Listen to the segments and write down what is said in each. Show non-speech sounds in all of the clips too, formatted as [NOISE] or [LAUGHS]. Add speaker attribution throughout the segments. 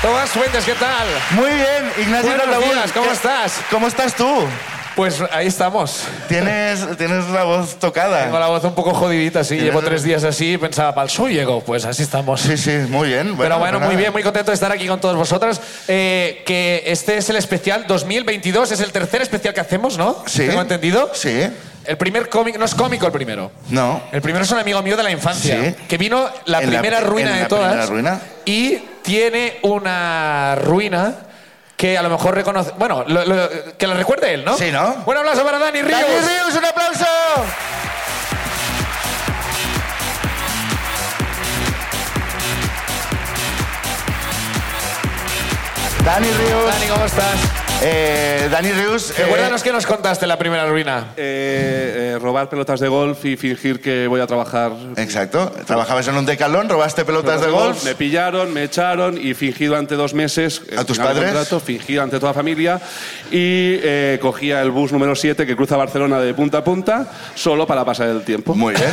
Speaker 1: Tomás Fuentes, ¿qué tal?
Speaker 2: Muy bien, Ignacio
Speaker 1: Buenos
Speaker 2: Labunas.
Speaker 1: días, ¿cómo
Speaker 2: ¿Qué-
Speaker 1: estás?
Speaker 2: ¿Cómo estás tú?
Speaker 1: Pues ahí estamos.
Speaker 2: Tienes, tienes la voz tocada.
Speaker 1: Tengo la voz un poco jodidita, sí.
Speaker 2: Sí,
Speaker 1: Llevo
Speaker 2: eso-
Speaker 1: tres días así y pensaba, pa'l show llego. Pues así estamos.
Speaker 2: Sí, sí, muy bien.
Speaker 1: Pero bueno,
Speaker 2: pues
Speaker 1: muy
Speaker 2: nada.
Speaker 1: bien, muy contento de estar aquí con todos vosotros. Eh, que este es el especial 2022, es el tercer especial que hacemos, ¿no?
Speaker 2: Sí.
Speaker 1: ¿Tengo entendido?
Speaker 2: Sí.
Speaker 1: El primer cómic, no es cómico el primero.
Speaker 2: No.
Speaker 1: El primero es un amigo mío de la infancia,
Speaker 2: Sí.
Speaker 1: que vino la
Speaker 2: En la-
Speaker 1: primera
Speaker 2: en
Speaker 1: ruina de
Speaker 2: la
Speaker 1: todas.
Speaker 2: primera ruina.
Speaker 1: Y tiene una ruina que a lo mejor reconoce. Bueno, lo- lo- que la recuerde él, ¿no?
Speaker 2: Sí, ¿no?
Speaker 1: Un aplauso para Dani Ríos.
Speaker 2: ¡Dani Ríos, un aplauso! Dani Ríos,
Speaker 1: Dani, ¿cómo estás?
Speaker 2: eh, Dani Ríos, eh,
Speaker 1: Recuérdanos qué nos contaste la primera ruina.
Speaker 3: Eh, eh, robar pelotas de golf y fingir que voy a trabajar.
Speaker 2: exacto, trabajabas en un decalón, robaste pelotas de golf,
Speaker 3: Me pillaron, me echaron y fingido ante dos meses.
Speaker 2: ¿A
Speaker 3: el
Speaker 2: tus
Speaker 3: final de
Speaker 2: padres?
Speaker 3: Contrato, fingido ante toda la familia. Y eh, cogía el bus número 7 que cruza Barcelona de punta a punta solo para pasar el tiempo.
Speaker 2: muy bien,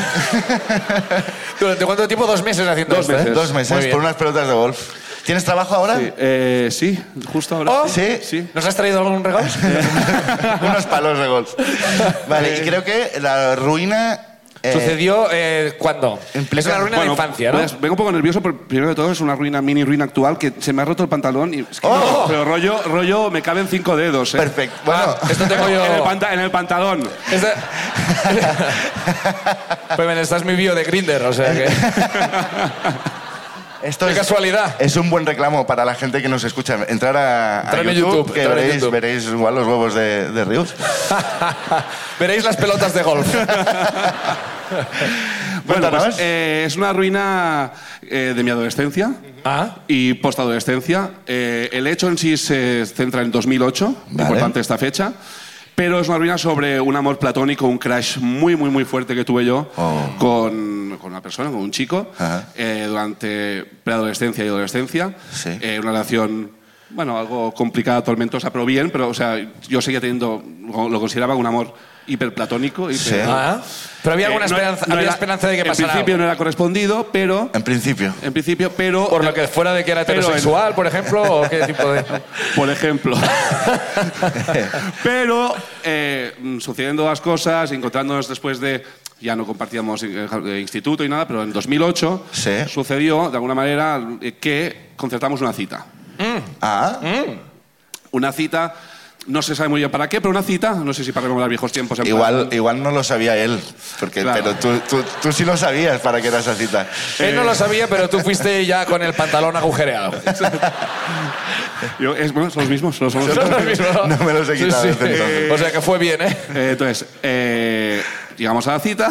Speaker 1: ¿Durante cuánto tiempo? Dos meses haciendo
Speaker 3: Dos
Speaker 1: esto, ¿eh?
Speaker 3: meses.
Speaker 2: dos
Speaker 1: Muy
Speaker 2: meses
Speaker 1: bien.
Speaker 2: por unas pelotas de golf. ¿Tienes trabajo ahora?
Speaker 3: Sí, eh, sí, justo ahora.
Speaker 1: Oh.
Speaker 2: ¿Sí?
Speaker 3: Sí.
Speaker 1: ¿Nos has traído algún regalo?
Speaker 2: [LAUGHS] Unos palos de golf.
Speaker 3: Eh,
Speaker 2: Vale, y creo que la ruina. eh,
Speaker 1: ¿Sucedió eh, cuándo?
Speaker 2: Implica-
Speaker 1: Es una ruina
Speaker 3: Bueno,
Speaker 1: de infancia, ¿no?
Speaker 3: pues, vengo un poco nervioso, pero primero de todo es una ruina, mini ruina actual que se me ha roto el pantalón. Y es que
Speaker 2: ¡Oh!
Speaker 3: Pero rollo, rollo, me caben cinco dedos. eh.
Speaker 2: Perfecto. Bueno,
Speaker 1: Ah, esto
Speaker 3: [LAUGHS]
Speaker 1: tengo yo.
Speaker 3: En el panta- en el pantalón.
Speaker 1: Esta- pues esta es mi bio de Grinder, o sea que.
Speaker 2: [LAUGHS] esto
Speaker 1: qué
Speaker 2: es,
Speaker 1: casualidad.
Speaker 2: es un buen reclamo para la gente que nos escucha. Entrar a, a
Speaker 1: Entrar en
Speaker 2: YouTube,
Speaker 1: YouTube,
Speaker 2: Oh, que
Speaker 1: entrar en
Speaker 2: veréis,
Speaker 1: YouTube.
Speaker 2: veréis igual los huevos de, de
Speaker 3: [LAUGHS]
Speaker 2: Rius.
Speaker 1: Veréis las pelotas de
Speaker 2: [LAUGHS]
Speaker 1: golf.
Speaker 3: Bueno,
Speaker 2: Cuéntanos.
Speaker 3: pues, eh, es una ruina eh, de mi adolescencia
Speaker 1: Ah.
Speaker 3: y postadolescencia. Eh, el hecho en sí se centra en 2008,
Speaker 2: Vale.
Speaker 3: importante esta fecha, pero es una ruina sobre un amor platónico, un crash muy, muy, muy fuerte que tuve yo
Speaker 2: Oh.
Speaker 3: con, con una persona, con un chico,
Speaker 2: Ajá.
Speaker 3: eh, durante preadolescencia y adolescencia.
Speaker 2: Sí.
Speaker 3: Eh, una relación... Bueno, algo complicada, tormentosa, pero bien, pero o sea, yo seguía teniendo, lo consideraba un amor hiperplatónico. Hiper,
Speaker 2: Sí.
Speaker 1: Ah. Pero
Speaker 3: eh,
Speaker 1: había alguna
Speaker 3: no-
Speaker 1: esperanza,
Speaker 3: no
Speaker 1: había
Speaker 3: era-
Speaker 1: esperanza de que
Speaker 3: En
Speaker 1: pasara.
Speaker 3: principio
Speaker 1: algo.
Speaker 3: no era correspondido, pero.
Speaker 2: En principio.
Speaker 3: En principio, pero.
Speaker 1: Por lo que fuera de que era
Speaker 3: Pero en-
Speaker 1: heterosexual, por ejemplo, o qué tipo de.
Speaker 3: [LAUGHS] Por ejemplo.
Speaker 2: [LAUGHS]
Speaker 3: pero eh, mm, sucediendo las cosas, encontrándonos después de. Ya no compartíamos eh, ja- eh, instituto y nada, pero en 2008
Speaker 2: Sí.
Speaker 3: sucedió, de alguna manera, eh, que concertamos una cita. [LAUGHS]
Speaker 2: Ah,
Speaker 3: Mm. Una cita. No se sabe muy bien para qué, pero una cita, no sé si para recordar viejos tiempos. en plan-
Speaker 2: igual, igual no lo sabía él. Porque,
Speaker 3: Claro.
Speaker 2: Pero tú, tú, tú sí lo sabías para qué era esa cita.
Speaker 1: Él
Speaker 3: Eh,
Speaker 1: no lo sabía, pero
Speaker 3: [LAUGHS]
Speaker 1: tú fuiste ya con el pantalón agujereado.
Speaker 3: Yo- es- bueno, son los mismos,
Speaker 2: [LAUGHS]
Speaker 3: son los- son los-
Speaker 1: Eso es lo mismo,
Speaker 2: No me los he quitado desde entonces.
Speaker 1: O sea que fue bien, ¿eh?
Speaker 3: Eh, entonces, eh, llegamos a la cita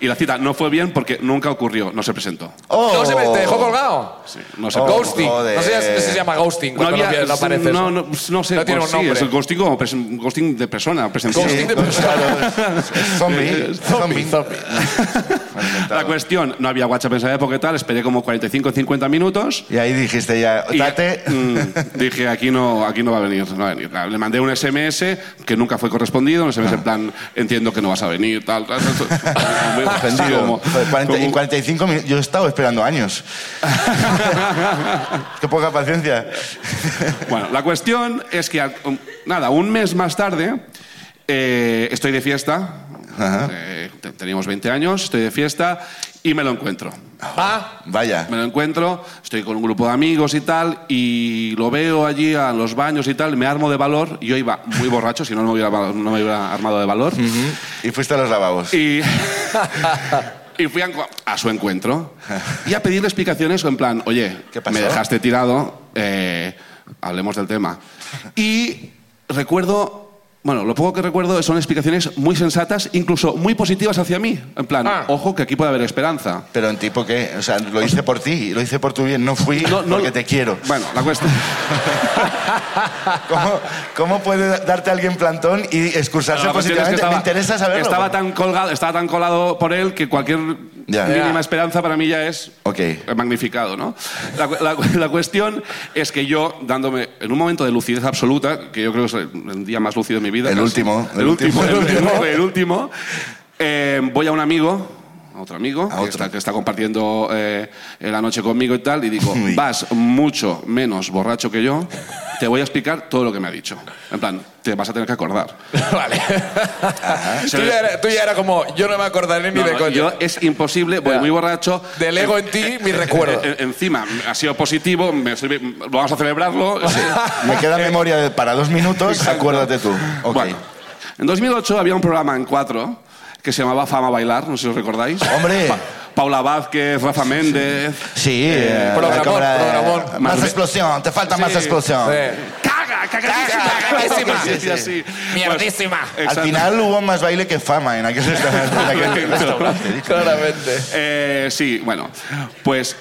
Speaker 3: y la cita no fue bien porque nunca ocurrió, no se presentó.
Speaker 2: Oh.
Speaker 1: No se me- te dejó colgado.
Speaker 3: Sí, no se
Speaker 2: Oh,
Speaker 3: presentó.
Speaker 1: ghosting.
Speaker 2: joder.
Speaker 1: No sé si si se llama ghosting cuando no,
Speaker 3: había-
Speaker 1: no aparece. eso.
Speaker 3: no, no, no sé,
Speaker 1: No tiene
Speaker 3: pues
Speaker 1: un
Speaker 3: sí,
Speaker 1: nombre.
Speaker 3: es el ghosting, como presen- ghosting de persona, presencial.
Speaker 1: Ghosting de persona.
Speaker 2: [LAUGHS] Claro, es
Speaker 3: [LAUGHS]
Speaker 1: Zombie,
Speaker 2: zombie. Eh, Zombie.
Speaker 1: zombie.
Speaker 3: La cuestión, no había WhatsApp en esa época y tal, esperé como 45 o 50 minutos.
Speaker 2: Y ahí dijiste ya,
Speaker 3: Y
Speaker 2: date.
Speaker 3: mm, dije, aquí no, aquí no va a venir. no va a venir. Claro, Le mandé un SMS que nunca fue correspondido, un SMS en plan, entiendo que no vas a venir, tal, tal, tal.
Speaker 2: [LAUGHS] Ofendido.
Speaker 3: Como-
Speaker 2: Joder, 40
Speaker 3: como-
Speaker 2: en 45 minutos. Yo he estado esperando años. Qué poca paciencia.
Speaker 3: Bueno, la cuestión es que, al- um, nada, un mes más tarde, eh, estoy de fiesta, eh, te- teníamos 20 años, estoy de fiesta y me lo encuentro.
Speaker 1: Ah,
Speaker 2: Vaya.
Speaker 3: Me lo encuentro, estoy con un grupo de amigos y tal, y lo veo allí a los baños y tal, me armo de valor, yo iba muy borracho, si no, no me hubiera, val- no me hubiera armado de valor,
Speaker 2: Y fuiste a los lavabos.
Speaker 3: y, [LAUGHS] y fui a, encu- a su
Speaker 2: [LAUGHS]
Speaker 3: encuentro y a pedirle explicaciones en plan, oye,
Speaker 2: ¿Qué pasó?
Speaker 3: me dejaste tirado, eh, hablemos del tema. Y recuerdo, bueno, lo poco que recuerdo son explicaciones muy sensatas, incluso muy positivas hacia mí, en plan,
Speaker 1: Ah.
Speaker 3: ojo que aquí puede haber esperanza.
Speaker 2: Pero en tipo que, o sea, lo hice por ti, lo hice por tu bien, no fui porque te quiero.
Speaker 3: Bueno, la cuestión.
Speaker 2: ¿Cómo, cómo puede darte alguien plantón y excusarse
Speaker 3: La cuestión es
Speaker 2: positivamente?
Speaker 3: que estaba-
Speaker 2: Me interesa saberlo.
Speaker 3: Estaba tan, colgado, estaba tan colado por él que cualquier
Speaker 2: Ya.
Speaker 3: mínima
Speaker 1: Ya.
Speaker 3: esperanza para mí ya es
Speaker 2: Ok.
Speaker 3: eh, magnificado, ¿no? La, cu- la cu- la cuestión es que yo, dándome en un momento de lucidez absoluta, que yo creo que es el el día más lúcido de mi vida.
Speaker 2: El
Speaker 3: casi,
Speaker 2: último,
Speaker 3: [LAUGHS] El,
Speaker 2: el
Speaker 3: último.
Speaker 2: último.
Speaker 3: El último. el último, eh, voy a un amigo a otro amigo, que,
Speaker 2: otro.
Speaker 3: Está, que está compartiendo eh, la noche conmigo y tal, y digo, vas mucho menos borracho que yo, te voy a explicar todo lo que me ha dicho. En plan, te vas a tener que acordar.
Speaker 1: vale. tú,
Speaker 3: le-
Speaker 1: ya era, tú ya era como, yo no me acordaré ni
Speaker 3: No,
Speaker 1: de
Speaker 3: no,
Speaker 1: coño.
Speaker 3: yo es imposible, voy
Speaker 1: Ya.
Speaker 3: muy borracho.
Speaker 1: Del ego en ti, mi recuerdo.
Speaker 3: Eh, eh, Encima, ha sido positivo, me sirve- vamos a celebrarlo.
Speaker 1: [LAUGHS]
Speaker 3: sí.
Speaker 2: Me queda memoria de- para dos minutos, acuérdate tú. Ok.
Speaker 3: Bueno, en 2008 había un programa en cuatro que se llamaba Fama Bailar, no sé si os recordáis.
Speaker 2: Hombre.
Speaker 3: Paula Vázquez, Rafa Méndez.
Speaker 2: Sí, eh, la
Speaker 1: programón,
Speaker 2: cámara, eh,
Speaker 1: programón.
Speaker 2: Más
Speaker 3: Más-
Speaker 2: explosión, te falta más
Speaker 3: Sí,
Speaker 2: explosión.
Speaker 1: Sí.
Speaker 3: ¡Caga! ¡Cagadísima!
Speaker 1: Caga, cagadísima.
Speaker 3: [LAUGHS] Sí, sí, sí.
Speaker 1: Mierdísima.
Speaker 3: Bueno,
Speaker 2: Al
Speaker 3: exacto.
Speaker 2: final hubo más baile que fama en aquel [LAUGHS] restaurante.
Speaker 3: [LAUGHS]
Speaker 2: en aquel restaurante.
Speaker 1: Claramente.
Speaker 3: Eh, sí, bueno, pues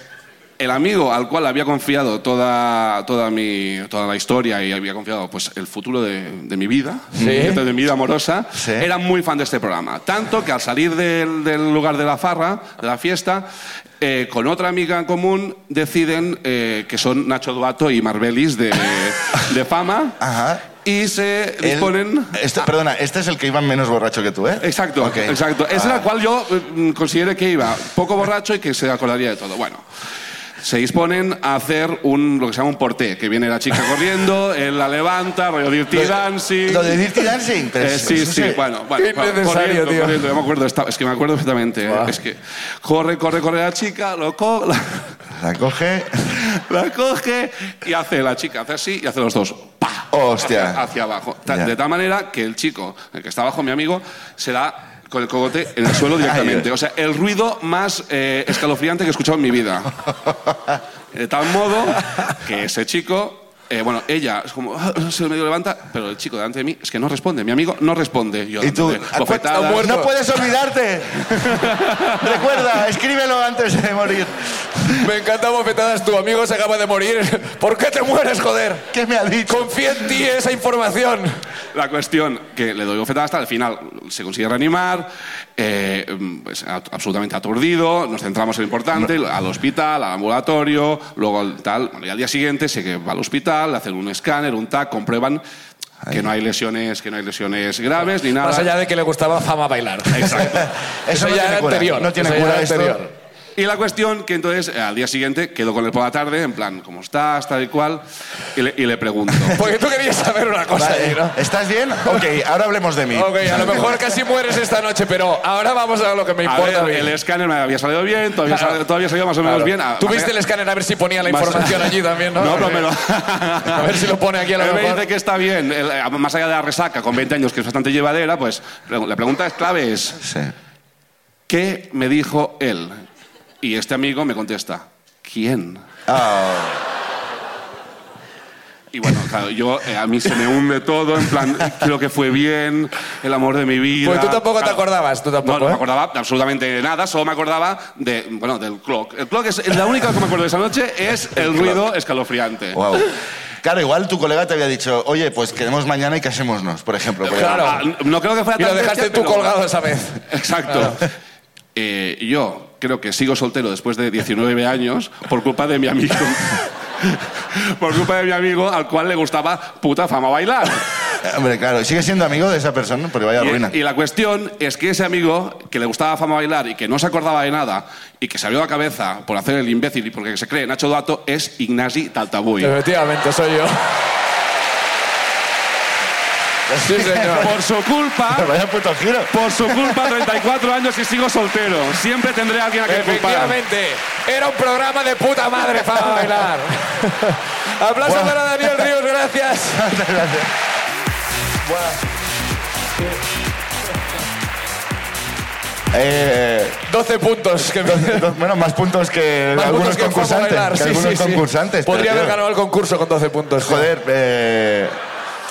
Speaker 3: el amigo al cual había confiado toda, toda, mi, toda la historia y había confiado pues, el futuro de, de mi vida, de mi vida amorosa,
Speaker 2: Sí.
Speaker 3: era muy fan de este programa. Tanto que al salir del, del lugar de la farra, de la fiesta, eh, con otra amiga en común deciden eh, que son Nacho Duato y Marbelis de, de fama
Speaker 2: [LAUGHS] Ajá.
Speaker 3: y se
Speaker 2: Él-
Speaker 3: disponen...
Speaker 2: este, perdona, este es el que iba menos borracho que tú, ¿eh?
Speaker 3: Exacto,
Speaker 2: Ok.
Speaker 3: exacto. Es
Speaker 2: Ah.
Speaker 3: la cual yo eh, consideré que iba poco borracho y que se acordaría de todo. Bueno, se disponen a hacer un, lo que se llama un porté, que viene la chica corriendo, él la levanta, rollo dirty dancing.
Speaker 2: Lo de Dirty Dancing. pero
Speaker 3: Eh,
Speaker 2: eso-
Speaker 3: sí,
Speaker 2: eso
Speaker 3: sí,
Speaker 2: se-
Speaker 3: bueno, bueno,
Speaker 1: Qué
Speaker 3: bueno,
Speaker 1: innecesario,
Speaker 3: corriendo,
Speaker 1: tío.
Speaker 3: corriendo, yo me acuerdo, esta- es que me acuerdo perfectamente, eh, es que corre, corre, corre la chica, lo co- la,
Speaker 2: La coge.
Speaker 3: [LAUGHS] la coge y hace la chica, hace así y hace los dos, pa, hacia,
Speaker 2: Hostia.
Speaker 3: hacia abajo. Ta-
Speaker 2: Ya.
Speaker 3: De tal manera que el chico, el que está abajo, mi amigo, se da con el cogote en el suelo directamente.
Speaker 2: Ay,
Speaker 3: O sea, el ruido más eh, escalofriante que he escuchado en mi vida. De tal modo que ese chico... eh, bueno, ella es como, "Ah", se medio levanta, pero el chico delante de mí es que no responde. Mi amigo no responde. Yo
Speaker 2: Y tú,
Speaker 3: dándole bofetadas.
Speaker 2: ¿a cuánto- no puedes olvidarte. Recuerda, escríbelo antes de morir.
Speaker 1: Me encanta bofetadas. Tu amigo se acaba de morir. [LAUGHS] ¿Por qué te mueres, joder?
Speaker 2: ¿Qué me ha dicho?
Speaker 1: Confía en ti esa información.
Speaker 3: La cuestión que le doy bofetada hasta el final se consigue reanimar, eh, pues, a- absolutamente aturdido, nos centramos en lo importante, al hospital, al ambulatorio, luego al tal. Bueno, y al día siguiente sé que va al hospital, le hacen un escáner, un TAC, comprueban que no hay lesiones, que no hay lesiones graves ni nada.
Speaker 1: Más allá de que le gustaba fama bailar.
Speaker 3: Exacto.
Speaker 1: Eso
Speaker 2: no
Speaker 1: ya
Speaker 2: tiene
Speaker 1: era
Speaker 2: cura.
Speaker 1: anterior.
Speaker 2: No tiene
Speaker 1: Eso ya
Speaker 2: cura
Speaker 1: era
Speaker 2: esto.
Speaker 1: anterior.
Speaker 3: Y la cuestión que entonces eh, al día siguiente quedo con él por la tarde, en plan, ¿cómo estás? Tal y cual. Y le, y le
Speaker 1: [LAUGHS]
Speaker 3: pregunto.
Speaker 1: Porque tú querías saber una cosa
Speaker 2: Vale,
Speaker 1: ahí, ¿no?
Speaker 2: ¿Estás bien? Ok, ahora hablemos de mí.
Speaker 1: Ok, a lo
Speaker 2: [LAUGHS]
Speaker 1: mejor casi mueres esta noche, pero ahora vamos a lo que me
Speaker 3: A
Speaker 1: importa. a mí.
Speaker 3: ver, el escáner me había salido bien,
Speaker 1: [LAUGHS]
Speaker 3: todavía,
Speaker 1: Claro.
Speaker 3: salió, todavía salió más o menos
Speaker 1: Claro.
Speaker 3: bien. A-
Speaker 1: Tú
Speaker 3: a-
Speaker 1: viste el escáner a ver si ponía la
Speaker 3: Más-
Speaker 1: información allí también,
Speaker 3: [LAUGHS]
Speaker 1: ¿no?
Speaker 3: No, pero me lo-
Speaker 1: [LAUGHS] A ver si lo pone aquí a lo
Speaker 3: Él me
Speaker 1: mejor.
Speaker 3: dice que está bien, él, eh, más allá de la resaca con 20 años, que es bastante llevadera, pues pre- la pregunta es clave es,
Speaker 2: Sí.
Speaker 3: ¿qué me dijo él? Y este amigo me contesta, ¿quién?
Speaker 2: Ah,
Speaker 3: Y bueno, claro, yo, eh, a mí se me hunde todo, en plan, creo que fue bien, el amor de mi vida.
Speaker 1: Pues tú tampoco te
Speaker 3: Claro.
Speaker 1: acordabas, tú
Speaker 3: No,
Speaker 1: tampoco,
Speaker 3: no me
Speaker 1: ¿eh?
Speaker 3: acordaba absolutamente de nada, solo me acordaba de, bueno, del clock. El clock es la única que me acuerdo de esa noche, es el ruido escalofriante.
Speaker 2: wow. Claro, igual tu colega te había dicho, oye, pues quedemos mañana y casémonos, por ejemplo. por
Speaker 1: Claro.
Speaker 3: Ah, no creo que fuera
Speaker 1: Y lo
Speaker 3: tan
Speaker 1: dejaste
Speaker 3: bestia,
Speaker 1: tú
Speaker 3: pero-
Speaker 1: colgado esa vez.
Speaker 3: Exacto. Eh, yo creo que sigo soltero después de 19 años por culpa de mi amigo. por culpa de mi amigo al cual le gustaba puta fama bailar.
Speaker 2: ejemplo. Hombre, claro, sigue siendo amigo de esa persona, porque vaya ruina.
Speaker 3: Y, y la cuestión es que ese amigo que le gustaba fama bailar y que no se acordaba de nada y que se abrió la cabeza por hacer el imbécil y porque se cree Nacho Dato es Ignasi Taltabuy.
Speaker 1: Efectivamente, soy yo. Sí, señor.
Speaker 3: Por su culpa,
Speaker 2: Vaya puto giro.
Speaker 3: por su culpa 34 años y sigo soltero. Siempre tendré a alguien a quien culpar.
Speaker 1: Efectivamente, era un programa de puta madre para
Speaker 2: [LAUGHS]
Speaker 1: bailar. Aplausos
Speaker 2: Buah.
Speaker 1: para Daniel Ríos,
Speaker 2: [LAUGHS]
Speaker 1: gracias.
Speaker 2: Eh,
Speaker 1: 12 puntos. Que me-
Speaker 2: Dos- Bueno, más puntos que
Speaker 1: más
Speaker 2: algunos
Speaker 1: puntos que fue a
Speaker 2: concursantes.
Speaker 1: bailar.
Speaker 2: que
Speaker 1: Sí,
Speaker 2: algunos
Speaker 1: sí, sí.
Speaker 2: concursantes. pero,
Speaker 1: Podría haber
Speaker 2: tío,
Speaker 1: ganado el concurso con 12 puntos. tío.
Speaker 2: Joder, eh,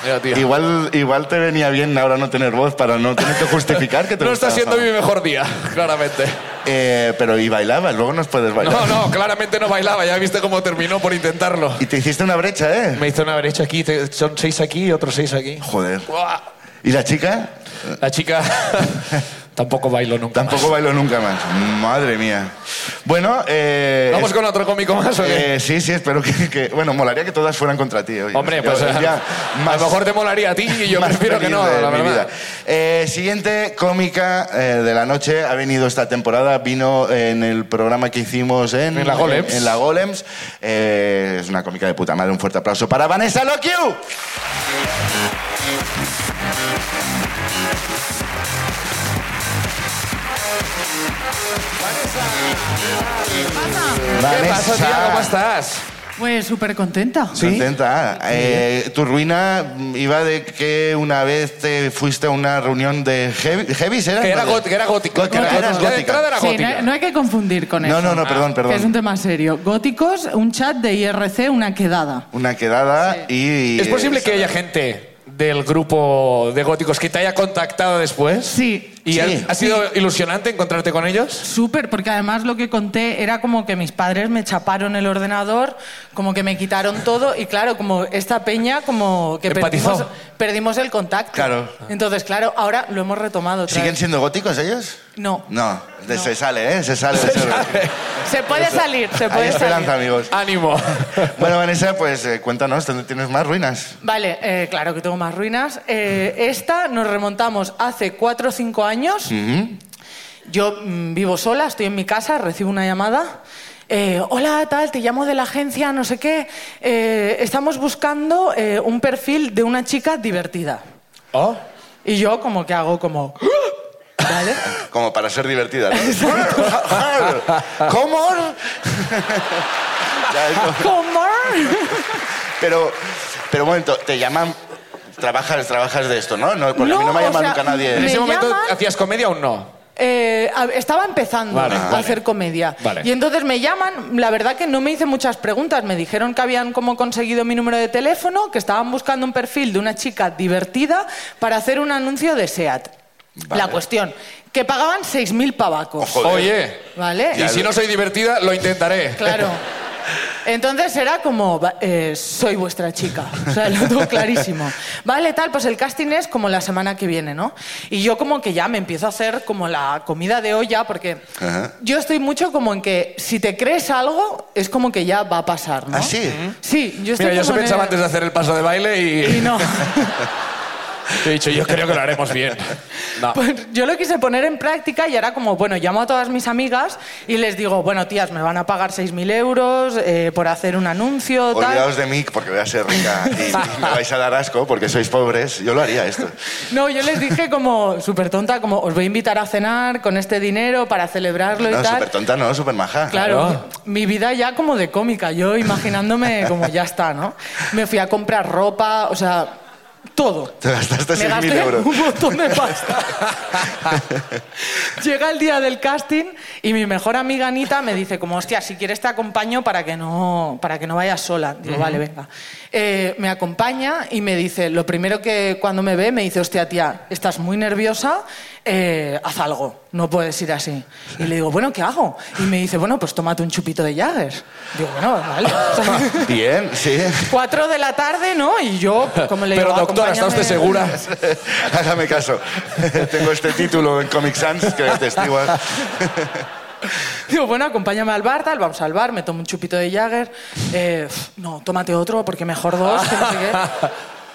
Speaker 1: Mira, tío.
Speaker 2: igual, igual te venía bien ahora no tener voz para no tener que justificar que te
Speaker 1: No está
Speaker 2: gustaba.
Speaker 1: siendo mi mejor día, claramente.
Speaker 2: Eh, pero y bailabas, luego nos puedes bailar.
Speaker 1: No, no, claramente no bailaba. Ya viste cómo terminó por intentarlo.
Speaker 2: Y te hiciste una brecha, ¿eh?
Speaker 1: Me hizo una brecha aquí. te- Son seis aquí y otros seis aquí.
Speaker 2: Joder.
Speaker 1: Buah.
Speaker 2: ¿Y la chica?
Speaker 1: La chica [LAUGHS] Tampoco bailo nunca.
Speaker 2: Tampoco
Speaker 1: más.
Speaker 2: bailo nunca más. Madre mía. Bueno, eh,
Speaker 1: ¿Vamos
Speaker 2: es-
Speaker 1: con otro cómico más o qué?
Speaker 2: eh, sí, sí, espero que, que- Bueno, molaría que todas fueran contra ti. oye.
Speaker 1: Hombre,
Speaker 2: Yo-
Speaker 1: pues a-
Speaker 2: ya
Speaker 1: a
Speaker 2: más-
Speaker 1: lo mejor te molaría a ti y yo
Speaker 2: más
Speaker 1: prefiero que
Speaker 2: feliz
Speaker 1: no,
Speaker 2: de
Speaker 1: la
Speaker 2: mi
Speaker 1: verdad.
Speaker 2: vida. Eh, siguiente cómica eh, de la noche ha venido esta temporada. Vino eh, en el programa que hicimos en,
Speaker 1: En la Golems.
Speaker 2: En, la Golems. Eh, es una cómica de puta madre. Un fuerte aplauso para Vanessa Lokiu.
Speaker 1: ¿Qué pasa, tía? ¿Cómo
Speaker 2: Vanessa.
Speaker 1: estás?
Speaker 4: Pues súper contenta.
Speaker 2: Contenta. Eh, tu ruina mm, iba de que una vez te fuiste a una reunión de heavy, heavies, ¿era?
Speaker 1: Que era,
Speaker 2: No, de-
Speaker 1: got- que era gótico.
Speaker 2: Gótica,
Speaker 1: Ya de
Speaker 2: eras
Speaker 1: entrada
Speaker 2: gótica.
Speaker 1: era
Speaker 4: Sí, no,
Speaker 1: gótica.
Speaker 4: hay- no hay que confundir con
Speaker 2: No,
Speaker 4: eso.
Speaker 2: no, no, perdón,
Speaker 4: Que es un
Speaker 2: perdón.
Speaker 4: tema serio. Góticos, un chat de IRC, una quedada.
Speaker 2: Una quedada y...
Speaker 1: ¿Es posible que
Speaker 2: eh,
Speaker 1: haya gente del grupo de góticos que te haya contactado después?
Speaker 4: Sí.
Speaker 1: ¿Y
Speaker 2: Sí.
Speaker 1: ha, ha sido ilusionante encontrarte con ellos?
Speaker 4: Súper, porque además lo que conté era como que mis padres me chaparon el ordenador, como que me quitaron todo y claro, como esta peña como que
Speaker 1: Empatizó.
Speaker 4: perdimos, perdimos el contacto.
Speaker 2: Claro.
Speaker 4: Entonces, claro, ahora lo hemos retomado. otra
Speaker 2: ¿Siguen
Speaker 4: vez.
Speaker 2: siendo góticos ellos?
Speaker 4: No.
Speaker 2: No, de-
Speaker 4: No.
Speaker 2: se sale, ¿eh? Se sale. Se sale.
Speaker 4: Se puede salir, se
Speaker 2: Hay
Speaker 4: puede salir.
Speaker 2: esperanza, amigos.
Speaker 1: ¡Ánimo!
Speaker 2: [LAUGHS] Bueno, Vanessa, pues eh, cuéntanos, ¿dónde tienes más ruinas?
Speaker 4: Vale, eh, claro que tengo más ruinas. Eh, esta nos remontamos hace cuatro o cinco años. Yo mm, vivo sola, estoy en mi casa, recibo una llamada. Eh, Hola, tal, te llamo de la agencia, no sé qué. Eh, estamos buscando eh, un perfil de una chica divertida.
Speaker 1: ¿Oh?
Speaker 4: Y yo como que hago como... ¿Vale?
Speaker 2: Como para ser divertida.
Speaker 1: [LAUGHS]
Speaker 2: [LAUGHS]
Speaker 4: "Ah".
Speaker 2: ¿no? ¿Cómo? Ya, no.
Speaker 4: [LAUGHS] ¿Cómo?
Speaker 2: pero, pero un momento, te llaman, trabajas, trabajas de esto, ¿no? no porque a mí no
Speaker 4: No,
Speaker 2: me ha
Speaker 4: o
Speaker 2: llamado
Speaker 4: sea,
Speaker 2: nunca nadie. ¿eh?
Speaker 1: ¿En
Speaker 4: Me
Speaker 1: ese momento
Speaker 4: llaman-
Speaker 1: hacías comedia o no?
Speaker 4: Eh, a- estaba empezando
Speaker 1: Vale,
Speaker 4: a
Speaker 1: vale.
Speaker 4: hacer comedia.
Speaker 1: Vale.
Speaker 4: Y entonces me llaman, la verdad que no me hice muchas preguntas, me dijeron que habían como conseguido mi número de teléfono, que estaban buscando un perfil de una chica divertida para hacer un anuncio de SEAT.
Speaker 2: Vale.
Speaker 4: La cuestión, que pagaban 6.000 pavacos.
Speaker 2: Ojo. Joder.
Speaker 1: Oye,
Speaker 4: ¿Vale?
Speaker 1: eh. y si no soy divertida, lo intentaré.
Speaker 4: Eh. Claro. Entonces era como, va- eh, soy vuestra chica. O sea, lo tengo clarísimo. Vale, tal, pues el casting es como la semana que viene, ¿no? Y yo como que ya me empiezo a hacer como la comida de olla, porque
Speaker 2: Ajá.
Speaker 4: yo estoy mucho como en que si te crees algo, es como que ya va a pasar, ¿no?
Speaker 2: ¿Ah, sí?
Speaker 4: Sí, yo estoy
Speaker 1: Mira, yo se
Speaker 4: como en
Speaker 1: pensaba
Speaker 4: el-
Speaker 1: antes de hacer el paso de baile
Speaker 4: Y
Speaker 1: y
Speaker 4: no.
Speaker 1: he dicho, [LAUGHS] yo creo que lo haremos bien. No.
Speaker 4: [LAUGHS] Pues yo lo quise poner en práctica y era como, bueno, llamo a todas mis amigas y les digo, bueno, tías, me van a pagar 6.000 euros eh, por hacer un anuncio, tal.
Speaker 2: Olvidaos de mí porque voy a ser rica
Speaker 4: [LAUGHS]
Speaker 2: y me vais a dar asco porque sois pobres. Yo lo haría esto.
Speaker 4: No, yo les dije como súper tonta, como os voy a invitar a cenar con este dinero para celebrarlo y
Speaker 2: No,
Speaker 4: tal.
Speaker 2: súper tonta, no, súper maja.
Speaker 4: Claro,
Speaker 1: Claro.
Speaker 4: mi vida ya como de cómica, yo imaginándome como ya está, ¿no? Me fui a comprar ropa, o sea, todo.
Speaker 2: Te gastaste
Speaker 4: Me
Speaker 2: 6.000
Speaker 4: gasté
Speaker 2: euros. [LAUGHS]
Speaker 4: un montón de pasta. Llega el día del casting y mi mejor amiga Anita me dice como, hostia, si quieres te acompaño para que no, para que no vayas sola. Digo, vale, venga. Eh, me acompaña y me dice, lo primero que cuando me ve me dice, hostia, tía, estás muy nerviosa, eh, haz algo, no puedes ir así. Y le digo, bueno, ¿qué hago? Y me dice, bueno, pues tómate un chupito de Jagger. Digo, bueno, vale. O sea,
Speaker 2: [LAUGHS] Bien, sí.
Speaker 4: Cuatro de la tarde, ¿no? Y yo, como le digo,
Speaker 1: Pero doctora, ¿está usted
Speaker 4: "Acompáñame".
Speaker 1: segura?
Speaker 2: [LAUGHS] Hágame caso. [LAUGHS] Tengo este título en Comic Sans que atestigua.
Speaker 4: [LAUGHS] Digo, bueno, acompáñame al bar, tal, vamos al bar, me tomo un chupito de Jagger. eh, pf, no, tómate otro, porque mejor dos, que no sé qué.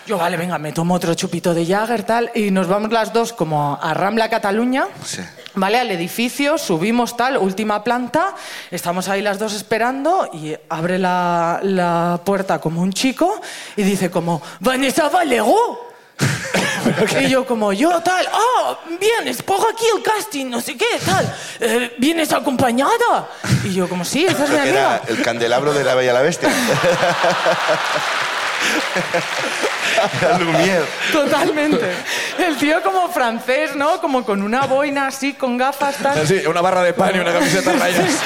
Speaker 4: Yo, vale, venga, me tomo otro chupito de Jagger, tal, y nos vamos las dos como a Rambla, Cataluña,
Speaker 2: Sí.
Speaker 4: ¿vale? Al edificio, subimos, tal, última planta, estamos ahí las dos esperando y abre la, la puerta como un chico y dice como,
Speaker 2: [LAUGHS]
Speaker 4: Vanessa Valego. Y yo como yo tal, ah, vienes, pongo aquí el casting, no sé qué, tal, eh, vienes acompañada. Y yo como, sí, esa es mi
Speaker 2: Que era
Speaker 4: amiga.
Speaker 2: el candelabro de la Bella y la Bestia. Era [LAUGHS] Lumière.
Speaker 4: Totalmente. El tío como francés, ¿no? Como con una boina así, con gafas, tal. [LAUGHS]
Speaker 1: Sí, una barra de pan y una camiseta a rayas.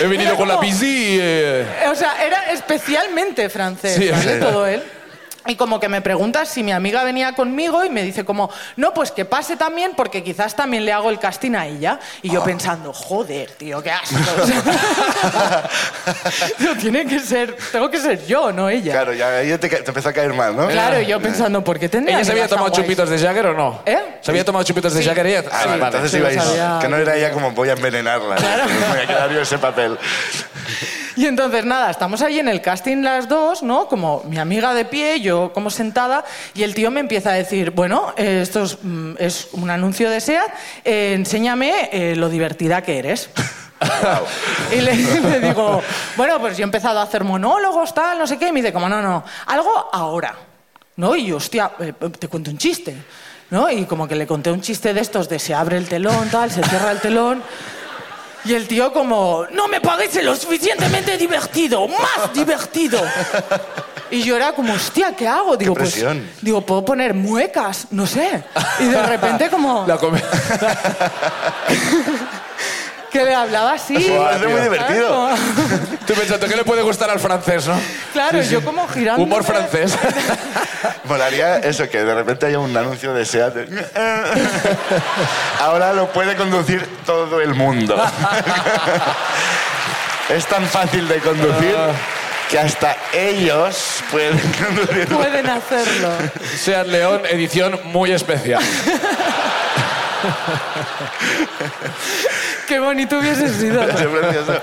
Speaker 1: He venido
Speaker 4: Mira
Speaker 1: con la
Speaker 4: cómo-
Speaker 1: bici y... eh,
Speaker 4: O sea, era especialmente francés,
Speaker 1: Sí,
Speaker 4: ¿vale?
Speaker 1: sí.
Speaker 4: Todo él. Y como que me pregunta si mi amiga venía conmigo y me dice como, no, pues que pase también porque quizás también le hago el casting a ella. Y
Speaker 1: Ah.
Speaker 4: yo pensando, joder, tío, qué asco. [LAUGHS] Digo, tiene que ser, tengo que ser yo, no ella. Claro,
Speaker 2: Claro, ya ahí te, ca- te empezó a caer mal, ¿no?
Speaker 1: [LAUGHS]
Speaker 4: y yo pensando, ¿por qué tendría
Speaker 1: ¿Ella se había
Speaker 4: amigas tan
Speaker 1: tomado
Speaker 4: guays?
Speaker 1: chupitos de Jagger o no?
Speaker 4: ¿Eh?
Speaker 1: ¿Se había tomado chupitos de
Speaker 4: Sí.
Speaker 1: Jagger ella?
Speaker 2: Ah, vale, entonces
Speaker 4: sí,
Speaker 2: ibais.
Speaker 4: lo sabía.
Speaker 2: Que no era ella como voy a envenenarla. [LAUGHS] ¿eh? Voy a quedar yo ese papel.
Speaker 4: Y entonces, nada, estamos ahí en el casting las dos, ¿no? Como mi amiga de pie, yo como sentada, y el tío me empieza a decir, bueno, eh, esto es, mm, es un anuncio de SEAT, eh, enséñame eh, lo divertida que eres. y le, le digo, bueno, pues yo he empezado a hacer monólogos, tal, no sé qué, y me dice, como, no, no, algo ahora, ¿no? Y yo, hostia, eh, te cuento un chiste, ¿no? Y como que le conté un chiste de estos de se abre el telón, tal, se cierra el telón... Y el tío como, no me parece lo suficientemente divertido, más divertido. Y yo era como, hostia, ¿qué hago? Digo, pues,
Speaker 2: presión.
Speaker 4: digo, puedo poner muecas, no sé. Y de repente como
Speaker 1: La come-
Speaker 4: que le hablaba así.
Speaker 2: Buah, Ah, es muy divertido.
Speaker 4: Claro,
Speaker 1: Tú pensando, ¿qué le puede gustar al francés, no?
Speaker 4: Claro, yo como girando.
Speaker 1: Humor francés.
Speaker 2: [LAUGHS] Molaría eso, que de repente haya un anuncio de [LAUGHS] SEAT. Ahora lo puede conducir todo el
Speaker 4: [LAUGHS]
Speaker 2: mundo. [LAUGHS] es tan fácil de conducir
Speaker 4: Ah.
Speaker 2: que hasta [LAUGHS] ellos pueden [LAUGHS] conducirlo.
Speaker 4: Pueden hacerlo.
Speaker 1: Seat León, edición muy especial.
Speaker 4: Qué bonito hubiese sido.
Speaker 2: [LAUGHS]
Speaker 4: ¿no?
Speaker 2: Es precioso.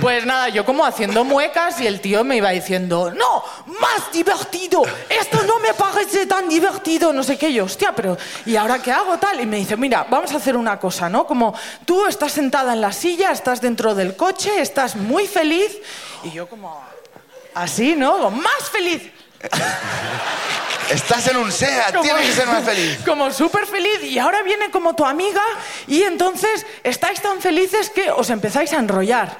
Speaker 4: Pues nada, yo como haciendo muecas y el tío me iba diciendo, no, más divertido, esto no me parece tan divertido, no sé qué, yo, hostia, pero ¿y ahora qué hago tal? Y me dice, mira, vamos a hacer una cosa, ¿no? Como tú estás sentada en la silla, estás dentro del coche, estás muy feliz y yo como, así, ¿no? Como, más feliz.
Speaker 2: [LAUGHS] Estás en un SEAT,
Speaker 4: Como-
Speaker 2: tienes que ser más feliz.
Speaker 4: [LAUGHS] Como súper feliz y ahora viene como tu amiga y entonces estáis tan felices que os empezáis a
Speaker 2: [LAUGHS]
Speaker 4: enrollar.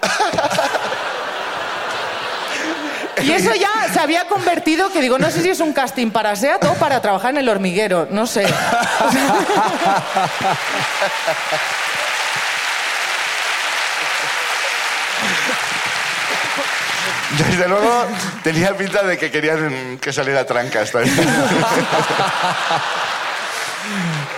Speaker 4: Y eso ya se había convertido, que digo, no sé si es un casting para SEAT o para trabajar en el hormiguero,
Speaker 2: [LAUGHS]
Speaker 4: no sé.
Speaker 2: Desde luego tenía pinta de que querían que saliera trancas.
Speaker 1: [LAUGHS]
Speaker 2: también.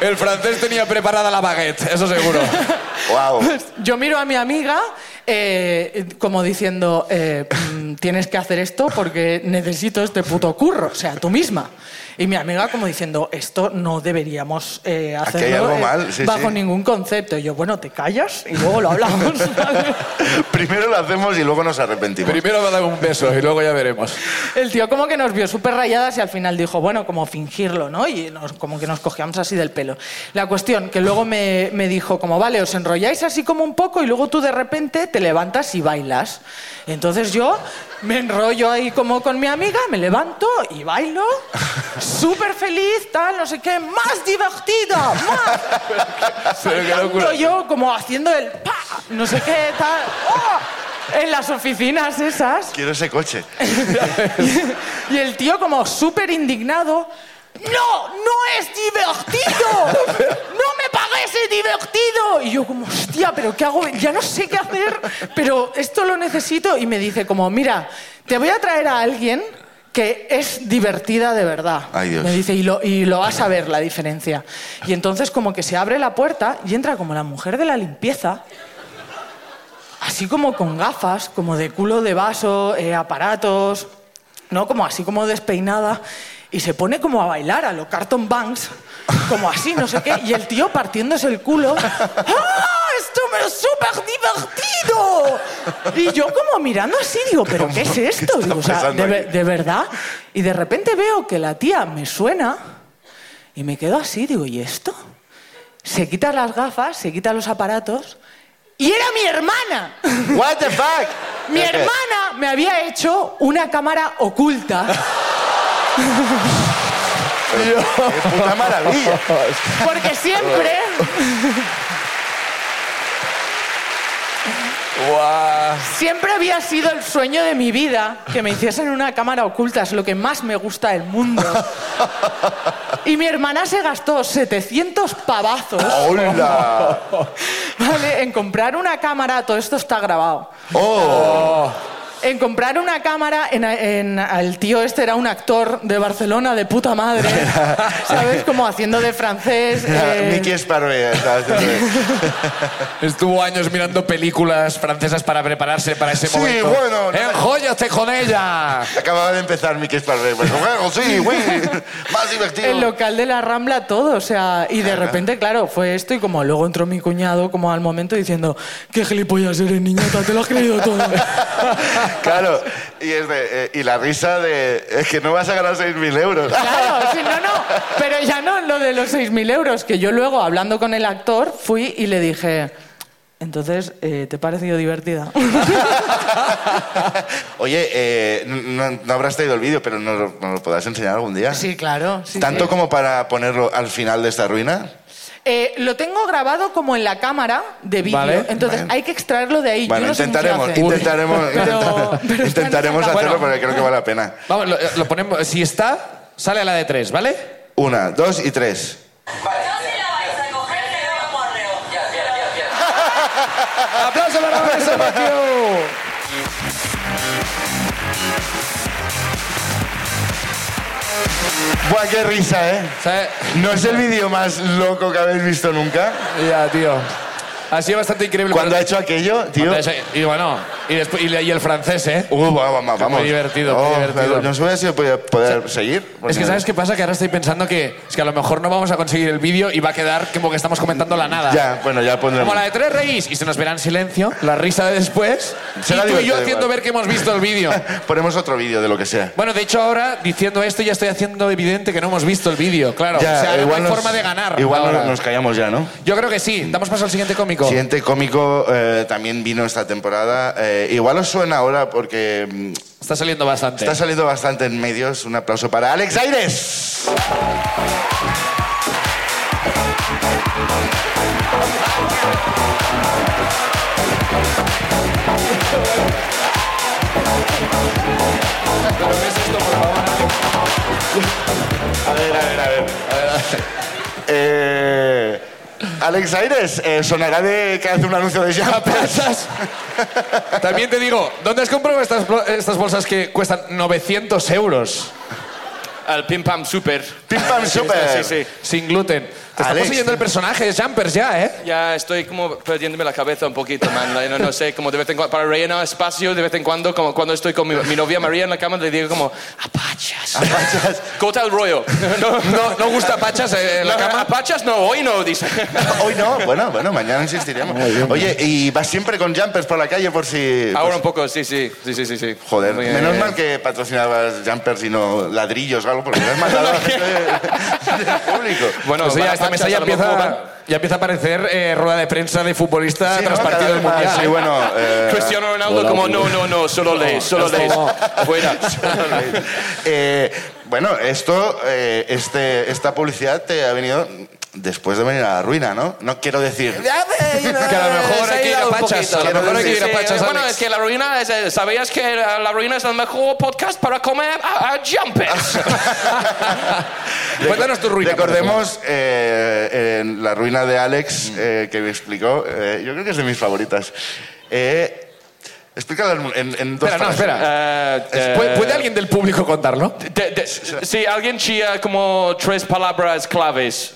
Speaker 1: El francés tenía preparada la baguette, eso seguro.
Speaker 4: [LAUGHS]
Speaker 2: Wow.
Speaker 4: Yo miro a mi amiga eh, como diciendo, eh, mm, tienes que hacer esto porque necesito este puto curro, o sea, tú misma. Y mi amiga como diciendo, esto no deberíamos eh,
Speaker 2: Aquí
Speaker 4: hacerlo
Speaker 2: hay algo
Speaker 4: eh,
Speaker 2: mal, sí,
Speaker 4: bajo
Speaker 2: sí.
Speaker 4: ningún concepto. Y yo, bueno, te callas y luego lo
Speaker 2: [LAUGHS]
Speaker 4: hablamos. ¿vale?
Speaker 2: Primero lo hacemos y luego nos arrepentimos.
Speaker 1: Primero va a dar un beso y luego ya veremos.
Speaker 4: El tío como que nos vio súper rayadas y al final dijo, bueno, como fingirlo, ¿no? Y nos- como que nos cogíamos así del pelo. La cuestión, que luego me, me dijo como, vale, os enrolláis así como un poco y luego tú de repente te levantas y bailas. Entonces yo me enrollo ahí como con mi amiga, me levanto y bailo, súper feliz, tal, no sé qué, más
Speaker 1: [LAUGHS]
Speaker 4: divertida, más.
Speaker 1: [LAUGHS] Pero qué
Speaker 4: Bailando
Speaker 1: locura.
Speaker 4: yo como haciendo el pa, no sé qué, tal, ¡oh! en las oficinas esas.
Speaker 2: Quiero ese coche.
Speaker 4: [LAUGHS] Y el tío como súper indignado. ¡No! ¡No es divertido! ¡No me parece divertido! Y yo como, hostia, ¿pero qué hago? Ya no sé qué hacer, pero esto lo necesito. Y me dice como, mira, te voy a traer a alguien que es divertida de verdad.
Speaker 2: Ay, Dios.
Speaker 4: Me dice, y lo, y lo vas a ver la diferencia. Y entonces como que se abre la puerta y entra como la mujer de la limpieza así como con gafas, como de culo de vaso, eh, aparatos, ¿no? Como así como despeinada. Y se pone como a bailar a lo Carton Banks, como así, no sé qué. Y el tío partiéndose el culo. ¡Ah! ¡Esto me es súper divertido! Y yo como mirando así, digo, ¿pero qué es esto?
Speaker 2: está
Speaker 4: Digo, o sea,
Speaker 2: pasando
Speaker 4: de, ve-
Speaker 2: aquí?
Speaker 4: de verdad. Y de repente veo que la tía me suena y me quedo así, digo, ¿y esto? Se quita las gafas, se quita los aparatos y era mi hermana.
Speaker 2: [LAUGHS] What the fuck?
Speaker 4: Mi
Speaker 2: Es que-
Speaker 4: hermana me había hecho una cámara oculta
Speaker 2: ¡Qué [LAUGHS] puta maravilla!
Speaker 4: porque
Speaker 2: [LAUGHS]
Speaker 4: siempre
Speaker 1: Guau.
Speaker 4: siempre había sido el sueño de mi vida que me hiciesen una cámara oculta, es lo que más me gusta
Speaker 2: [LAUGHS]
Speaker 4: del mundo. Y mi hermana se gastó 700 pavazos,
Speaker 2: ¡Hola!
Speaker 4: ¿vale? En comprar una cámara, todo esto está grabado.
Speaker 2: ¡Oh!
Speaker 4: en comprar una cámara. En, en- el tío este era un actor de Barcelona de
Speaker 2: [LAUGHS]
Speaker 4: puta madre, ¿sabes? Como haciendo de francés. eh,
Speaker 2: Mickey Sparrow. ya estaba haciendo eso.
Speaker 1: [LAUGHS] Estuvo años mirando películas francesas para prepararse para ese
Speaker 2: Sí,
Speaker 1: momento. ¡Eh,
Speaker 2: bueno, no-
Speaker 1: ¡Enjóllate con ella!
Speaker 2: Acababa de empezar Mickey Sparrow. Pues, bueno, sí, güey. Más divertido.
Speaker 4: El local de la Rambla, todo, o sea, y de repente, claro, fue esto y como luego entró mi cuñado como al momento diciendo, qué gilipollas eres, niñata, te lo has creído
Speaker 2: [LAUGHS]
Speaker 4: todo.
Speaker 2: Claro, y, es de, eh, y la risa de. Es que no vas a ganar 6.000 euros.
Speaker 4: Claro, sí, no, no, pero ya no, lo de los 6.000 euros, que yo luego, hablando con el actor, fui y le dije, entonces, eh, ¿te ha parecido divertida?
Speaker 2: Oye, eh, no, no habrás traído el vídeo, pero nos lo, nos lo podrás enseñar algún día.
Speaker 4: Sí, claro. sí,
Speaker 2: Tanto
Speaker 4: sí.
Speaker 2: como para ponerlo al final de esta ruina.
Speaker 4: Eh, lo tengo grabado como en la cámara de vídeo,
Speaker 1: Vale.
Speaker 4: entonces
Speaker 2: Vale.
Speaker 4: hay que extraerlo de ahí.
Speaker 2: Bueno,
Speaker 4: yo no sé cómo se
Speaker 2: intentaremos,
Speaker 4: hace.
Speaker 2: intentaremos,
Speaker 4: Pero-
Speaker 2: intenta-
Speaker 4: pero está en
Speaker 2: intentaremos
Speaker 4: esa
Speaker 2: hacerlo
Speaker 1: cámara.
Speaker 2: porque creo que vale la pena.
Speaker 1: Vamos, lo, lo ponemos. Si está, sale a la de tres, ¿vale?
Speaker 2: Una, dos y tres.
Speaker 5: No se la vais a coger, que no lo correo.
Speaker 1: ¡Aplauso para Vanessa Mathieu!
Speaker 2: Buah, qué risa, ¿eh?
Speaker 1: ¿Sabes?
Speaker 2: No es el vídeo más loco que habéis visto nunca.
Speaker 1: Ya, tío. Ha sido bastante increíble.
Speaker 2: Cuando ha
Speaker 1: Cuando-
Speaker 2: hecho aquello, tío.
Speaker 1: Cuando ha hecho- Y bueno, y, después, y, le- y el francés, ¿eh?
Speaker 2: Uh, vamos, vamos. Oh,
Speaker 1: Muy divertido, muy divertido.
Speaker 2: No sabía si podía poder seguir.
Speaker 1: Es que ¿sabes qué pasa? Que ahora estoy pensando que, es que a lo mejor no vamos a conseguir el vídeo y va a quedar como que estamos comentando la nada.
Speaker 2: Ya, bueno, ya pondremos.
Speaker 1: Como la de tres reís y se nos verá en silencio, la risa de después,
Speaker 2: Será
Speaker 1: y tú y yo
Speaker 2: divertido
Speaker 1: haciendo
Speaker 2: igual.
Speaker 1: ver que hemos visto el
Speaker 2: [LAUGHS]
Speaker 1: vídeo.
Speaker 2: Ponemos otro vídeo de lo que sea.
Speaker 1: Bueno, de hecho ahora, diciendo esto, ya estoy haciendo evidente que no hemos visto el vídeo, claro.
Speaker 2: Ya,
Speaker 1: o sea, no hay
Speaker 2: nos-
Speaker 1: forma de ganar.
Speaker 2: Igual
Speaker 1: ahora.
Speaker 2: nos, nos callamos ya, ¿no?
Speaker 1: Yo creo que sí. Damos paso al siguiente cómico.
Speaker 2: Siguiente cómico eh, también vino esta temporada. Eh, igual os suena ahora porque mm,
Speaker 1: Está saliendo bastante.
Speaker 2: está saliendo bastante en medios. Un aplauso para Alex Aires. A ver, a ver, a ver. Eh, Alex Aires, eh, sonará de que hace un anuncio de chapas.
Speaker 1: Pasas. También te digo, ¿dónde has comprado estas, blo- estas bolsas que cuestan 900 euros?
Speaker 6: Al Pim Pam Super.
Speaker 2: Pim Pam
Speaker 6: Sí,
Speaker 2: Super.
Speaker 6: sí.
Speaker 1: Sin gluten. Te está
Speaker 2: Alex.
Speaker 1: poseyendo el personaje de Jumpers ya, ¿eh?
Speaker 6: Ya estoy como perdiéndome la cabeza un poquito, man. No, no sé, como de vez en cuando, para rellenar espacio, de vez en cuando, como cuando estoy con mi, mi novia María en la cama, le digo como, apachas.
Speaker 2: Apachas.
Speaker 6: Corta el rollo. No,
Speaker 1: [LAUGHS] No, no gusta pachas eh, en la cama.
Speaker 6: apachas no, hoy no,
Speaker 1: [LAUGHS]
Speaker 6: dice.
Speaker 2: Hoy no, bueno, bueno, mañana insistiremos. Oye, y vas siempre con jumpers por la calle por si.
Speaker 6: Ahora un poco, sí, sí, sí, sí, sí. sí.
Speaker 2: pues Joder,
Speaker 6: Muy bien,
Speaker 2: menos
Speaker 6: bien.
Speaker 2: mal que patrocinabas jumpers y no ladrillos o algo, porque me has matado a la gente de- del público.
Speaker 6: [LAUGHS] Bueno,
Speaker 1: O sea,
Speaker 6: van
Speaker 1: Pues esta mesa
Speaker 6: apachas,
Speaker 1: ya
Speaker 6: a lo mejor
Speaker 1: empieza,
Speaker 6: van-
Speaker 1: ya empieza a aparecer eh, rueda de prensa de futbolista
Speaker 2: Sí, ¿no?
Speaker 1: tras
Speaker 2: Cada
Speaker 1: partido del
Speaker 2: vez más,
Speaker 1: mundial.
Speaker 2: Sí, bueno.
Speaker 6: [LAUGHS]
Speaker 2: eh,
Speaker 6: Cristiano Ronaldo como, no, no, no, solo lees, solo
Speaker 1: pues, no,
Speaker 6: lees. [LAUGHS]
Speaker 1: no.
Speaker 6: Fuera.
Speaker 1: [LAUGHS]
Speaker 2: [LAUGHS] eh, bueno, esto, eh, este, esta publicidad te ha venido después de venir a la ruina, ¿no? No quiero decir.
Speaker 1: Que a lo mejor hay que ir a pachas. A lo mejor hay que ir a
Speaker 6: Sí,
Speaker 1: pachas.
Speaker 6: bueno,
Speaker 1: Alex.
Speaker 6: es que La Ruina, es el- ¿sabías que La La Ruina es el mejor podcast para comer a, a jumpers?
Speaker 1: Ah,
Speaker 6: [LAUGHS]
Speaker 1: Cuéntanos tu ruina.
Speaker 2: Recordemos eh, en la ruina de Alex,
Speaker 1: Mm.
Speaker 2: eh, que me explicó, eh, yo creo que es de mis favoritas. Eh, explícala en, en- en dos
Speaker 1: Espera, no, [LAUGHS]
Speaker 2: frases.
Speaker 1: espera.
Speaker 6: Eh, eh,
Speaker 1: ¿Puede, puede alguien del público contarlo?
Speaker 6: de- de- si alguien chía como tres palabras claves.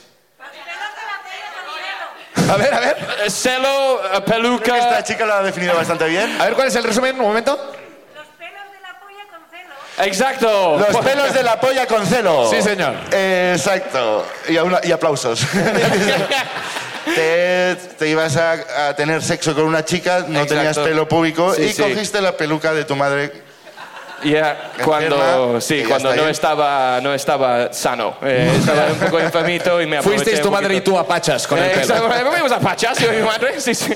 Speaker 1: A ver, a ver.
Speaker 6: Eh, Celo, eh,
Speaker 2: Creo que
Speaker 6: peluca,
Speaker 2: esta chica la ha definido bastante bien.
Speaker 1: A ver, ¿cuál es el resumen? Un momento.
Speaker 5: Los pelos de la polla con celos.
Speaker 6: exacto.
Speaker 2: Los pelos de la polla con celo.
Speaker 1: Sí, señor.
Speaker 2: Eh, exacto. Y, a una- y aplausos.
Speaker 6: [LAUGHS]
Speaker 2: te, te ibas a, a tener sexo con una chica, no
Speaker 6: Exacto.
Speaker 2: tenías pelo público
Speaker 6: Sí,
Speaker 2: y
Speaker 6: sí.
Speaker 2: cogiste la peluca de tu madre.
Speaker 6: Ya, cuando,
Speaker 2: Enferma, y
Speaker 6: sí,
Speaker 2: ya
Speaker 6: cuando
Speaker 2: está
Speaker 6: no
Speaker 2: ahí.
Speaker 6: estaba, no estaba sano.
Speaker 1: [LAUGHS]
Speaker 6: Eh, estaba un poco enfermito y me aproveché
Speaker 1: Fuisteis tu
Speaker 6: un
Speaker 1: madre y
Speaker 6: poquito.
Speaker 1: tú a pachas con el
Speaker 6: Eh,
Speaker 1: pelo.
Speaker 6: exacto. Vamos a pachas, yo y mi madre. Sí, sí.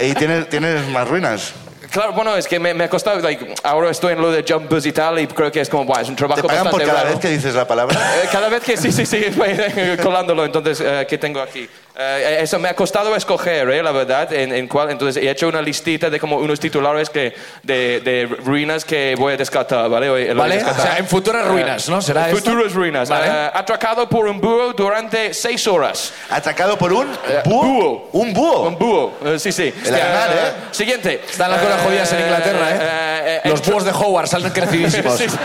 Speaker 2: ¿Y tienes, tienes más ruinas?
Speaker 6: Claro, bueno, es que me, me ha costado, like, ahora estoy en lo de jumpers y tal, y creo que es como, "Buah, es un trabajo
Speaker 2: ¿Te pagan por
Speaker 6: bastante
Speaker 2: cada
Speaker 6: raro".
Speaker 2: vez que dices la palabra?
Speaker 6: Eh, Cada vez que sí, sí, sí, [LAUGHS] voy colándolo, entonces, eh, ¿qué tengo aquí? Eh, eso me ha costado escoger, eh, la verdad, en, en cuál, entonces he hecho una listita de como unos titulares que, de, de ruinas que voy a descartar, ¿vale? Hoy lo voy a
Speaker 1: ¿Vale? O
Speaker 6: descartar. Eh,
Speaker 1: sea, en futuras ruinas, ¿no? Será esto?
Speaker 6: Futuras ruinas.
Speaker 1: Vale.
Speaker 6: Eh, atracado por un búho durante seis horas. Eh,
Speaker 2: Atacado por un eh, búho.
Speaker 6: búho.
Speaker 2: Un búho.
Speaker 6: Un búho, eh, sí, sí.
Speaker 2: El animal,
Speaker 6: Siguiente.
Speaker 1: Están las cosas jodidas en Inglaterra, ¿eh?
Speaker 6: eh, eh, eh,
Speaker 1: Los
Speaker 6: entró-
Speaker 1: búhos de Howard salen crecidísimos.
Speaker 6: [LAUGHS] Sí, sí.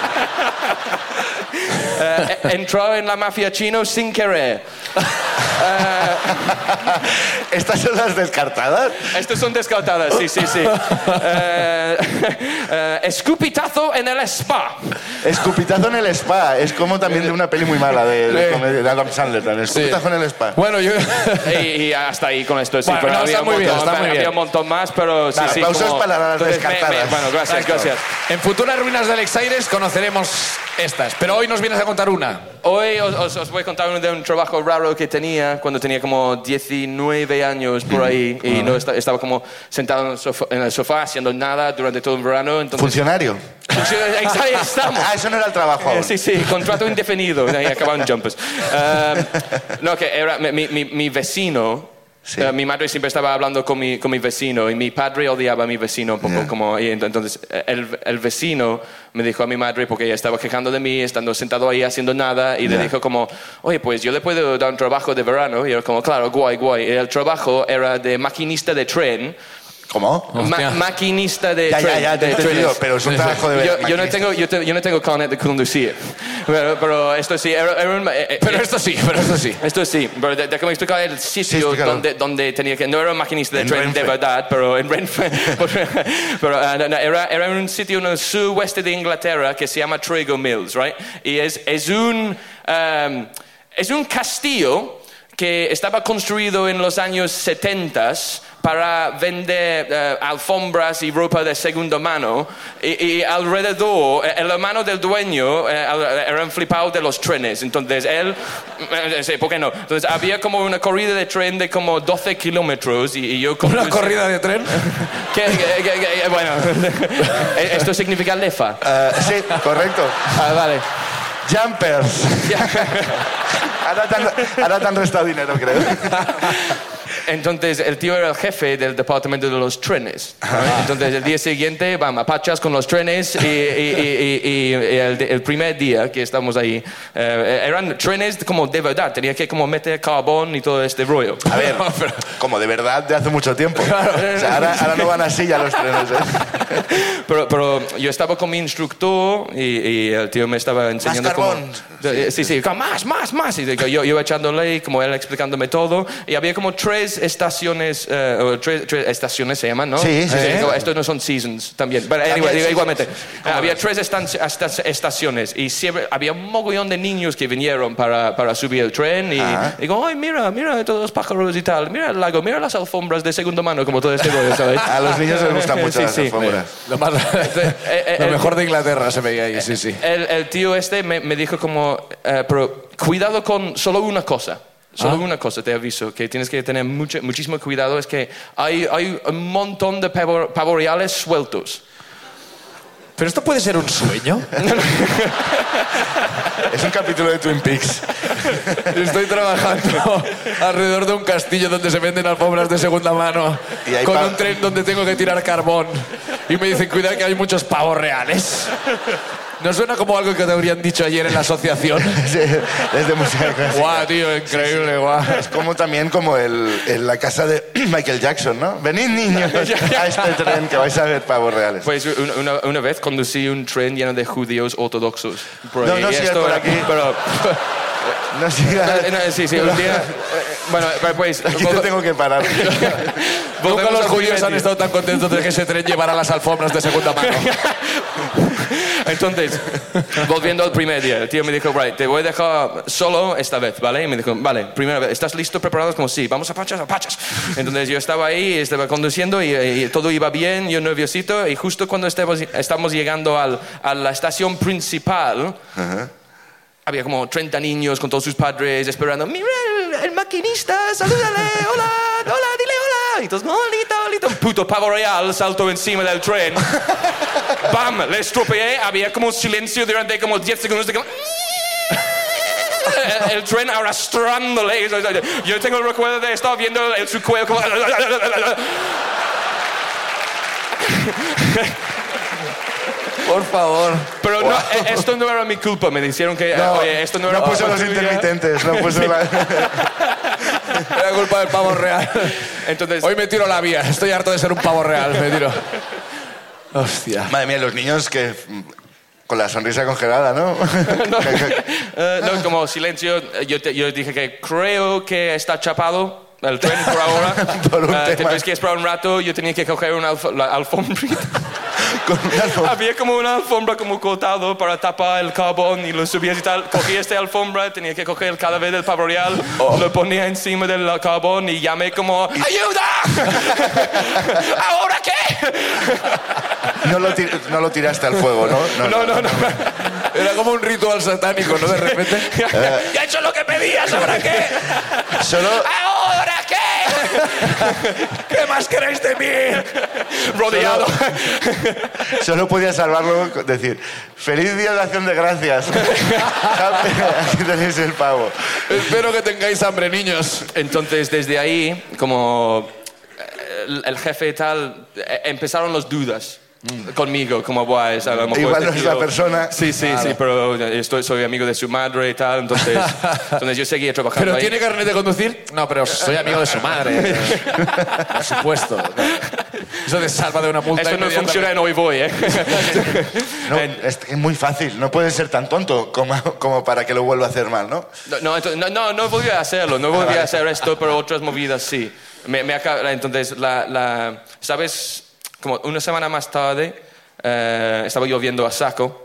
Speaker 6: Eh, eh, entró en la mafia chino sin querer.
Speaker 2: Estas son las descartadas.
Speaker 6: Estos son descartadas, sí, sí, sí. Eh, eh, escupitazo en el spa.
Speaker 2: Escupitazo en el spa. Es como también de una peli muy mala de, de
Speaker 1: Sí.
Speaker 2: comedia, de Adam Sandler. también. Escupitazo en el spa.
Speaker 1: Bueno, yo.
Speaker 6: Y, y hasta ahí con esto, sí.
Speaker 1: Bueno,
Speaker 6: pero
Speaker 1: no,
Speaker 6: había
Speaker 1: está
Speaker 6: un
Speaker 1: muy bien,
Speaker 6: montón-
Speaker 1: está muy
Speaker 6: había
Speaker 1: bien.
Speaker 6: un montón más, pero Oh, sí,
Speaker 2: Nada,
Speaker 6: sí.
Speaker 2: aplausos
Speaker 6: como-
Speaker 2: para las
Speaker 6: Entonces, me- me-
Speaker 2: descartadas.
Speaker 6: bueno, gracias,
Speaker 2: Exacto.
Speaker 6: gracias.
Speaker 1: En futuras ruinas de Alexaires conoceremos estas, pero hoy nos vienes a contar una.
Speaker 6: Hoy os, os- os voy a contar un- de un trabajo raro que tenía cuando tenía como 19 años por ahí y no esta- estaba como sentado en el, sofá, en el sofá haciendo nada durante todo el verano. Entonces,
Speaker 2: Funcionario.
Speaker 6: Exacto,
Speaker 2: [LAUGHS]
Speaker 6: ahí estamos.
Speaker 2: Ah, eso no era el trabajo. aún.
Speaker 6: Eh, Sí, sí, contrato indefinido. Y acababan jumpers. Eh, no, que era mi, mi- mi- mi vecino.
Speaker 2: Sí.
Speaker 6: eh, mi madre siempre estaba hablando con mi, con mi vecino y mi padre odiaba a mi vecino un poco.
Speaker 2: Ya.
Speaker 6: Como, y ent- entonces eh, el, el vecino me dijo a mi madre, porque ella estaba quejando de mí, estando sentado ahí haciendo nada, y le
Speaker 2: Ya.
Speaker 6: dijo como, oye, pues yo le puedo dar un trabajo de verano. Y yo como, claro, guay, guay. Y el trabajo era de maquinista de tren.
Speaker 2: ¿Cómo?
Speaker 6: Ma-
Speaker 1: Hostia.
Speaker 6: maquinista de
Speaker 2: Ya, ya,
Speaker 6: tren-
Speaker 2: ya, te
Speaker 6: de
Speaker 2: he entendido,
Speaker 6: trenes.
Speaker 2: pero es un trabajo de
Speaker 6: [LAUGHS] Yo, yo no
Speaker 2: maquinista.
Speaker 6: tengo, yo, te- yo no tengo carnet de conducir, pero, pero esto sí, era- era un- eh, eh,
Speaker 1: Pero esto sí, pero esto sí.
Speaker 6: esto sí, pero de- déjame explicar el
Speaker 2: Sí,
Speaker 6: sitio
Speaker 2: explícalo.
Speaker 6: donde, donde tenía que... No era un maquinista de
Speaker 2: En
Speaker 6: tren
Speaker 2: Renfe.
Speaker 6: de verdad, pero en Renfe. pero pero, ah, no, no, era, era un sitio en el suroeste de Inglaterra que se llama Trigo Mills, ¿right? Y es, es, un, am, es un castillo que estaba construido en los años 70 para vender eh, alfombras y ropa de segunda mano y, y alrededor eh, el hermano del dueño eh, al- eran flipados de los trenes entonces él eh, sí, ¿por qué no? entonces había como una corrida de tren de como 12 kilómetros y, y yo
Speaker 1: Una
Speaker 6: conducía-
Speaker 1: corrida
Speaker 6: [LAUGHS]
Speaker 1: de tren.
Speaker 6: Que- que- que- que- [LAUGHS] bueno esto significa lefa
Speaker 2: Eh, sí, correcto.
Speaker 6: ah, vale
Speaker 2: Jumpers. [LAUGHS] Ahora te han- ahora te han restado dinero, creo.
Speaker 6: Entonces, el tío era el jefe del departamento de los trenes. Entonces, el día siguiente, van a pachas con los trenes y, y- y- y- y el, el primer día que estábamos ahí, eh, eran trenes como de verdad, tenía que como meter carbón y todo este rollo.
Speaker 2: A ver,
Speaker 6: [LAUGHS]
Speaker 2: como de verdad de hace mucho tiempo. O sea, ahora, ahora no van así ya los trenes. ¿eh?
Speaker 6: [LAUGHS] Pero, pero yo estaba con mi instructor y, y el tío me estaba enseñando cómo-
Speaker 2: carbón.
Speaker 6: Eh, Sí, sí, como, más, más, más. Y digo, yo, yo echándole y como él explicándome todo. Y había como tres estaciones, eh, o tres, tres estaciones se llaman, ¿no?
Speaker 2: Sí, sí, sí.
Speaker 6: digo, Estos no son seasons también. Pero anyway,
Speaker 2: También,
Speaker 6: digo,
Speaker 2: sí,
Speaker 6: igualmente.
Speaker 2: sí, sí.
Speaker 6: Eh, había tres estan- esta- estaciones y siempre había un mogollón de niños que vinieron para, para subir el tren. Y digo, ay, mira, mira todos los pájaros y tal. Mira el lago, mira las alfombras de segunda mano, como todo este rollo, ¿sabes?
Speaker 2: A los niños les gustan mucho
Speaker 6: [LAUGHS] Sí,
Speaker 2: las
Speaker 6: sí.
Speaker 2: alfombras.
Speaker 1: Lo, más-
Speaker 6: eh,
Speaker 1: lo
Speaker 6: eh,
Speaker 1: mejor de Inglaterra se veía ahí, sí, sí.
Speaker 6: El, el tío este me, me dijo como, eh, pero cuidado con solo una cosa. Solo una cosa te aviso, que tienes que tener mucho, muchísimo cuidado, es que hay, hay un montón de pavo- pavoreales sueltos.
Speaker 1: Pero esto puede ser un
Speaker 6: [LAUGHS]
Speaker 1: sueño.
Speaker 2: Es un capítulo de Twin Peaks.
Speaker 1: Estoy trabajando alrededor de un castillo donde se venden alfombras de segunda mano
Speaker 2: Y hay
Speaker 1: con
Speaker 2: pa-
Speaker 1: un tren donde tengo que tirar carbón y me dicen cuidado que hay muchos pavos reales. ¿No suena como algo que te habrían dicho ayer en la asociación?
Speaker 2: [LAUGHS] Sí, es de
Speaker 1: [LAUGHS]
Speaker 2: música clásica.
Speaker 1: Guau, tío, eh. increíble, guau.
Speaker 2: Es como también como el, en la casa de [CLEARS THROAT] Michael Jackson, ¿no? Venid
Speaker 6: [LAUGHS]
Speaker 2: niños a este tren que vais a ver pavos reales.
Speaker 6: Pues una, una- una vez conducí un tren lleno de judíos ortodoxos. por
Speaker 2: No,
Speaker 6: ahí,
Speaker 2: no
Speaker 6: y
Speaker 2: sigas
Speaker 6: esto
Speaker 2: por
Speaker 6: era-
Speaker 2: aquí.
Speaker 6: Pero,
Speaker 2: No sigas.
Speaker 6: Eh, no, sí, sí, un día... eh, Bueno, pues...
Speaker 2: Aquí te tengo que
Speaker 1: [LAUGHS]
Speaker 2: parar.
Speaker 1: Nunca
Speaker 6: volvemos
Speaker 1: los
Speaker 6: al
Speaker 1: judíos
Speaker 6: primer
Speaker 1: han
Speaker 6: día.
Speaker 1: estado tan contentos de que ese tren llevara las alfombras de segunda
Speaker 6: [LAUGHS]
Speaker 1: mano.
Speaker 6: Entonces, volviendo al primer día, el tío me dijo, right, te voy a dejar solo esta vez, ¿vale? Y me dijo, vale, primera vez, ¿estás listo, preparado? Como, sí, vamos a pachas, a pachas. Entonces yo estaba ahí, estaba conduciendo y, y todo iba bien, yo nerviosito, y justo cuando estamos, estamos llegando al- a la estación principal, había como 30 niños con todos sus padres esperando, mira el, el maquinista, salúdale, hola, hola, dile hola. Y todos, olita, olita. Un puto pavo real saltó encima del tren. ¡Bam! Le estropeé, había como silencio durante como 10 segundos de como... [LAUGHS] El- El tren arrastrándole. Yo tengo el recuerdo de estar viendo el, su cuello como...
Speaker 1: Por favor.
Speaker 6: Pero no, eh, esto no era mi culpa. Me dijeron que, eh, oye, esto no era
Speaker 2: puso
Speaker 6: culpa
Speaker 2: los
Speaker 6: tuya.
Speaker 2: intermitentes, no puso la...
Speaker 6: [LAUGHS]
Speaker 1: Era culpa del pavo real.
Speaker 6: Entonces,
Speaker 1: Hoy me tiro a la vía. Estoy harto de ser un pavo real. Me tiro. Hostia.
Speaker 2: Madre mía, los niños que mm, con la sonrisa congelada, ¿no?
Speaker 6: [LAUGHS] No, eh, no, como silencio, eh, yo, te- yo dije que creo que está chapado el tren por ahora.
Speaker 2: [LAUGHS] Por un
Speaker 6: Eh,
Speaker 2: tema.
Speaker 6: Tenéis que esperar un rato, yo tenía que coger una alf- la alfombrita.
Speaker 2: con [LAUGHS] una alfombra.
Speaker 6: Había como una alfombra como cortado para tapar el carbón y lo subías y tal. Cogí esta alfombra, tenía que coger el cadáver del pavo real,
Speaker 2: Oh.
Speaker 6: lo ponía encima del carbón y llamé como ¡Ayuda! ¿Ahora qué?
Speaker 2: No lo, ti- no lo tiraste al fuego, ¿no?
Speaker 6: No, no, no.
Speaker 1: Era como un ritual satánico, ¿no? De repente.
Speaker 6: Ya he hecho lo que pedías, ¿ahora qué?
Speaker 2: Solo,
Speaker 6: ¿Ahora qué? ¿Qué más queréis de mí? Rodeado.
Speaker 2: solo podía salvarlo con decir, feliz día de acción de
Speaker 6: [LAUGHS]
Speaker 2: gracias. [LAUGHS] Aquí tenéis el pavo.
Speaker 1: Espero que tengáis hambre, niños.
Speaker 6: Entonces, desde ahí, como eh, el, el jefe y tal, eh, empezaron las dudas
Speaker 1: Mm.
Speaker 6: conmigo, como, "Buah, es a lo mejor
Speaker 2: Igual
Speaker 6: este
Speaker 2: no es la
Speaker 6: tío".
Speaker 2: persona.
Speaker 6: Sí, sí, sí, pero eh, estoy, soy amigo de su madre y tal,
Speaker 1: [LAUGHS]
Speaker 6: entonces, entonces yo seguía trabajando
Speaker 1: ¿Pero
Speaker 6: ahí.
Speaker 1: tiene carnet de conducir? No, pero soy amigo de su madre. Por supuesto. Eso te salva de una multa.
Speaker 6: Eso no
Speaker 1: inmediatamente.
Speaker 6: funciona en hoy voy, ¿eh?
Speaker 2: No,
Speaker 6: En-
Speaker 2: es que es muy fácil, no puedes ser tan tonto como, como para que lo vuelva a hacer mal, ¿no?
Speaker 6: No, no, entonces- no, no, no volví a hacerlo, no volví a hacer esto, pero otras movidas sí. Me, me acaba- entonces, la, la- ¿sabes? Como una semana más tarde eh, estaba lloviendo a saco.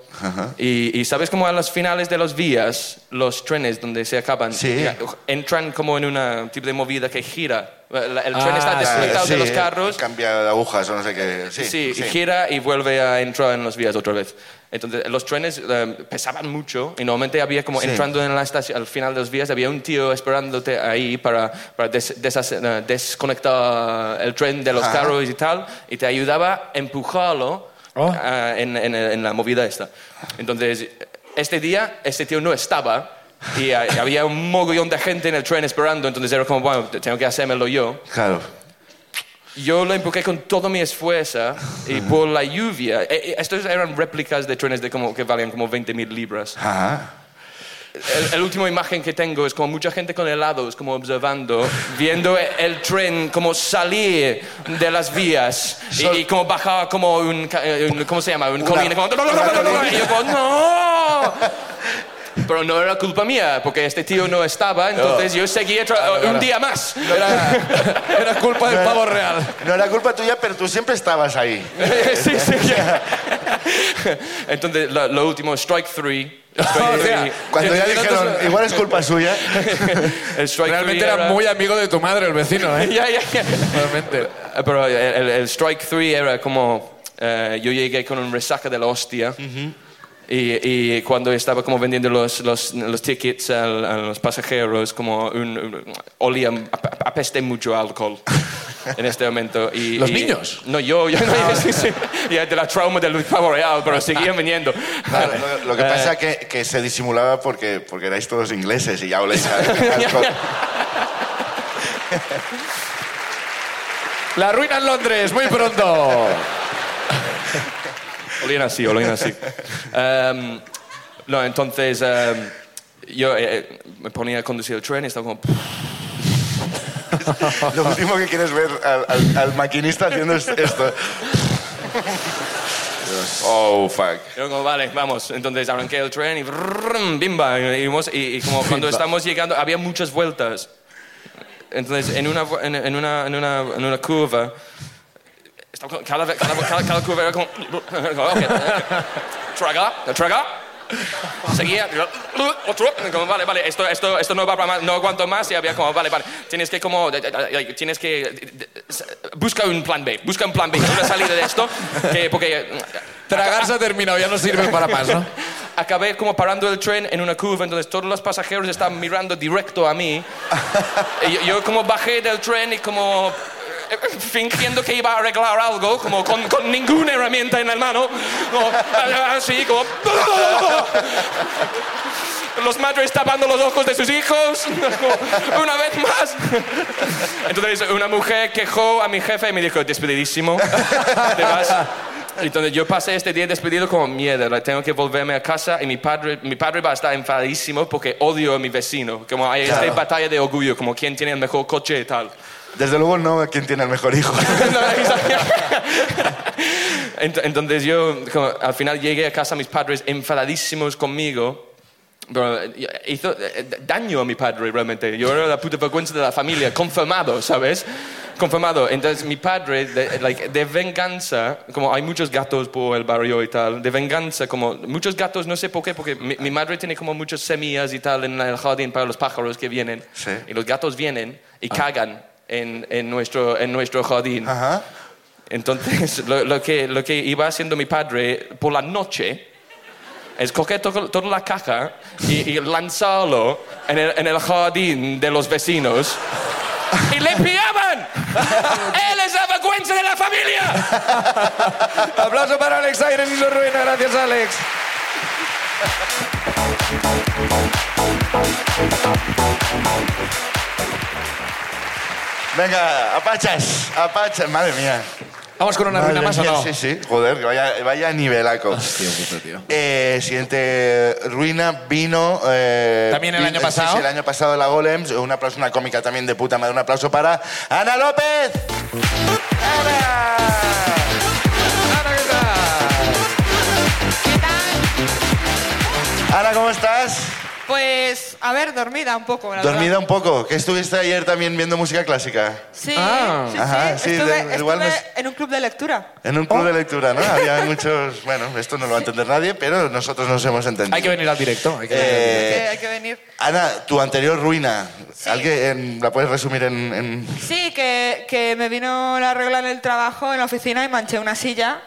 Speaker 6: Y, y sabes como a las finales de las vías, los trenes donde se acaban,
Speaker 2: Sí.
Speaker 6: ya, entran como en una tipo de movida que gira. La- El tren
Speaker 1: Ah,
Speaker 6: está desconectado de
Speaker 2: Sí,
Speaker 6: los carros
Speaker 2: Cambia de agujas o no sé qué. eh, Sí,
Speaker 6: Sí,
Speaker 2: sí.
Speaker 6: gira y vuelve a entrar en las vías otra vez. Entonces, los trenes eh, pesaban mucho y normalmente había como
Speaker 2: Sí.
Speaker 6: entrando en la estación, al final de las vías, había un tío esperándote ahí para, para des- deshacer- eh, desconectar el tren de los
Speaker 2: Ajá.
Speaker 6: carros y tal, y te ayudaba a empujarlo
Speaker 2: Oh.
Speaker 6: eh, en, en- en la movida esta. Entonces, este día, este tío no estaba. Y eh, había un mogollón de gente en el tren esperando, entonces era como, bueno, tengo que hacérmelo yo.
Speaker 2: Claro.
Speaker 6: Yo lo empujé con todo mi esfuerzo y por la lluvia. eh, eh, Estos eran réplicas de trenes de como, que valían como 20.000 libras.
Speaker 2: Ajá.
Speaker 6: El, el último imagen que tengo es como mucha gente con helados, como observando, viendo e- el tren como salir de las vías y, y como bajaba como un, ca- eh, un- ¿Cómo se llama? Un colina. Como, [LAUGHS] y yo como, ¡No! Pero no era culpa mía, porque este tío no estaba, entonces yo seguía tra- un día más.
Speaker 1: Era, Oh. era culpa del pavo real.
Speaker 2: No era culpa tuya, pero tú siempre estabas ahí.
Speaker 6: [LAUGHS] sí, sí. ya. Entonces, lo, lo último, Strike 3. [LAUGHS]
Speaker 1: O sea,
Speaker 2: Cuando ya
Speaker 1: Yo- yo no te-
Speaker 2: dijeron, igual es culpa suya,
Speaker 6: el Strike
Speaker 1: [LAUGHS] Realmente
Speaker 6: three
Speaker 1: era muy amigo de tu madre, el vecino, [LAUGHS]
Speaker 6: [LAUGHS]
Speaker 1: ¿eh?
Speaker 6: Ya, ya, ya.
Speaker 1: Realmente.
Speaker 6: Pero el, el- el Strike 3 era como... eh, yo llegué con un resaca de la hostia. Y, y cuando estaba como vendiendo los, los, los tickets al- a, los pasajeros, como un, un- olía, ap- apesté mucho [LAUGHS] alcohol en este momento. Y,
Speaker 1: ¿Los
Speaker 6: y-
Speaker 1: niños?
Speaker 6: No, yo, yo no, [LAUGHS] sí, sí. Ya de la trauma del pavo real, pero seguían viniendo.
Speaker 2: Claro, lo,
Speaker 6: Eh.
Speaker 2: lo que pasa es que, que se disimulaba porque, porque erais todos ingleses y ya oléis
Speaker 6: [LAUGHS]
Speaker 2: a- alcohol.
Speaker 1: La ruina en Londres,
Speaker 2: [LAUGHS]
Speaker 1: muy pronto.
Speaker 6: Olían así, olían así. Em, no, entonces em, yo eh, me ponía a conducir el tren y estaba como...
Speaker 2: Lo último que quieres ver al, al- al maquinista haciendo es esto. Oh, fuck.
Speaker 6: Yo como, vale, vamos. Entonces arranqué el tren y brrrm, bimba. Y, íbamos- y- y como cuando estamos llegando, había muchas vueltas. Entonces, en una, vu- en, en una, en una, en una curva, estaba como- cada, vez- cada, cada- cada curva era como... ok, traga, traga. Seguía, uh, otro, como, vale, vale, esto, esto, esto no va para más, no aguanto más y había como, vale, vale, tienes que como, de- de- de- tienes que, de- de- busca un plan B, busca un plan B, una salida de esto, que, porque mm,
Speaker 1: Tragar se ha terminado, ya no sirve para más, ¿no?
Speaker 6: [LAUGHS] Acabé como parando el tren en una curva, entonces todos los pasajeros estaban mirando directo a mí. Y yo, yo como bajé del tren y como eh, eh, fingiendo que iba a arreglar algo, como con, con ninguna herramienta en la mano, como, ah, así como... [LAUGHS] Los madres tapando los ojos de sus hijos, [LAUGHS] como, una vez más. Entonces una mujer quejó a mi jefe y me dijo, despedidísimo, te vas. Entonces yo pasé este día despedido como mierda, like, tengo que volverme a casa y mi padre, mi padre va a estar enfadísimo porque odio a mi vecino, como hay esta batalla de orgullo, como quién tiene el mejor coche y tal.
Speaker 2: Desde luego no a quien tiene el mejor hijo.
Speaker 6: [LAUGHS] No, exacto. Ent- Entonces yo como, al final llegué a casa mis padres enfadadísimos conmigo. Pero eh, hizo eh, daño a mi padre realmente. Yo era la puta vergüenza de la familia, confirmado, ¿sabes? Confirmado. Entonces mi padre, de, eh, like, de venganza, como hay muchos gatos por el barrio y tal, de venganza, como muchos gatos, no sé por qué, porque mi, mi madre tiene como muchas semillas y tal en el jardín para los pájaros que vienen.
Speaker 2: Sí. Ah.
Speaker 6: Y los gatos vienen y cagan en, en, nuestro, en nuestro jardín.
Speaker 2: Ajá.
Speaker 6: Entonces, lo, lo que, lo que iba haciendo mi padre por la noche es coger to- toda la caja y, y lanzarlo en el, en el jardín de los vecinos. ¡Y le
Speaker 2: [LAUGHS]
Speaker 6: pillaban! ¡Él es la vergüenza de la familia!
Speaker 1: Aplauso para Alex Aires y su ruina. Gracias, Alex.
Speaker 2: Venga, apachas, apachas. Madre mía.
Speaker 1: Vamos con una
Speaker 2: Madre
Speaker 1: ruina más o
Speaker 2: mía,
Speaker 1: no.
Speaker 2: Sí, sí. Joder, que vaya, vaya nivelaco. Eh, siguiente ruina vino. eh,
Speaker 1: ¿También el
Speaker 2: vi-
Speaker 1: año
Speaker 2: sí,
Speaker 1: pasado?
Speaker 2: sí, el año pasado la Golems. Un aplauso, una cómica también de puta madre. Un aplauso para Ana López. ¡Ana!
Speaker 1: Ana, ¿qué tal?
Speaker 2: Ana, ¿cómo estás?
Speaker 7: Pues, a ver, dormida un poco. La
Speaker 2: Dormida
Speaker 7: verdad.
Speaker 2: un poco. Que estuviste ayer también viendo música clásica.
Speaker 7: Sí,
Speaker 6: Ah.
Speaker 7: sí, sí.
Speaker 2: Ajá, sí,
Speaker 7: estuve
Speaker 2: de- igual
Speaker 7: estuve
Speaker 2: no es-
Speaker 7: en un club de lectura.
Speaker 2: En un club de lectura, ¿no? Había muchos. Bueno, esto no lo va a entender nadie, pero nosotros nos hemos entendido.
Speaker 1: Hay que venir al directo. hay que venir al directo.
Speaker 2: Eh,
Speaker 7: que hay que venir.
Speaker 2: Ana, tu anterior ruina,
Speaker 7: Sí.
Speaker 2: ¿alguien, en- ¿la puedes resumir en...? en-
Speaker 7: Sí, que, que me vino la regla en el trabajo, en la oficina, y manché una silla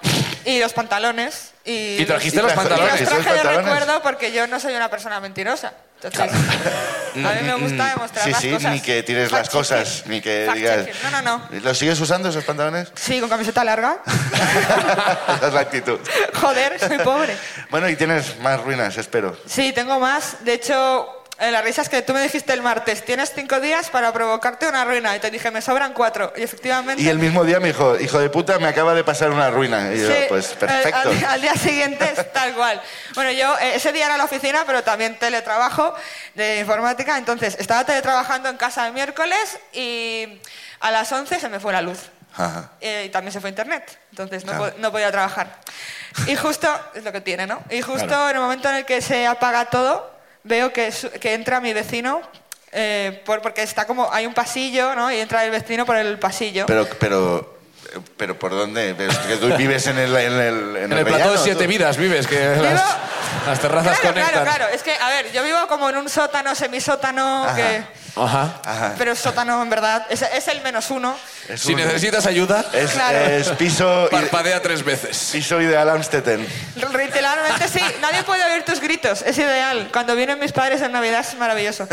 Speaker 7: y los pantalones. Y,
Speaker 1: Y trajiste los
Speaker 7: y
Speaker 1: pantalones.
Speaker 7: los
Speaker 2: ¿Trajiste los
Speaker 7: traje de
Speaker 2: pantalones?
Speaker 7: recuerdo porque yo no soy una persona mentirosa. Entonces, a mí me gusta demostrar
Speaker 2: Mm, Sí,
Speaker 7: las
Speaker 2: sí,
Speaker 7: cosas.
Speaker 2: ni que tires
Speaker 7: Fact
Speaker 2: las cosas,
Speaker 7: checking.
Speaker 2: ni que
Speaker 7: Fact
Speaker 2: digas...
Speaker 7: checking. No, no, no.
Speaker 2: ¿Los sigues usando
Speaker 7: [LAUGHS]
Speaker 2: esos pantalones?
Speaker 7: Sí, con camiseta larga. [LAUGHS]
Speaker 2: Esa es la actitud.
Speaker 7: Joder, soy pobre.
Speaker 2: Bueno, y tienes más ruinas, espero.
Speaker 7: Sí, tengo más. De hecho, eh, la risa es que tú me dijiste el martes, tienes cinco días para provocarte una ruina. Y te dije, me sobran cuatro. Y efectivamente...
Speaker 2: Y el mismo día me dijo, hijo de puta, me acaba de pasar una ruina. Y yo,
Speaker 7: sí,
Speaker 2: pues
Speaker 7: eh, [LAUGHS]
Speaker 2: perfecto.
Speaker 7: Al, al día siguiente es tal cual. Bueno, yo eh, ese día era la oficina, pero también teletrabajo de informática. Entonces, estaba teletrabajando en casa el miércoles y a las 11 se me fue la luz.
Speaker 2: Ajá.
Speaker 7: Eh, y también se fue internet, entonces no,
Speaker 2: Claro.
Speaker 7: po- no podía trabajar. Y justo, es lo que tiene, ¿no? Y justo en el momento en el que se apaga todo, veo que, su- que entra mi vecino, eh, por, porque está como, hay un pasillo, ¿no? Y entra el vecino por el pasillo.
Speaker 2: Pero, pero, pero ¿por dónde? Es que tú vives en el... En el, en
Speaker 1: En el plató de
Speaker 2: rellano,
Speaker 1: siete
Speaker 2: tú.
Speaker 1: vidas vives, que las, las terrazas
Speaker 7: claro, claro,
Speaker 1: conectan.
Speaker 7: claro. Es que, a ver, yo vivo como en un sótano, semisótano,
Speaker 2: Ajá.
Speaker 7: que,
Speaker 1: Ajá.
Speaker 2: Ajá.
Speaker 7: pero sótano en verdad, es, es el menos uno.
Speaker 2: Es
Speaker 1: Si
Speaker 2: un-
Speaker 1: necesitas ayuda,
Speaker 2: Es,
Speaker 7: Claro.
Speaker 2: es piso,
Speaker 1: parpadea tres veces.
Speaker 2: piso ideal Amstetten.
Speaker 7: Literalmente sí, nadie puede oír tus gritos, es ideal. Cuando vienen mis padres en Navidad es maravilloso.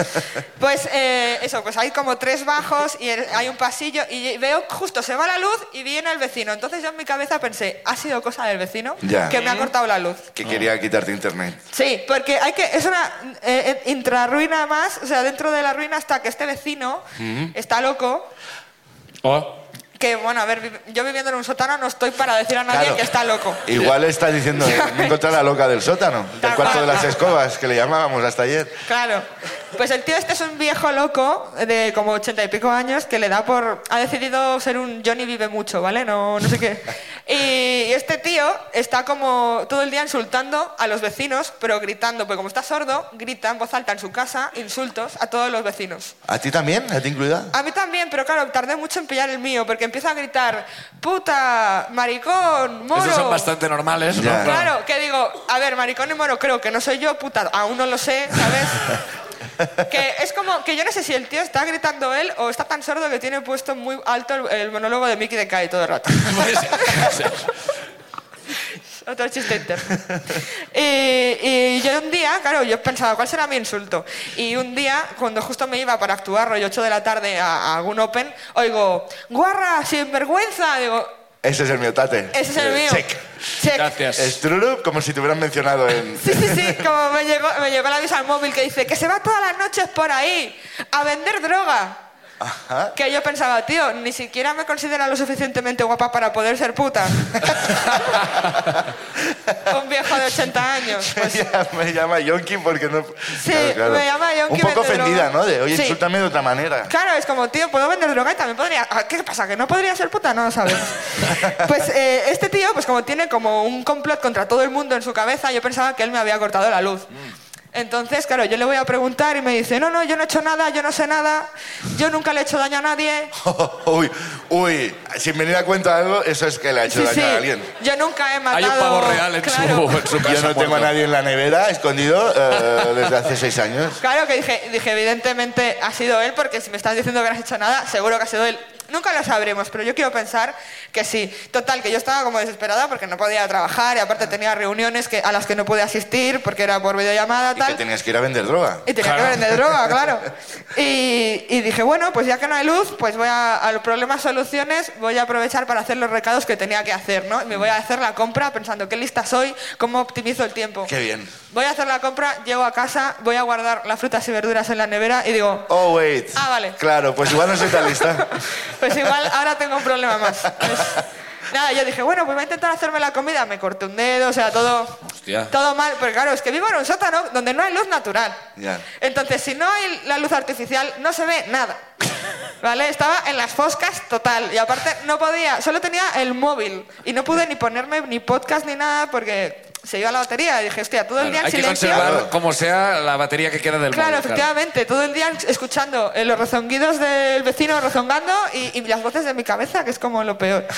Speaker 7: Pues eh, eso, pues hay como tres bajos y el- hay un pasillo y veo justo se va la luz y viene el vecino. Entonces yo en mi cabeza pensé, ha sido cosa del vecino
Speaker 2: Ya.
Speaker 7: que me ha cortado la luz.
Speaker 2: Que quería quitarte internet.
Speaker 7: Sí, porque hay que es una eh, eh, intrarruina más, o sea, dentro de la ruina hasta que este vecino está loco.
Speaker 1: Oh.
Speaker 7: Que bueno, a ver, vi- yo viviendo en un sótano no estoy para decir a nadie
Speaker 2: Claro.
Speaker 7: que está loco.
Speaker 2: Igual está diciendo, eh, me encontré a la loca del sótano, del
Speaker 7: Tal
Speaker 2: cuarto de
Speaker 7: cual.
Speaker 2: las escobas, que le llamábamos hasta ayer.
Speaker 7: Claro. Pues el tío este es un viejo loco de como ochenta y pico años que le da por... Ha decidido ser un Johnny vive mucho, ¿vale? No, no sé qué. Y este tío está como todo el día insultando a los vecinos, pero gritando, porque como está sordo, grita en voz alta en su casa insultos a todos los vecinos.
Speaker 2: ¿A ti también? ¿A ti incluida?
Speaker 7: A mí también, pero claro, tardé mucho en pillar el mío, porque empieza a gritar, puta, maricón, moro.
Speaker 1: Esos son bastante normales, ¿no?
Speaker 2: Ya.
Speaker 7: Claro, que digo, a ver, maricón y moro, creo que no soy yo, puta, aún no lo sé, ¿sabes? que es como que yo no sé si el tío está gritando él o está tan sordo que tiene puesto muy alto el, el monólogo de Mickey de Kai todo el rato. [LAUGHS] Otro chiste interno. Y, y yo un día, claro, yo pensaba, ¿cuál será mi insulto? Y un día, cuando justo me iba para actuar, rollo 8 de la tarde a, a algún open, oigo, guarra, sinvergüenza. Digo,
Speaker 2: Ese es el miotate.
Speaker 7: ese es el mío.
Speaker 2: Check.
Speaker 7: Check.
Speaker 1: Gracias.
Speaker 2: Es trurup, como si te hubieran mencionado en...
Speaker 7: Sí, sí, sí, [LAUGHS] como me llegó, me llegó el aviso al móvil que dice que se va todas las noches por ahí a vender droga.
Speaker 2: Ah.
Speaker 7: Que yo pensaba, tío, ni siquiera me considera lo suficientemente guapa para poder ser
Speaker 1: [LAUGHS]
Speaker 7: puta. Un viejo de 80 años. Pues,
Speaker 2: Ella [LAUGHS] me llama Yonki porque no...
Speaker 7: Sí, me llama Yonki,
Speaker 2: Un poco
Speaker 7: vete
Speaker 2: ofendida,
Speaker 7: luego.
Speaker 2: ¿no? De, oye,
Speaker 7: Sí.
Speaker 2: insultame de otra manera. [LAUGHS]
Speaker 7: Claro, es como, tío, puedo vender droga y también podría... Ah, ¿Qué pasa? ¿Que no podría ser puta? No lo
Speaker 1: [LAUGHS]
Speaker 7: sabes. pues eh, este tío, pues como tiene como un complot contra todo el mundo en su cabeza, yo pensaba que él me había cortado la luz.
Speaker 1: Mm.
Speaker 7: Entonces, claro, yo le voy a preguntar y me dice, no, no, yo no he hecho nada, yo no sé nada, yo nunca le he hecho daño a nadie.
Speaker 2: uy, uy, sin venir a cuenta de algo, eso es que le ha hecho
Speaker 7: Sí,
Speaker 2: daño
Speaker 7: sí,
Speaker 2: a alguien.
Speaker 7: yo nunca he matado...
Speaker 1: Hay un pavo real en,
Speaker 7: Claro.
Speaker 1: su, en su casa.
Speaker 2: Yo no tengo a
Speaker 1: muerto.
Speaker 2: nadie en la nevera, escondido, eh, desde hace seis años.
Speaker 7: Claro que dije, dije, evidentemente ha sido él, porque si me estás diciendo que no has hecho nada, seguro que ha sido él. Nunca lo sabremos, pero yo quiero pensar que sí. Total, que yo estaba como desesperada porque no podía trabajar y aparte tenía reuniones que, a las que no pude asistir porque era por videollamada
Speaker 2: Y que
Speaker 7: tal.
Speaker 2: tenías que ir a vender droga.
Speaker 7: Y tenía que vender
Speaker 2: [LAUGHS]
Speaker 7: droga, claro. Y, y dije, bueno, pues ya que no hay luz, pues voy a, a los problemas soluciones, voy a aprovechar para hacer los recados que tenía que hacer, ¿no? Me voy a hacer la compra pensando qué lista soy, cómo optimizo el tiempo.
Speaker 2: Qué bien.
Speaker 7: Voy a hacer la compra, llego a casa, voy a guardar las frutas y verduras en la nevera y digo,
Speaker 2: Oh, wait.
Speaker 7: Ah, vale.
Speaker 2: Claro, pues igual no soy tan
Speaker 7: [LAUGHS]
Speaker 2: lista.
Speaker 7: pues igual ahora tengo un problema más. Pues, nada, yo dije, bueno, pues voy a intentar hacerme la comida. Me corté un dedo, o sea, todo,
Speaker 6: Hostia.
Speaker 7: todo mal. Pero claro, es que vivo en un sótano donde no hay luz natural.
Speaker 2: Ya.
Speaker 7: Entonces, si no hay la luz artificial, no se ve nada. ¿Vale? Estaba en las foscas total. Y aparte no podía, solo tenía el móvil. Y no pude ni ponerme ni podcast ni nada porque se iba la batería. Y dije, hostia, todo el día en
Speaker 1: Hay que
Speaker 7: silencio.
Speaker 1: conservar como sea la batería que queda del
Speaker 7: Claro,
Speaker 1: móvil,
Speaker 7: efectivamente, todo el día escuchando eh, los rezonguidos del vecino rezongando y, y las voces de mi cabeza, que es como lo [LAUGHS] peor.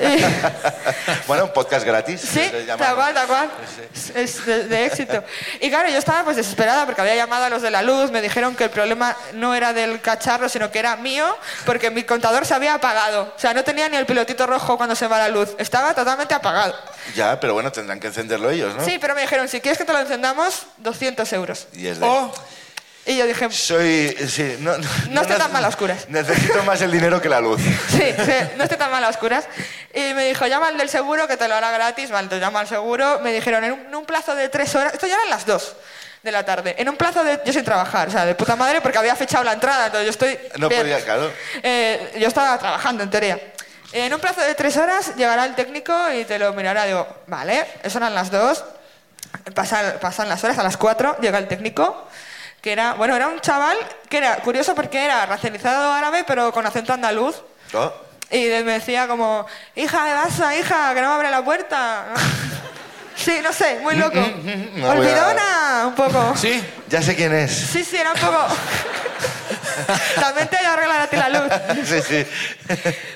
Speaker 7: Y-
Speaker 2: Bueno, un podcast gratis.
Speaker 7: sí,
Speaker 2: les llamamos.
Speaker 7: tal cual, tal cual. Es de, de éxito. Y claro, yo estaba pues desesperada porque había llamado a los de la luz, me dijeron que el problema no era del cacharro, sino que era mío, porque mi contador se había apagado. O sea, no tenía ni el pilotito rojo cuando se va la luz, estaba totalmente apagado.
Speaker 2: Ya, pero bueno, tendrán que encenderlo ellos, ¿no?
Speaker 7: Sí, pero me dijeron, si quieres que te lo encendamos, 200 euros.
Speaker 2: Y es de...
Speaker 7: Y yo dije,
Speaker 2: Soy... Sí, no,
Speaker 7: No esté
Speaker 2: nece-
Speaker 7: tan mal a oscuras.
Speaker 2: Necesito más el dinero que la luz.
Speaker 7: Sí, sí, no esté tan mal a oscuras. Y me dijo, llama al del seguro que te lo hará gratis. Vale, entonces llama al seguro. Me dijeron, en un, en un plazo de tres horas, esto ya eran las dos de la tarde, en un plazo de... Yo sin trabajar, o sea, de puta madre, porque había fechado la entrada, entonces yo estoy...
Speaker 2: No
Speaker 7: bien.
Speaker 2: podía, claro.
Speaker 7: Eh, yo estaba trabajando, en teoría. En un plazo de tres horas llegará el técnico y te lo mirará. Digo, vale, eso eran las dos. Pasan, pasan las horas, a las cuatro llega el técnico, que era, bueno, era un chaval que era curioso porque era racializado árabe, pero con acento andaluz.
Speaker 2: Oh,
Speaker 7: Y de- me decía como, hija, ¿qué pasa, hija? Que no me abre la puerta.
Speaker 2: [LAUGHS]
Speaker 7: sí, no sé, muy loco.
Speaker 2: mm, no voy a-
Speaker 7: Olvidona, un poco.
Speaker 1: Sí.
Speaker 2: Ya sé quién es.
Speaker 7: Sí, sí, era un
Speaker 2: [LAUGHS]
Speaker 7: poco... También te arreglan a ti la luz.
Speaker 2: [LAUGHS] Sí, sí.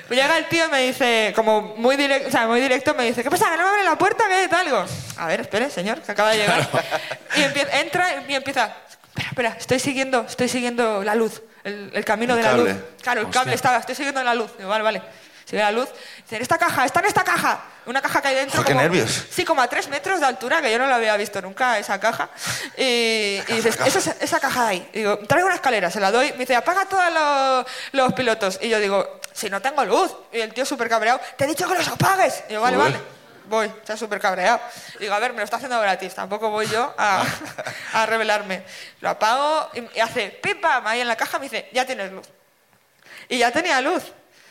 Speaker 7: Llega el tío y me dice, como muy directo, o sea, muy directo, me dice, ¿qué pasa? ¿Que no me abre la puerta? ¿Qué tal? Digo, a ver, espere, señor, que acaba de llegar. y empie- entra y empieza, espera, espera, estoy siguiendo, estoy siguiendo la luz, el, el camino
Speaker 2: El
Speaker 7: de la
Speaker 2: cable.
Speaker 7: luz. Claro, el cable estaba, estoy siguiendo la luz. Digo, vale, vale. Sigue la luz. Dice, en esta caja, está en esta caja. Una caja que hay dentro.
Speaker 2: Ojo, qué
Speaker 7: como-
Speaker 2: nervios.
Speaker 7: Sí, como a tres metros de altura, que yo no la había visto nunca, esa caja. Y, y dices, "Eso es- esa caja de ahí. Y digo, traigo una escalera, se la doy. Me dice, apaga todos los, los pilotos. Y yo digo, si no tengo luz. Y el tío súper cabreado, te he dicho que los apagues. Y yo, vale,
Speaker 2: Joder.
Speaker 7: vale. Voy, está súper cabreado. Digo, a ver, me lo está haciendo gratis, tampoco voy yo a, [LAUGHS] a rebelarme. Lo apago y, y hace, pim, pam, ahí en la caja me dice, ya tienes luz. Y ya tenía luz.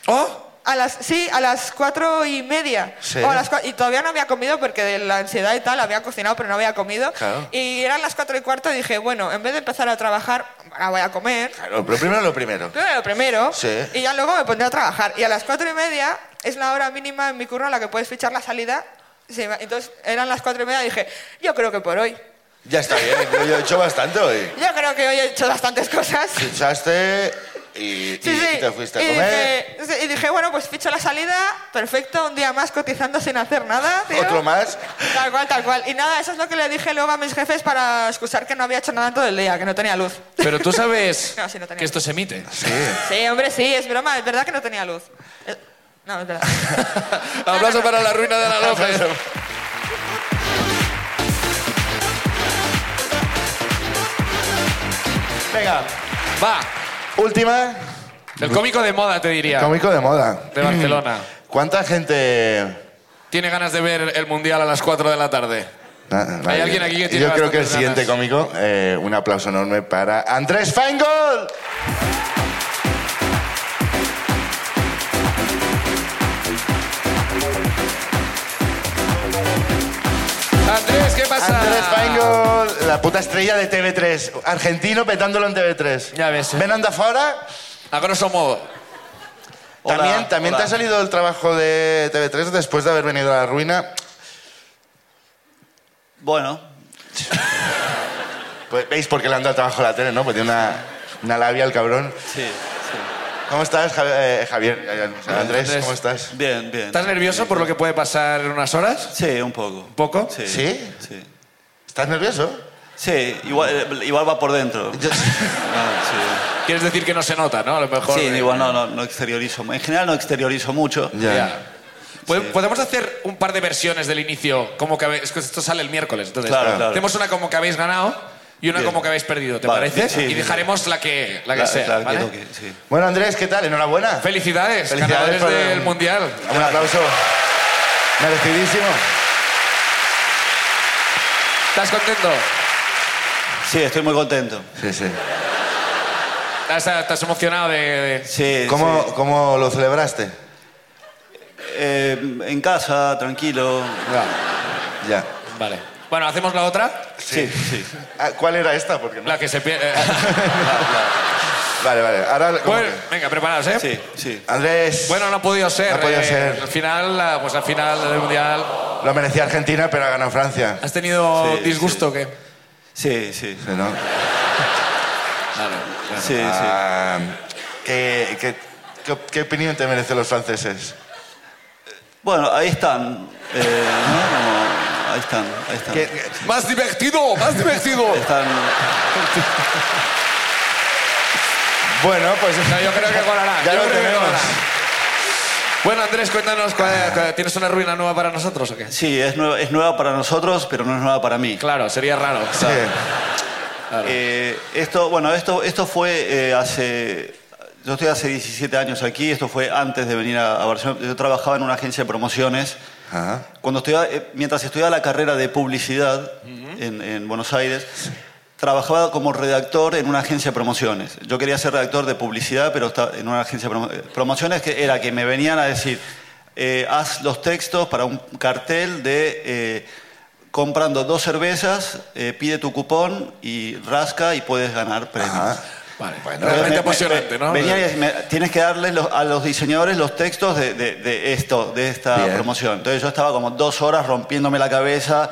Speaker 2: Oh,
Speaker 7: A las, sí, a las cuatro y media.
Speaker 2: Sí.
Speaker 7: O a las cua- y todavía no había comido porque de la ansiedad y tal había cocinado, pero no había comido.
Speaker 2: Claro.
Speaker 7: Y eran las cuatro y cuarto y dije, bueno, en vez de empezar a trabajar, ahora voy a comer.
Speaker 2: claro, pero primero lo primero.
Speaker 7: Primero lo primero.
Speaker 2: Sí.
Speaker 7: Y ya luego me pondré a trabajar. Y a las cuatro y media es la hora mínima en mi curro a la que puedes fichar la salida. Sí, entonces eran las cuatro y media y dije, yo creo que por hoy.
Speaker 2: Ya está bien, yo, yo he hecho bastante hoy.
Speaker 7: Yo creo que hoy he hecho bastantes cosas.
Speaker 2: Fichaste y, y- y te fuiste a
Speaker 7: Y
Speaker 2: comer.
Speaker 7: dije- sí, y dije, bueno, pues ficho la salida, perfecto, un día más cotizando sin hacer nada. tío.
Speaker 2: Otro más.
Speaker 7: Tal cual, tal cual. Y nada, eso es lo que le dije luego a mis jefes para excusar que no había hecho nada en todo el día, que no tenía luz.
Speaker 1: Pero tú [LAUGHS] sabes
Speaker 7: No, sí, no tenía.
Speaker 1: que esto se emite.
Speaker 7: Sí, hombre, sí, es broma, es verdad que no tenía luz. Eh, No, es
Speaker 2: [LAUGHS]
Speaker 7: verdad.
Speaker 1: Aplauso para la ruina de la López.
Speaker 2: Venga,
Speaker 1: Va,
Speaker 2: última.
Speaker 1: el cómico de moda, te diría,
Speaker 2: Cómico de moda.
Speaker 1: de Barcelona.
Speaker 2: [LAUGHS] ¿Cuánta gente...?
Speaker 1: Tiene ganas de ver el Mundial a las 4 de la tarde.
Speaker 2: Na- nadie.
Speaker 1: Hay alguien aquí que tiene
Speaker 2: Yo creo que el
Speaker 1: bastantes
Speaker 2: siguiente
Speaker 1: ganas.
Speaker 2: cómico, eh, un aplauso enorme para Andrés Feingold.
Speaker 6: pasa?
Speaker 2: Andrés Feingold, la puta estrella de TV3. Argentino petándolo en TV3.
Speaker 1: Ya ves, eh.
Speaker 2: Ven anda fuera.
Speaker 1: A grosso modo.
Speaker 6: Hola,
Speaker 2: también también te
Speaker 6: hola.
Speaker 2: ha salido el trabajo de TV3 después de haber venido a la ruina.
Speaker 8: Bueno,
Speaker 2: [LAUGHS] Pues, ¿Veis por qué le han dado trabajo a la tele, no? Pues tiene una, una labia el cabrón.
Speaker 8: sí, sí.
Speaker 2: ¿Cómo estás, Javi- eh, Javier? Eh, o sea, Andrés,
Speaker 1: Andrés.
Speaker 2: ¿cómo estás?
Speaker 8: Bien, bien.
Speaker 1: ¿Estás nervioso por lo que puede pasar en unas horas?
Speaker 8: Sí, un poco. ¿Un
Speaker 1: poco?
Speaker 8: Sí.
Speaker 2: ¿Sí?
Speaker 8: Sí.
Speaker 2: ¿Estás nervioso?
Speaker 8: Sí, igual, eh, igual va por dentro. Ah, sí.
Speaker 1: Quieres decir que no se nota, ¿no? A lo mejor.
Speaker 8: Sí,
Speaker 1: eh,
Speaker 8: igual no, no, no exteriorizo. mu- En general no exteriorizo mucho.
Speaker 1: ya. Pod- Podemos hacer un par de versiones del inicio, como que habéis- es que esto sale el miércoles, entonces
Speaker 8: Claro, claro.
Speaker 1: hacemos una como que habéis ganado y una
Speaker 8: Bien.
Speaker 1: como que habéis perdido, ¿te
Speaker 8: Vale,
Speaker 1: parece?
Speaker 8: sí,
Speaker 1: y
Speaker 8: sí,
Speaker 1: dejaremos la que la que
Speaker 8: La-
Speaker 1: sea,
Speaker 8: la que
Speaker 1: ¿vale?
Speaker 8: toque, sí.
Speaker 2: Bueno, Andrés, ¿qué tal? Enhorabuena.
Speaker 1: Felicidades, ganadores
Speaker 2: por el-
Speaker 1: del mundial.
Speaker 2: Un aplauso. Merecidísimo.
Speaker 1: ¿Estás contento?
Speaker 8: Sí, estoy muy contento.
Speaker 2: Sí, sí.
Speaker 1: ¿Estás, estás emocionado de, de-
Speaker 8: Sí,
Speaker 2: ¿Cómo,
Speaker 8: sí.
Speaker 2: cómo lo celebraste?
Speaker 8: Eh, en casa, tranquilo.
Speaker 2: Ya.
Speaker 1: Vale. Bueno, hacemos la otra,
Speaker 8: Sí, sí.
Speaker 2: Ah, ¿Cuál era esta? Porque no-
Speaker 1: la que se pierde.
Speaker 2: Vale, vale. Ahora, ¿cómo
Speaker 1: bueno, venga, preparaos, ¿eh?
Speaker 8: Sí, sí.
Speaker 2: que? Andrés,
Speaker 1: Bueno, no ha podido ser.
Speaker 2: No ha podido
Speaker 1: eh,
Speaker 2: ser.
Speaker 1: Al final, la- pues al final del mundial.
Speaker 2: lo merecía Argentina, pero ha ganado Francia.
Speaker 1: ¿Has tenido
Speaker 8: Sí,
Speaker 1: disgusto o qué?
Speaker 8: Sí, sí.
Speaker 2: Sí, ¿no?
Speaker 8: Sí, sí.
Speaker 2: Ah, ¿qué, qué, qué, qué opinión te merecen los franceses?
Speaker 8: Bueno, ahí están. eh, ¿no? Como- ahí están, ahí están.
Speaker 2: ¿Qué- qué-
Speaker 1: ¡Más divertido! ¡Más divertido!
Speaker 8: Están.
Speaker 2: Bueno, pues...
Speaker 1: No, yo creo que colará.
Speaker 2: Ya
Speaker 1: yo
Speaker 2: lo
Speaker 1: creo que
Speaker 2: tenemos.
Speaker 1: colará. Bueno, Andrés, cuéntanos, ¿cuál- cuál- ¿tienes una ruina nueva para nosotros o qué?
Speaker 8: Sí, es nueva, es nueva para nosotros, pero no es nueva para mí.
Speaker 1: Claro, sería raro.
Speaker 2: Sí.
Speaker 8: Eh, esto, bueno, esto, esto fue eh, hace. Yo estoy hace 17 años aquí, esto fue antes de venir a, a Barcelona. Yo trabajaba en una agencia de promociones.
Speaker 2: Ajá.
Speaker 8: Cuando estudiaba, eh, mientras estudiaba la carrera de publicidad en, en Buenos Aires, trabajaba como redactor en una agencia de promociones. Yo quería ser redactor de publicidad, pero estaba en una agencia de promo- eh, promociones que era que me venían a decir, eh, haz los textos para un cartel de eh, comprando dos cervezas, eh, pide tu cupón y rasca y puedes ganar premios.
Speaker 2: Ajá.
Speaker 1: Vale,
Speaker 2: Bueno,
Speaker 1: realmente
Speaker 8: Me- me-
Speaker 1: apasionante,
Speaker 8: me-
Speaker 1: ¿no?
Speaker 8: venía y me- tienes que darles los- a los diseñadores los textos de, de- de esto, de esta
Speaker 2: Bien.
Speaker 8: promoción. Entonces yo estaba como dos horas rompiéndome la cabeza,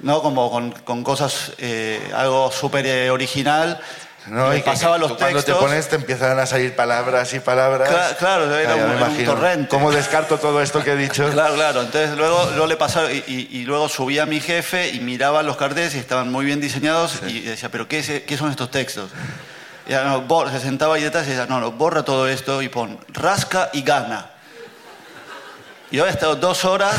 Speaker 8: ¿no? Como con, con cosas, eh, algo súper eh, original.
Speaker 2: No,
Speaker 8: me
Speaker 2: y que-
Speaker 8: pasaba
Speaker 2: que
Speaker 8: los
Speaker 2: cuando
Speaker 8: textos.
Speaker 2: te pones te empiezan a salir palabras y palabras.
Speaker 8: Cla- claro, era
Speaker 2: Ah, ya
Speaker 8: un-
Speaker 2: me
Speaker 8: era un
Speaker 2: imagino.
Speaker 8: torrente.
Speaker 2: ¿Cómo descarto todo esto que he dicho?
Speaker 8: Claro, claro. Entonces luego yo le pasaba y, y- y luego subía a mi jefe y miraba los carteles y estaban muy bien diseñados y decía, pero ¿qué, es- e, qué son estos textos? Y ya, no, bor- se sentaba ahí detrás y decía, no, no, borra todo esto y pon rasca y gana. Y yo había estado dos horas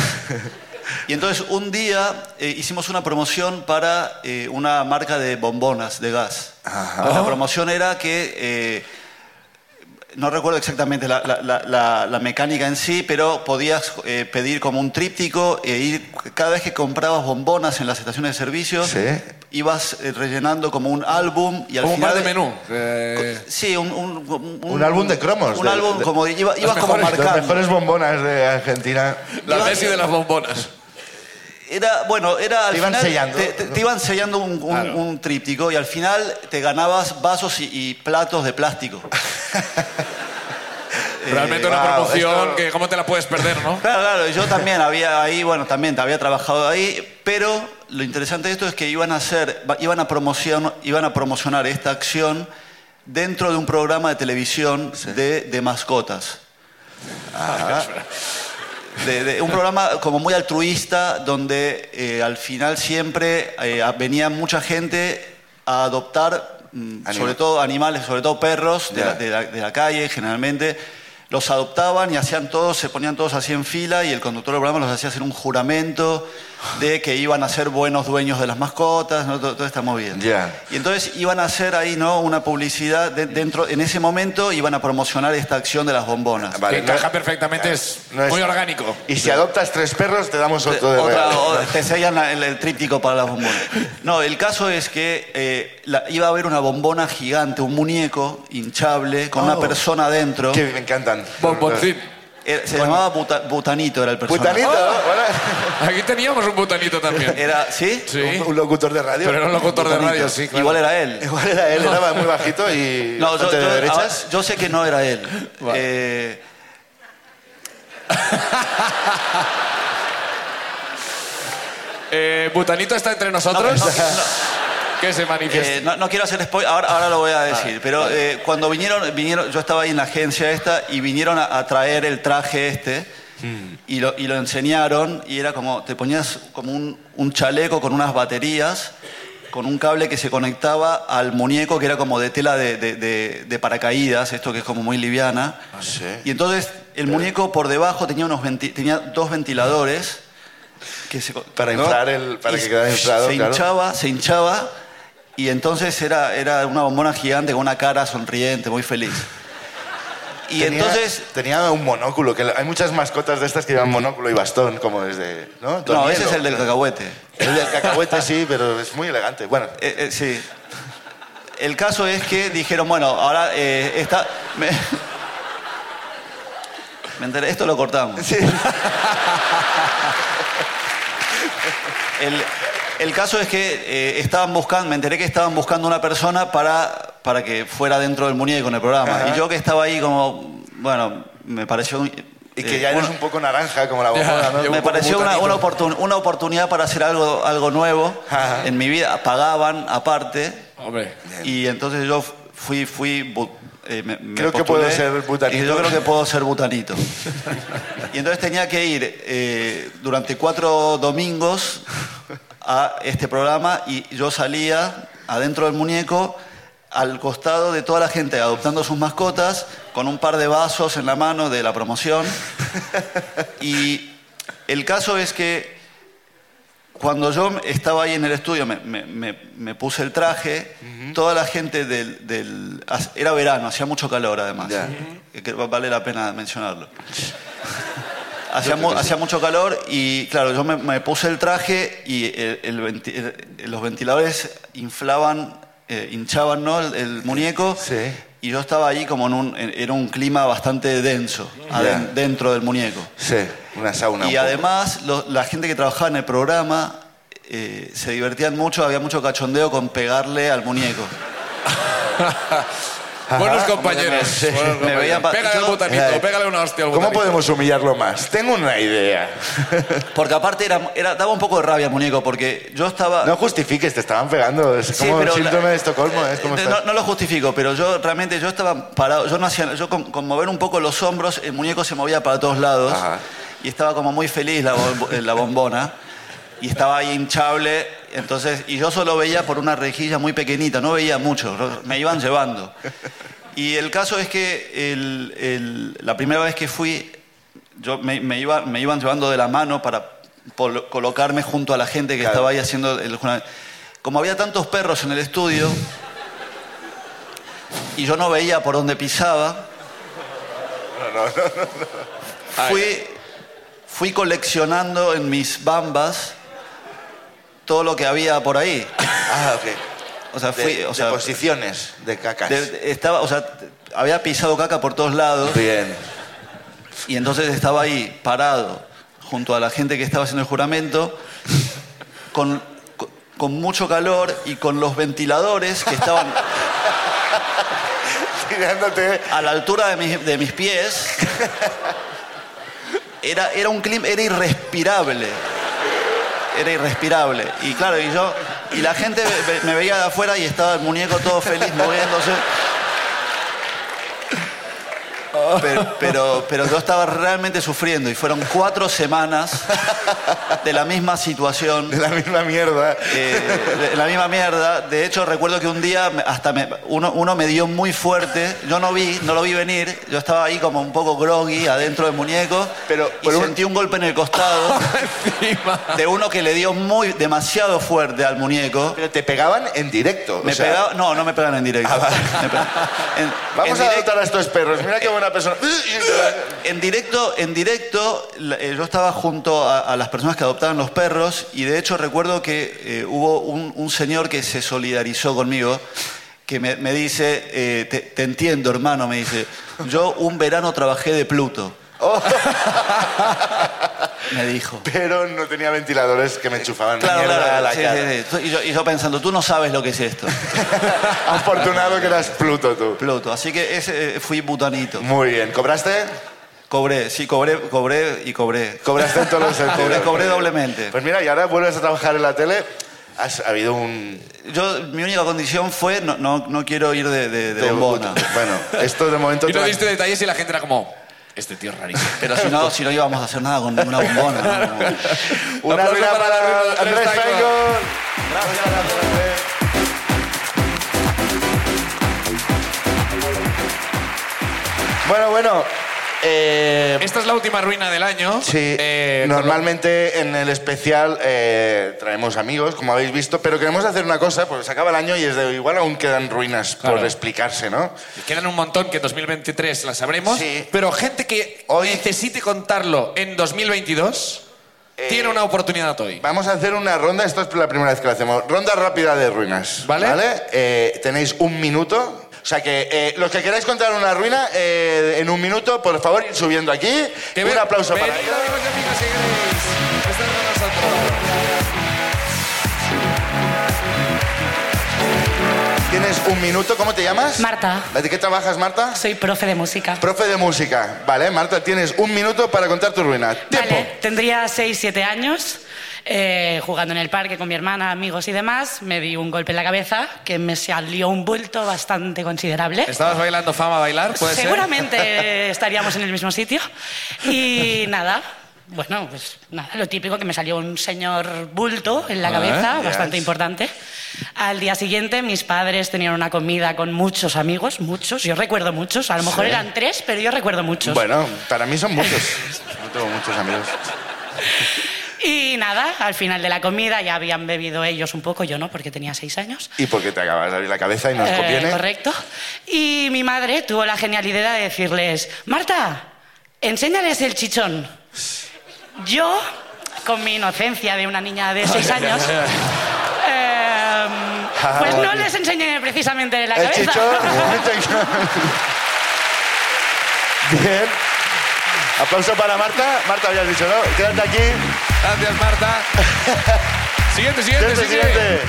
Speaker 8: y entonces un día eh, hicimos una promoción para eh, una marca de bombonas de gas.
Speaker 2: Ah.
Speaker 8: La promoción era que... eh, no recuerdo exactamente la, la- la- la- la mecánica en sí, pero podías eh, pedir como un tríptico e ir, cada vez que comprabas bombonas en las estaciones de servicio,
Speaker 2: Sí.
Speaker 8: ibas eh, rellenando como un álbum y al
Speaker 1: Como un
Speaker 8: final...
Speaker 1: par de menú. eh,
Speaker 8: Sí, un, un, un-
Speaker 2: Un álbum de cromos,
Speaker 8: Un
Speaker 2: de-
Speaker 8: álbum
Speaker 2: de-
Speaker 8: como... iba- ibas como
Speaker 2: Mejores-
Speaker 8: marcando.
Speaker 2: Las mejores bombonas de Argentina.
Speaker 1: la Messi de las bombonas.
Speaker 8: Era, bueno, era al
Speaker 2: Te iban
Speaker 8: final-
Speaker 2: sellando.
Speaker 8: Te, te- te iban sellando un, un- un tríptico y al final te ganabas vasos y, y platos
Speaker 2: [LAUGHS]
Speaker 8: de plástico. Eh,
Speaker 1: Realmente una
Speaker 2: Eh, wow,
Speaker 1: promoción
Speaker 2: esto-
Speaker 1: que cómo te la puedes perder, ¿no?
Speaker 8: Claro, claro, yo también había ahí, bueno, también había trabajado ahí, pero lo interesante de esto es que iban a hacer, va- iban a promoción, iban a promocionar esta acción dentro de un programa de televisión de, de mascotas.
Speaker 2: Ah,
Speaker 8: De, de- un programa como muy altruista donde eh, al final siempre eh, a- venía mucha gente a adoptar, mm,
Speaker 2: Animal.
Speaker 8: sobre todo animales, sobre todo perros de,
Speaker 2: Ya.
Speaker 8: la, de la- de la calle generalmente. Los adoptaban y hacían todos, se ponían todos así en fila y el conductor del programa los hacía hacer un juramento de que iban a ser buenos dueños de las mascotas, ¿no? todo, todo está movido.
Speaker 2: Ya.
Speaker 8: Y entonces iban a hacer ahí ¿no? una publicidad de- dentro, en ese momento iban a promocionar esta acción de las bombonas.
Speaker 2: Vale,
Speaker 1: que
Speaker 2: no-
Speaker 1: encaja perfectamente, es
Speaker 2: no es-
Speaker 1: muy orgánico.
Speaker 2: Y si adoptas tres perros, te damos otro de
Speaker 8: Eh, Otra-
Speaker 2: regalo.
Speaker 8: o- te sellan la- el, el tríptico para las bombonas. No, el caso es que eh, la- iba a haber una bombona gigante, un muñeco hinchable con una persona adentro.
Speaker 2: Que Oh. me encantan.
Speaker 1: Bomboncín.
Speaker 8: Era- se llamaba Buta- Butanito, era el personaje.
Speaker 2: Putanito, bueno,
Speaker 1: Aquí teníamos Ah, un botanito también.
Speaker 8: Era, ¿sí?
Speaker 1: Sí.
Speaker 2: un, un locutor de radio.
Speaker 1: Pero era un locutor de radio, sí, claro.
Speaker 8: Igual era él.
Speaker 2: Igual era él, era muy bajito y
Speaker 8: No, yo,
Speaker 2: bastante
Speaker 8: yo-
Speaker 2: de derechas.
Speaker 8: ahora- yo sé que no era él. Eh,
Speaker 1: Eh, Butanito está entre nosotros.
Speaker 8: No, no,
Speaker 1: Que se manifieste. Ah,
Speaker 8: Eh, no, no quiero hacer spoiler, ahora, ahora lo voy a decir, pero eh, cuando vinieron, vinieron, yo estaba ahí en la agencia esta y vinieron a, a traer el traje este
Speaker 1: Hmm.
Speaker 8: y, lo, y lo enseñaron y era como, te ponías como un, un chaleco con unas baterías, con un cable que se conectaba al muñeco que era como de tela de, de- de- de paracaídas, esto que es como muy liviana.
Speaker 2: sí.
Speaker 8: Y entonces el muñeco por debajo tenía, unos venti- tenía dos ventiladores. Que se,
Speaker 2: Para inflar el- para que quedara inflado,
Speaker 8: Se
Speaker 2: claro.
Speaker 8: hinchaba, se hinchaba y entonces era, era una bombona gigante con una cara sonriente, muy feliz. Y
Speaker 2: Tenía-
Speaker 8: entonces...
Speaker 2: Tenía un monóculo, que la- hay muchas mascotas de estas que llevan monóculo y bastón, como desde... No,
Speaker 8: No,
Speaker 2: Tornillo.
Speaker 8: ese es el del cacahuete.
Speaker 2: El del cacahuete, sí, pero es muy elegante. Bueno,
Speaker 8: Eh, eh, sí. El caso es que dijeron, bueno, ahora eh, está... Me... me enteré- esto lo cortamos. El, el caso es que eh, estaban buscando, me enteré que estaban buscando una persona para, para que fuera dentro del muñeco en el programa.
Speaker 2: Ajá.
Speaker 8: Y yo que estaba ahí como, bueno, me pareció... un-
Speaker 2: y que
Speaker 8: eh,
Speaker 2: ya eres
Speaker 8: una-
Speaker 2: un poco naranja, como la bombona, ¿no?
Speaker 1: yo-
Speaker 8: me
Speaker 1: un poco
Speaker 8: pareció una,
Speaker 1: botánico.
Speaker 8: una oportun- una oportunidad para hacer algo, algo nuevo
Speaker 2: Ajá.
Speaker 8: en mi vida. Pagaban aparte
Speaker 1: Hombre.
Speaker 8: y entonces yo fui... fui bu- eh, me- me
Speaker 2: Creo que puedo
Speaker 8: postulé
Speaker 2: ser butanito.
Speaker 8: y dije, Yo creo que puedo ser butanito. y entonces tenía que ir eh, durante cuatro domingos a este programa y yo salía adentro del muñeco al costado de toda la gente adoptando sus mascotas con un par de vasos en la mano de la promoción. Y el caso es que cuando yo estaba ahí en el estudio, me, me- me- me puse el traje, toda la gente del, del- Era verano, hacía mucho calor además.
Speaker 2: Ya.
Speaker 8: Eh, Que vale la pena mencionarlo. Hacía, mu- hacía mucho calor y claro, yo me, me puse el traje y el- el venti- el- los ventiladores inflaban, eh, hinchaban ¿no? el, el muñeco
Speaker 2: Sí.
Speaker 8: y yo estaba ahí como en un, en- era un clima bastante denso aden-
Speaker 2: Ya.
Speaker 8: dentro del muñeco.
Speaker 2: Sí, una sauna.
Speaker 8: Y
Speaker 2: un poco.
Speaker 8: además, lo- la gente que trabajaba en el programa eh, se divertían mucho, había mucho cachondeo con pegarle
Speaker 2: [LAUGHS]
Speaker 8: al muñeco.
Speaker 1: Buenos
Speaker 2: Sí.
Speaker 1: compañeros.
Speaker 2: Me
Speaker 1: Buenos compañeros.
Speaker 8: veía pa-
Speaker 1: Pégale al
Speaker 8: yo-
Speaker 1: botanito,
Speaker 2: Ay.
Speaker 1: pégale una hostia al
Speaker 2: eh, ¿Cómo
Speaker 1: botanito.
Speaker 2: podemos humillarlo más? Tengo una idea.
Speaker 8: Porque aparte era, era- daba un poco de rabia al muñeco, porque yo estaba...
Speaker 2: No justifiques, te estaban pegando. Es
Speaker 8: Sí,
Speaker 2: como el
Speaker 8: pero la-
Speaker 2: síndrome de Estocolmo. ¿eh? Es como
Speaker 8: Eh,
Speaker 2: estar-
Speaker 8: no, no lo justifico, pero yo realmente yo estaba parado, yo no hacía, yo con, con mover un poco los hombros, el muñeco se movía para todos lados
Speaker 2: Ajá.
Speaker 8: y estaba como muy feliz la, bom- eh, la bombona y estaba ahí hinchable, entonces y yo solo veía por una rejilla muy pequeñita, no veía mucho, yo- me iban llevando. Y el caso es que el- el- la primera vez que fui, yo me, me iba, me iban llevando de la mano para pol- colocarme junto a la gente que
Speaker 2: Claro.
Speaker 8: estaba ahí haciendo el jurado. Como había tantos perros en el estudio y yo no veía por dónde pisaba,
Speaker 2: Ah, eh.
Speaker 8: Fui, fui coleccionando en mis bambas todo lo que había por ahí.
Speaker 2: Ah, ok.
Speaker 8: O sea,
Speaker 2: De,
Speaker 8: fui, o
Speaker 2: de
Speaker 8: sea,
Speaker 2: posiciones, de cacas.
Speaker 8: de- de- estaba, o sea, t- había pisado caca por todos lados
Speaker 2: Bien.
Speaker 8: y entonces estaba ahí parado junto a la gente que estaba haciendo el juramento con, con- con mucho calor y con los ventiladores que estaban
Speaker 2: [LAUGHS] Tirándote.
Speaker 8: a la altura de mis, de mis pies. Era, era un clima, era irrespirable. Era irrespirable. Y claro, y yo, y la gente ve- ve- me veía de afuera y estaba el muñeco todo feliz moviéndose. Pero, pero, pero yo estaba realmente sufriendo y fueron cuatro semanas de la misma situación
Speaker 2: De la misma mierda.
Speaker 8: eh, de- la misma mierda. De hecho, recuerdo que un día me- hasta me- uno, uno me dio muy fuerte. Yo no vi, no lo vi venir. Yo estaba ahí como un poco groggy adentro del muñeco.
Speaker 2: Pero
Speaker 8: y
Speaker 2: por un-
Speaker 8: sentí un golpe en el
Speaker 2: [LAUGHS]
Speaker 8: costado de uno que le dio muy demasiado fuerte al muñeco.
Speaker 2: Pero te pegaban en directo. o
Speaker 8: Me
Speaker 2: sea, [LAUGHS]
Speaker 8: pegaba- no, no me pegan en directo. Me pe- en-
Speaker 2: Vamos
Speaker 8: en
Speaker 2: a
Speaker 8: directo- Eh.
Speaker 2: adoptar a estos perros. Mira qué buena persona. [LAUGHS]
Speaker 8: En directo, en directo la- eh, yo estaba junto a, a las personas que adoptaban los perros y de hecho recuerdo que eh, hubo un, un señor que se solidarizó conmigo, que me, me dice, eh, te, te entiendo hermano, me dice, yo un verano trabajé de Pluto. [LAUGHS] me dijo.
Speaker 2: Pero no tenía ventiladores que me enchufaban
Speaker 8: Claro,
Speaker 2: mierda
Speaker 8: claro,
Speaker 2: a la
Speaker 8: sí,
Speaker 2: cara.
Speaker 8: sí, sí. Eh, Y yo, y yo pensando, tú no sabes lo que es esto,
Speaker 2: [LAUGHS] Afortunado que eras Pluto tú.
Speaker 8: Pluto. Así que ese, eh, fui butanito.
Speaker 2: Muy bien. ¿Cobraste?
Speaker 8: Cobré, sí, cobré, cobré y cobré.
Speaker 2: Cobraste en todos los sentidos.
Speaker 8: [LAUGHS] Cobré, cobré doblemente.
Speaker 2: Pues mira, y ahora vuelves a trabajar en la tele. Has habido un...
Speaker 8: Yo, mi única condición fue, no, no, no quiero ir de, de, de
Speaker 2: de-
Speaker 8: bombona.
Speaker 2: Bueno, esto de momento...
Speaker 1: [LAUGHS] [LAUGHS] Y no
Speaker 2: te-
Speaker 1: diste detalles y la gente era como, este tío es rarísimo.
Speaker 8: Pero si no, si no íbamos a hacer nada con ninguna bombona. ¿no?
Speaker 2: Una
Speaker 1: Aplauso
Speaker 2: rueda
Speaker 1: para
Speaker 2: para,
Speaker 1: la rueda de Andrés
Speaker 2: Andrés
Speaker 1: Franco.
Speaker 2: Franco. Bueno, bueno. eh,
Speaker 1: Esta es la última ruina del año.
Speaker 2: Sí,
Speaker 1: Eh, con lo-
Speaker 2: normalmente en el especial eh, traemos amigos, como habéis visto, pero queremos hacer una cosa, pues se acaba el año y es de igual aún quedan ruinas por
Speaker 1: Claro.
Speaker 2: explicarse, ¿no?
Speaker 1: Quedan un montón que en 2023 las sabremos.
Speaker 2: Sí.
Speaker 1: Pero gente que
Speaker 2: Hoy-
Speaker 1: necesite contarlo en 2022
Speaker 2: Eh.
Speaker 1: tiene una oportunidad hoy.
Speaker 2: Vamos a hacer una ronda, esto es la primera vez que lo hacemos, ronda rápida de ruinas.
Speaker 1: ¿Vale?
Speaker 2: Eh, tenéis un minuto. O sea que eh, los que queráis contar una ruina eh, en un minuto, por favor, ir subiendo aquí.
Speaker 1: Que
Speaker 2: un
Speaker 1: ven-
Speaker 2: aplauso para
Speaker 1: venid,
Speaker 2: ellos.
Speaker 1: amigos y amigas, si queréis. Están con nosotros.
Speaker 2: Tienes un minuto, ¿cómo te llamas?
Speaker 9: Marta.
Speaker 2: ¿De qué trabajas, Marta?
Speaker 9: Soy profe de música.
Speaker 2: Profe de música. Vale, Marta, tienes un minuto para contar tu ruina. Tiempo.
Speaker 9: Vale, tendría 6, 7 años, eh, jugando en el parque con mi hermana, amigos y demás. Me di un golpe en la cabeza que me salió un vuelto bastante considerable.
Speaker 1: ¿Estabas bailando fama a bailar? ¿Puede ser?
Speaker 9: Seguramente eh, estaríamos en el mismo sitio. Y nada, bueno, pues nada, lo típico que me salió un señor bulto en la cabeza,
Speaker 2: yes.
Speaker 9: bastante importante. Al día siguiente mis padres tenían una comida con muchos amigos, muchos, yo recuerdo muchos, a lo mejor
Speaker 2: Sí.
Speaker 9: eran tres, pero yo recuerdo muchos.
Speaker 2: Bueno, para mí son muchos. No tengo muchos amigos.
Speaker 9: Y nada, al final de la comida ya habían bebido ellos un poco, yo no, porque tenía seis años.
Speaker 2: ¿Y por qué te acabas de abrir la cabeza y nos
Speaker 9: Eh,
Speaker 2: conviene?
Speaker 9: correcto. Y mi madre tuvo la genialidad de decirles, Marta, enséñales el chichón. Yo, con mi inocencia de una niña de
Speaker 2: [LAUGHS]
Speaker 9: seis años, eh, pues no les enseñé precisamente la
Speaker 2: Ah, El
Speaker 9: cabeza. [LAUGHS]
Speaker 2: chichón. [LAUGHS] Bien. Aplauso para Marta. Marta, habías dicho, ¿no? Quédate aquí.
Speaker 1: Gracias, Marta. siguiente, siguiente,
Speaker 2: Siguiente,
Speaker 1: siguiente.
Speaker 2: siguiente.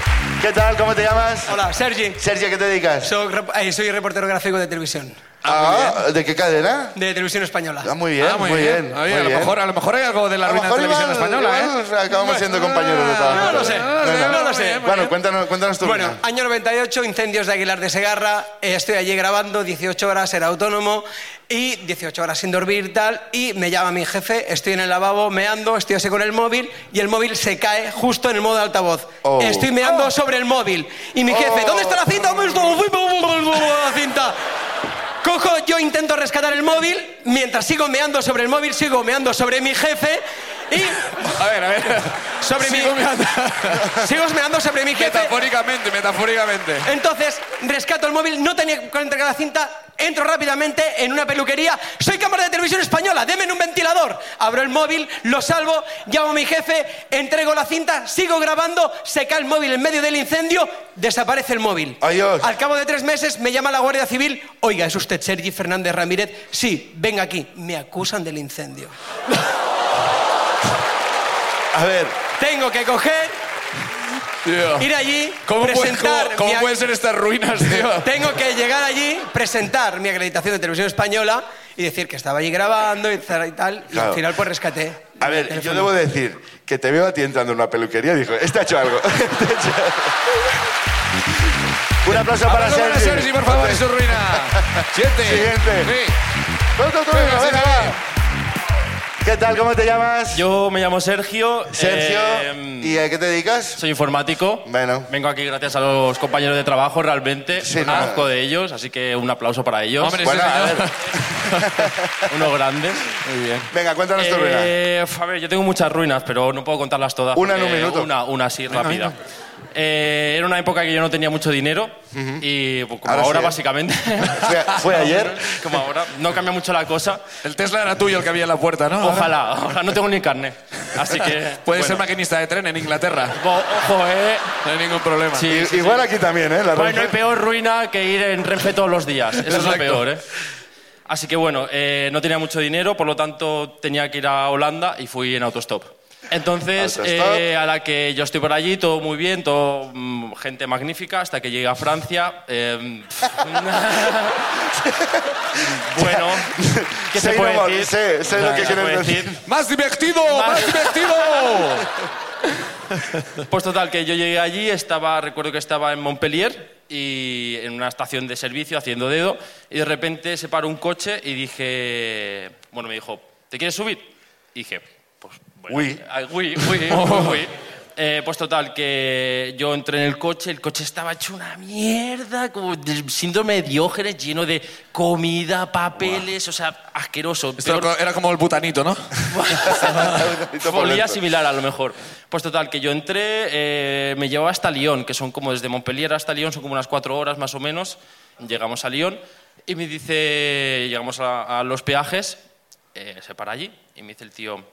Speaker 2: ¿Qué tal? ¿cómo te llamas?
Speaker 10: Hola, Sergi.
Speaker 2: Sergio, ¿qué te dedicas?
Speaker 10: Soy, rep- eh, soy reportero gráfico de televisión,
Speaker 2: Ah, ¿De qué cadena?
Speaker 10: de televisión española.
Speaker 2: Ah, muy bien,
Speaker 1: Ah,
Speaker 2: muy
Speaker 1: Oye,
Speaker 2: bien. muy
Speaker 1: a, lo
Speaker 2: bien.
Speaker 1: Mejor, a lo mejor hay algo de la
Speaker 2: A lo
Speaker 1: ruina de
Speaker 2: mejor
Speaker 1: televisión
Speaker 2: igual-
Speaker 1: española, ¿eh?
Speaker 2: igual Acabamos siendo compañeros de trabajo.
Speaker 10: No lo sé,
Speaker 2: Venga.
Speaker 10: no lo sé.
Speaker 2: Bueno, cuéntanos, cuéntanos tu
Speaker 10: Bueno,
Speaker 2: ruina.
Speaker 10: año 98, incendios de Aguilar de Segarra, eh, estoy allí grabando, 18 horas, era autónomo y 18 horas sin dormir y tal, y me llama mi jefe, estoy en el lavabo meando, estoy así con el móvil y el móvil se cae justo en el modo de altavoz.
Speaker 2: Oh.
Speaker 10: Estoy meando sobre el móvil y mi jefe,
Speaker 2: Oh.
Speaker 10: ¿dónde está la cinta? ¿Dónde está la cinta? Cojo, yo intento rescatar el móvil, mientras sigo meando sobre el móvil, sigo meando sobre mi jefe y
Speaker 1: A ver, a ver.
Speaker 10: sobre mi...
Speaker 1: Sigo mirando.
Speaker 10: sigo meando sobre mi jefe.
Speaker 1: Metafóricamente, metafóricamente.
Speaker 10: Entonces, rescato el móvil, no tenía que entregar la cinta, entro rápidamente en una peluquería, soy cámara de televisión española, deme en un ventilador. Abro el móvil, lo salvo, llamo a mi jefe, entrego la cinta, sigo grabando, se cae el móvil en medio del incendio, desaparece el móvil.
Speaker 2: Adiós.
Speaker 10: Al cabo de tres meses me llama la Guardia Civil, oiga, ¿es usted Sergi Fernández Ramírez? Sí, venga aquí, me acusan del incendio.
Speaker 2: A ver,
Speaker 10: Tengo que coger,
Speaker 1: Tío.
Speaker 10: ir allí,
Speaker 1: ¿Cómo, puede-
Speaker 10: presentar...
Speaker 1: cómo- cómo
Speaker 10: mi ac-
Speaker 1: pueden ser estas ruinas, tío?
Speaker 10: Tengo que llegar allí, presentar mi acreditación de televisión española y decir que estaba allí grabando y tal. Y, tal, y
Speaker 2: Claro.
Speaker 10: al final, pues rescaté.
Speaker 2: a
Speaker 10: el
Speaker 2: ver, yo
Speaker 10: teléfono.
Speaker 2: debo decir que te veo a ti entrando en una peluquería y dijo, este ha hecho algo. Este ha hecho algo. Un aplauso para
Speaker 1: Aplauso
Speaker 2: Sergi.
Speaker 1: Sergi, por favor, y su ruina. Siguiente.
Speaker 2: Siguiente.
Speaker 1: Sí.
Speaker 2: Ven tú, tú,
Speaker 1: Venga,
Speaker 2: venga, venga,
Speaker 1: Sergi.
Speaker 2: va. ¿Qué tal? ¿Cómo te llamas?
Speaker 11: Yo me llamo Sergio.
Speaker 2: Sergio.
Speaker 11: eh,
Speaker 2: ¿Y a qué te dedicas?
Speaker 11: soy informático.
Speaker 2: Bueno.
Speaker 11: Vengo aquí gracias a los compañeros de trabajo, realmente.
Speaker 2: Sí,
Speaker 11: Un
Speaker 2: nada.
Speaker 11: asco de ellos, así que un aplauso para ellos.
Speaker 1: Hombre,
Speaker 2: Bueno,
Speaker 1: sí,
Speaker 2: a
Speaker 1: señor.
Speaker 2: ver.
Speaker 11: Unos grandes. Muy bien.
Speaker 2: Venga, cuéntanos tu ruina.
Speaker 11: Eh, a ver, yo tengo muchas ruinas, pero no puedo contarlas todas.
Speaker 2: Una en un
Speaker 11: porque
Speaker 2: minuto.
Speaker 11: Una, una así, rápida. Eh, era una época que yo no tenía mucho dinero y pues, como
Speaker 2: Ahora
Speaker 11: ahora,
Speaker 2: sí, ¿eh?
Speaker 11: básicamente.
Speaker 2: [LAUGHS] Fue- fue ayer.
Speaker 11: como ahora. No cambia mucho la cosa.
Speaker 1: El Tesla era tuyo el que había en la puerta, ¿no?
Speaker 11: Ojalá, ahora no tengo ni carne. Así que.
Speaker 1: Puedes
Speaker 11: bueno.
Speaker 1: ser maquinista de tren en Inglaterra.
Speaker 11: Bo- Ojo, eh.
Speaker 1: No hay ningún problema.
Speaker 11: Sí, sí, sí.
Speaker 2: Igual aquí también, ¿eh? La
Speaker 11: Bueno, no hay
Speaker 2: Renfe.
Speaker 11: peor ruina que ir en Renfe todos los días. Eso es lo
Speaker 1: Exacto.
Speaker 11: peor, ¿eh? Así que bueno, eh, no tenía mucho dinero, por lo tanto tenía que ir a Holanda y fui en autostop. Entonces,
Speaker 2: Autostop.
Speaker 11: eh, a la que yo estoy por allí, todo muy bien, todo mm, gente magnífica, hasta que llegué a Francia. eh,
Speaker 2: [LAUGHS] [LAUGHS]
Speaker 11: bueno, ¿qué se
Speaker 2: Sé,
Speaker 11: puede
Speaker 2: no,
Speaker 11: decir?
Speaker 2: sé- sé lo
Speaker 11: ¿Qué
Speaker 2: que
Speaker 11: se
Speaker 2: quieres
Speaker 11: puede
Speaker 2: decir.
Speaker 1: ¡Más divertido! ¡Más divertido!
Speaker 11: [LAUGHS] Pues total, que yo llegué allí, estaba, recuerdo que estaba en Montpellier y en una estación de servicio haciendo dedo y de repente se paró un coche y dije, bueno, me dijo, ¿te quieres subir? Y dije, pues bueno,
Speaker 2: Uy.
Speaker 11: ah, uy,
Speaker 1: [LAUGHS]
Speaker 11: uy, uy, uy. Eh, pues total, que yo entré en el coche, el coche estaba hecho una mierda, como de síndrome de Diógenes, lleno de comida, papeles, o sea, asqueroso.
Speaker 1: Esto
Speaker 11: peor
Speaker 1: era co- era como el butanito, ¿no?
Speaker 11: Folía similar a lo mejor. Pues total, que yo entré, eh, me llevaba hasta Lyon, que son como desde Montpellier hasta Lyon, son como unas cuatro horas más o menos. Llegamos a Lyon y me dice, llegamos a, a los peajes, eh, se para allí y me dice el tío,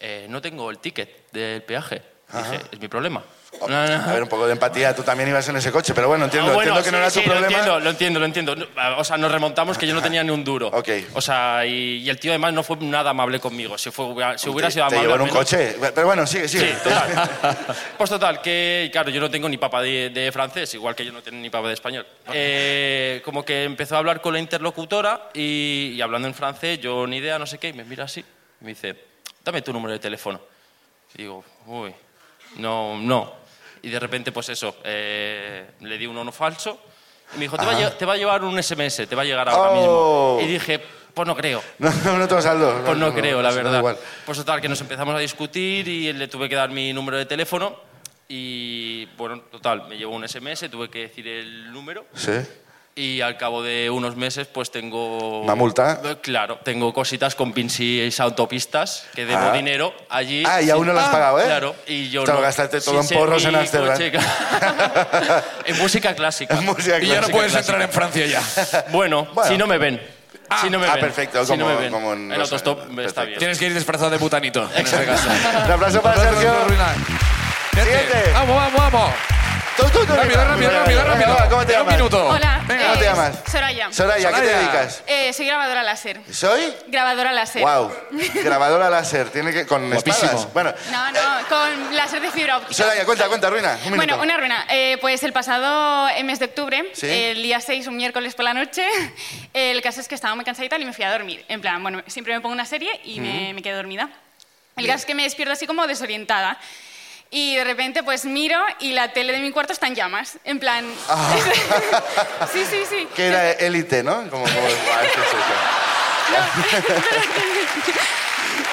Speaker 11: "Eh, no tengo el ticket del peaje. Dije, es mi problema. No, no.
Speaker 2: A ver, un poco de empatía. Tú también ibas en ese coche, pero bueno, entiendo,
Speaker 11: Ah, bueno,
Speaker 2: entiendo que no
Speaker 11: sí,
Speaker 2: era
Speaker 11: sí,
Speaker 2: tu problema.
Speaker 11: Lo entiendo, lo entiendo, lo entiendo. No, ah, O sea, nos remontamos que yo no tenía ni un duro.
Speaker 2: Ok.
Speaker 11: O sea, y, y el tío además no fue nada amable conmigo. Si, fue, si hubiera
Speaker 2: Te-
Speaker 11: sido
Speaker 2: te
Speaker 11: amable.
Speaker 2: llevó en
Speaker 11: al
Speaker 2: un
Speaker 11: menos-
Speaker 2: coche. Pero bueno, sigue, sigue.
Speaker 11: Sí, total. pues total, que y claro, yo no tengo ni papa de, de francés, igual que yo no tengo ni papa de español. Eh, como que empezó a hablar con la interlocutora y, y hablando en francés, yo ni idea, no sé qué, y me mira así. Y me dice, dame tu número de teléfono. Y digo, uy, no, no. Y de repente, pues eso, eh, le di un uno falso. Y me dijo, te va, a lle- te va a llevar un SMS, te va a llegar ahora
Speaker 2: Oh.
Speaker 11: mismo. Y dije, pues no creo.
Speaker 2: No, no tengo saldo.
Speaker 11: Pues no, creo, la
Speaker 2: no, da
Speaker 11: verdad.
Speaker 2: igual.
Speaker 11: Pues total, que nos empezamos a discutir y le tuve que dar mi número de teléfono. Y bueno, total, me llegó un SMS, tuve que decir el número.
Speaker 2: Sí.
Speaker 11: Y al cabo de unos meses, pues tengo.
Speaker 2: ¿Una multa?
Speaker 11: Eh, Claro, tengo cositas con pinches autopistas que debo
Speaker 2: Ah.
Speaker 11: dinero allí.
Speaker 2: Ah, y aún no lo has
Speaker 11: Ah,
Speaker 2: pagado, ¿eh?
Speaker 11: Claro, y yo.
Speaker 2: Te lo
Speaker 11: no.
Speaker 2: gastaste todo en
Speaker 11: sé,
Speaker 2: porros en
Speaker 11: mi
Speaker 2: Ámsterdam.
Speaker 11: coche-
Speaker 2: [LAUGHS]
Speaker 11: en música clásica.
Speaker 2: En música
Speaker 1: Y ya no
Speaker 2: clásica.
Speaker 1: puedes entrar en Francia ya.
Speaker 2: [LAUGHS]
Speaker 11: Bueno,
Speaker 2: Bueno.
Speaker 11: si no me ven. si no me
Speaker 2: ah,
Speaker 11: ven.
Speaker 2: perfecto,
Speaker 11: Si no
Speaker 2: como-
Speaker 11: me ven.
Speaker 2: como en
Speaker 11: en,
Speaker 2: los-
Speaker 11: autostop está
Speaker 2: perfecto.
Speaker 11: bien.
Speaker 1: Tienes que ir disfrazado de butanito. En este caso.
Speaker 2: Un aplauso para
Speaker 1: Aplausos
Speaker 2: Sergio.
Speaker 1: de ruina.
Speaker 2: Siguiente.
Speaker 1: Vamos, vamos, vamos.
Speaker 2: Tú, tú, tú,
Speaker 1: Rápido,
Speaker 2: venga,
Speaker 1: rápido,
Speaker 2: venga,
Speaker 1: rápido,
Speaker 2: venga,
Speaker 1: rápido.
Speaker 2: va, ¿Cómo te
Speaker 1: En un
Speaker 2: llamas?
Speaker 1: minuto.
Speaker 12: Hola.
Speaker 1: Venga,
Speaker 12: eh,
Speaker 2: ¿cómo te llamas?
Speaker 12: Soraya.
Speaker 2: Soraya, ¿a qué te
Speaker 1: Soraya.
Speaker 2: dedicas?
Speaker 12: Eh, soy grabadora láser.
Speaker 2: ¿Soy?
Speaker 12: Grabadora láser. [LAUGHS]
Speaker 2: Wow. Grabadora láser. Tiene que... Con
Speaker 1: Guapísimo.
Speaker 2: espadas. Bueno,
Speaker 12: No, no, con láser de fibra óptica.
Speaker 2: Soraya, cuenta, cuenta, ruina. Un minuto.
Speaker 12: Bueno, una ruina. Eh, pues el pasado eh, mes de octubre,
Speaker 2: Sí.
Speaker 12: el día 6, un miércoles por la noche, [LAUGHS] el caso es que estaba muy cansadita y me fui a dormir. En plan, bueno, siempre me pongo una serie y
Speaker 2: Mm.
Speaker 12: me, me quedo dormida. El caso es que me despierto así como desorientada. Y de repente pues miro y la tele de mi cuarto está en llamas. En plan... sí, sí, sí.
Speaker 2: Ah. [LAUGHS] Que era élite, ¿no? Como...
Speaker 12: [LAUGHS]
Speaker 2: como- Ah, sí, sí, sí.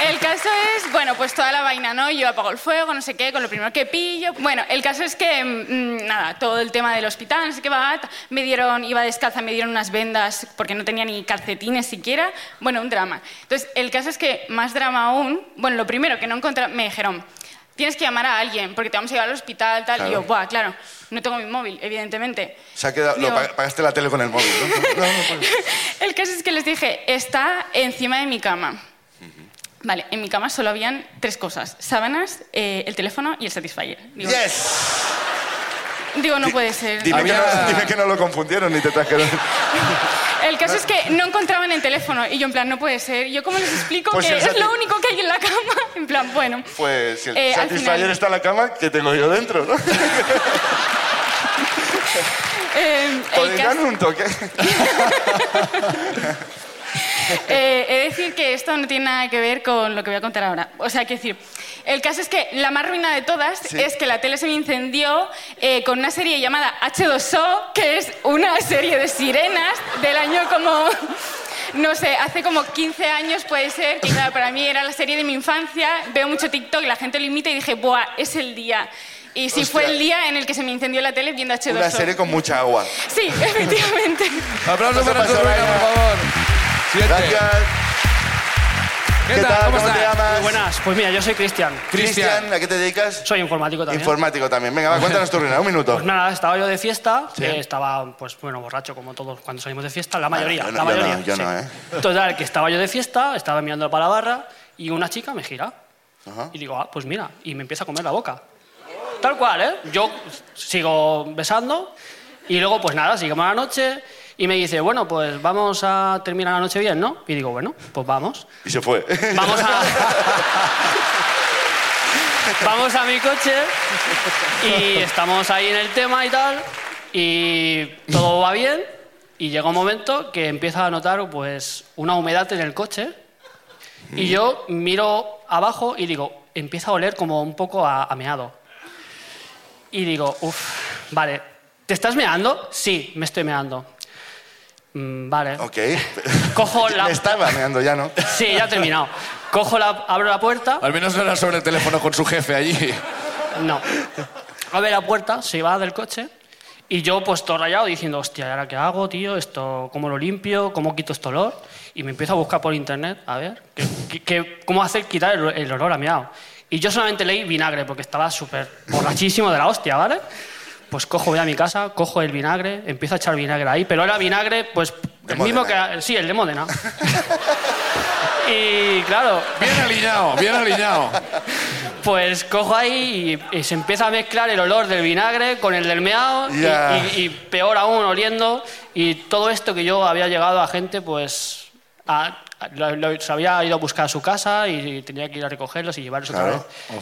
Speaker 12: El caso es, bueno, pues toda la vaina, ¿no? Yo apago el fuego, no sé qué, con lo primero que pillo. Bueno, el caso es que, mm, nada, todo el tema del hospital, no sé qué va, ta- me dieron, iba descalza, me dieron unas vendas porque no tenía ni calcetines siquiera. Bueno, un drama. Entonces, el caso es que, más drama aún, bueno, lo primero que no encontré, me dijeron, tienes que llamar a alguien porque te vamos a llevar al hospital, tal. Y yo, buah, claro, no tengo mi móvil, evidentemente.
Speaker 2: Se ha quedado... Lo,
Speaker 12: Digo-
Speaker 2: pag- pagaste la tele con el
Speaker 12: [LAUGHS]
Speaker 2: móvil, ¿no? No, no, pues-
Speaker 12: El caso es que les dije, está encima de mi cama. Vale, en mi cama solo habían tres cosas: sábanas, eh, el teléfono y el Satisfyer. Digo,
Speaker 2: ¡Yes!
Speaker 12: digo, no puede ser.
Speaker 2: Dime, que
Speaker 1: Había-
Speaker 2: no, [LAUGHS] dime que no lo confundieron ni te trajeron...
Speaker 12: El caso es que no encontraban el teléfono y yo en plan, no puede ser. Yo cómo les explico
Speaker 2: Pues
Speaker 12: que
Speaker 2: el
Speaker 12: es
Speaker 2: sati-
Speaker 12: lo único que hay en la cama. [LAUGHS] En plan, bueno.
Speaker 2: Pues si el
Speaker 12: Eh, al
Speaker 2: Satisfyer
Speaker 12: final-
Speaker 2: está en la cama, que tengo yo dentro, ¿no?
Speaker 12: eh, el
Speaker 2: ¿Podéis
Speaker 12: caso-
Speaker 2: darme un toque?
Speaker 12: [LAUGHS] Eh, he de decir que esto no tiene nada que ver con lo que voy a contar ahora. O sea, que decir, el caso es que la más ruina de todas es que la tele se me incendió eh, con una serie llamada H2O, que es una serie de sirenas del año como... No sé, hace como 15 años puede ser, que claro, para mí era la serie de mi infancia, veo mucho TikTok, la gente lo imita y dije, ¡buah, es el día! Y sí fue
Speaker 2: Ostras.
Speaker 12: el día en el que se me incendió la tele viendo H2O.
Speaker 2: Una serie con mucha agua.
Speaker 12: Sí, [LAUGHS] efectivamente.
Speaker 1: Aplausos para Sergio Ruina, por
Speaker 2: Aplausos para Soraya.
Speaker 1: favor. Siguiente.
Speaker 2: Gracias.
Speaker 1: ¿Qué tal? ¿Cómo
Speaker 2: te
Speaker 1: estás?
Speaker 2: llamas?
Speaker 13: Muy buenas, pues mira, yo soy Cristian.
Speaker 1: Cristian.
Speaker 2: Cristian, ¿a qué te dedicas?
Speaker 13: Soy informático también.
Speaker 2: Informático también. Venga, va, cuéntanos tu ruina, un minuto.
Speaker 13: pues nada, estaba yo de fiesta, eh, estaba, pues bueno, borracho como todos cuando salimos de fiesta, la mayoría,
Speaker 2: Ah, yo no-
Speaker 13: la
Speaker 2: yo no,
Speaker 13: mayoría.
Speaker 2: yo no, ¿eh?
Speaker 13: Total, que estaba yo de fiesta, estaba mirando para la barra y una chica me gira. Y digo, ah, pues mira, y me empieza a comer la boca. Tal cual, ¿eh? Yo sigo besando y luego, pues nada, seguimos la noche Y me dice, bueno, pues vamos a terminar la noche bien, ¿no? Y digo, bueno, pues vamos.
Speaker 2: Y se fue.
Speaker 13: Vamos a. Vamos a mi coche y estamos ahí en el tema y tal. Y todo va bien. Y llega un momento que empieza a notar pues una humedad en el coche. Y yo miro abajo y digo, empieza a oler como un poco a, a meado. Y digo, uff, vale. ¿Te estás meando? Sí, me estoy meando. Mm, vale.
Speaker 2: Ok.
Speaker 13: Cojo la.
Speaker 2: Me estaba meando ya, ¿no?
Speaker 13: Sí, ya he terminado. Cojo la, abro la puerta.
Speaker 1: Al menos no era sobre el teléfono con su jefe allí.
Speaker 13: No. Abre la puerta, se va del coche y yo pues todo rayado diciendo, hostia, ¿y ahora qué hago, tío? Esto, ¿Cómo lo limpio? ¿Cómo quito este olor? Y me empiezo a buscar por internet, a ver, ¿qué, qué- qué- cómo hacer quitar el, el olor a meado? Y yo solamente leí vinagre porque estaba súper borrachísimo de la hostia, ¿vale? Pues cojo, voy a mi casa, cojo el vinagre, empiezo a echar vinagre ahí, pero era vinagre, pues, el mismo que... Sí, el
Speaker 1: [LAUGHS]
Speaker 13: de Módena. y claro...
Speaker 1: Bien alineado, bien alineado.
Speaker 13: Pues cojo ahí y, y se empieza a mezclar el olor del vinagre con el del meao y-
Speaker 1: Ya.
Speaker 13: y, y peor aún oliendo y todo esto que yo había llegado a gente pues a- a- lo- lo- se había ido a buscar a su casa y, tenía que ir a recogerlos y llevarlos otra vez.
Speaker 2: Claro.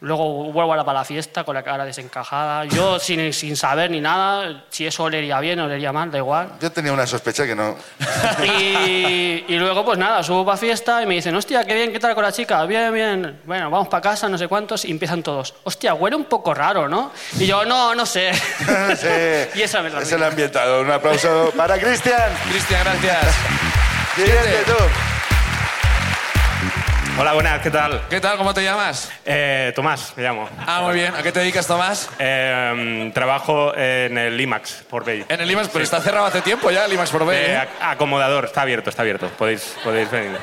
Speaker 13: Luego vuelvo a la, para la fiesta con la cara desencajada, yo sin, sin saber ni nada, si eso olería bien o olería mal, da igual.
Speaker 2: [LAUGHS] Yo tenía una sospecha que no. [LAUGHS]
Speaker 13: Y, y luego, pues nada, subo para fiesta y me dicen, hostia, qué bien, ¿qué tal con la chica? Bien, bien. Bueno, vamos para casa, no sé cuántos, y empiezan todos. Hostia, huele un poco raro, ¿no? Y yo, no, no sé.
Speaker 2: Sí.
Speaker 13: y esa me la
Speaker 2: Es el ambientador. Un aplauso para Cristian.
Speaker 14: Cristian, gracias.
Speaker 2: Siguiente, tú.
Speaker 14: Hola, buenas, ¿qué tal?
Speaker 1: ¿Qué tal? ¿Cómo te llamas?
Speaker 14: Eh, Tomás, me llamo. Em,
Speaker 1: Ah, muy bien. ¿A qué te dedicas, Tomás?
Speaker 14: trabajo en el IMAX por Bell.
Speaker 1: En el IMAX, pero está cerrado hace tiempo ya el IMAX por Bell, ¿eh?
Speaker 14: acomodador, está abierto, está abierto. Podéis, podéis venir.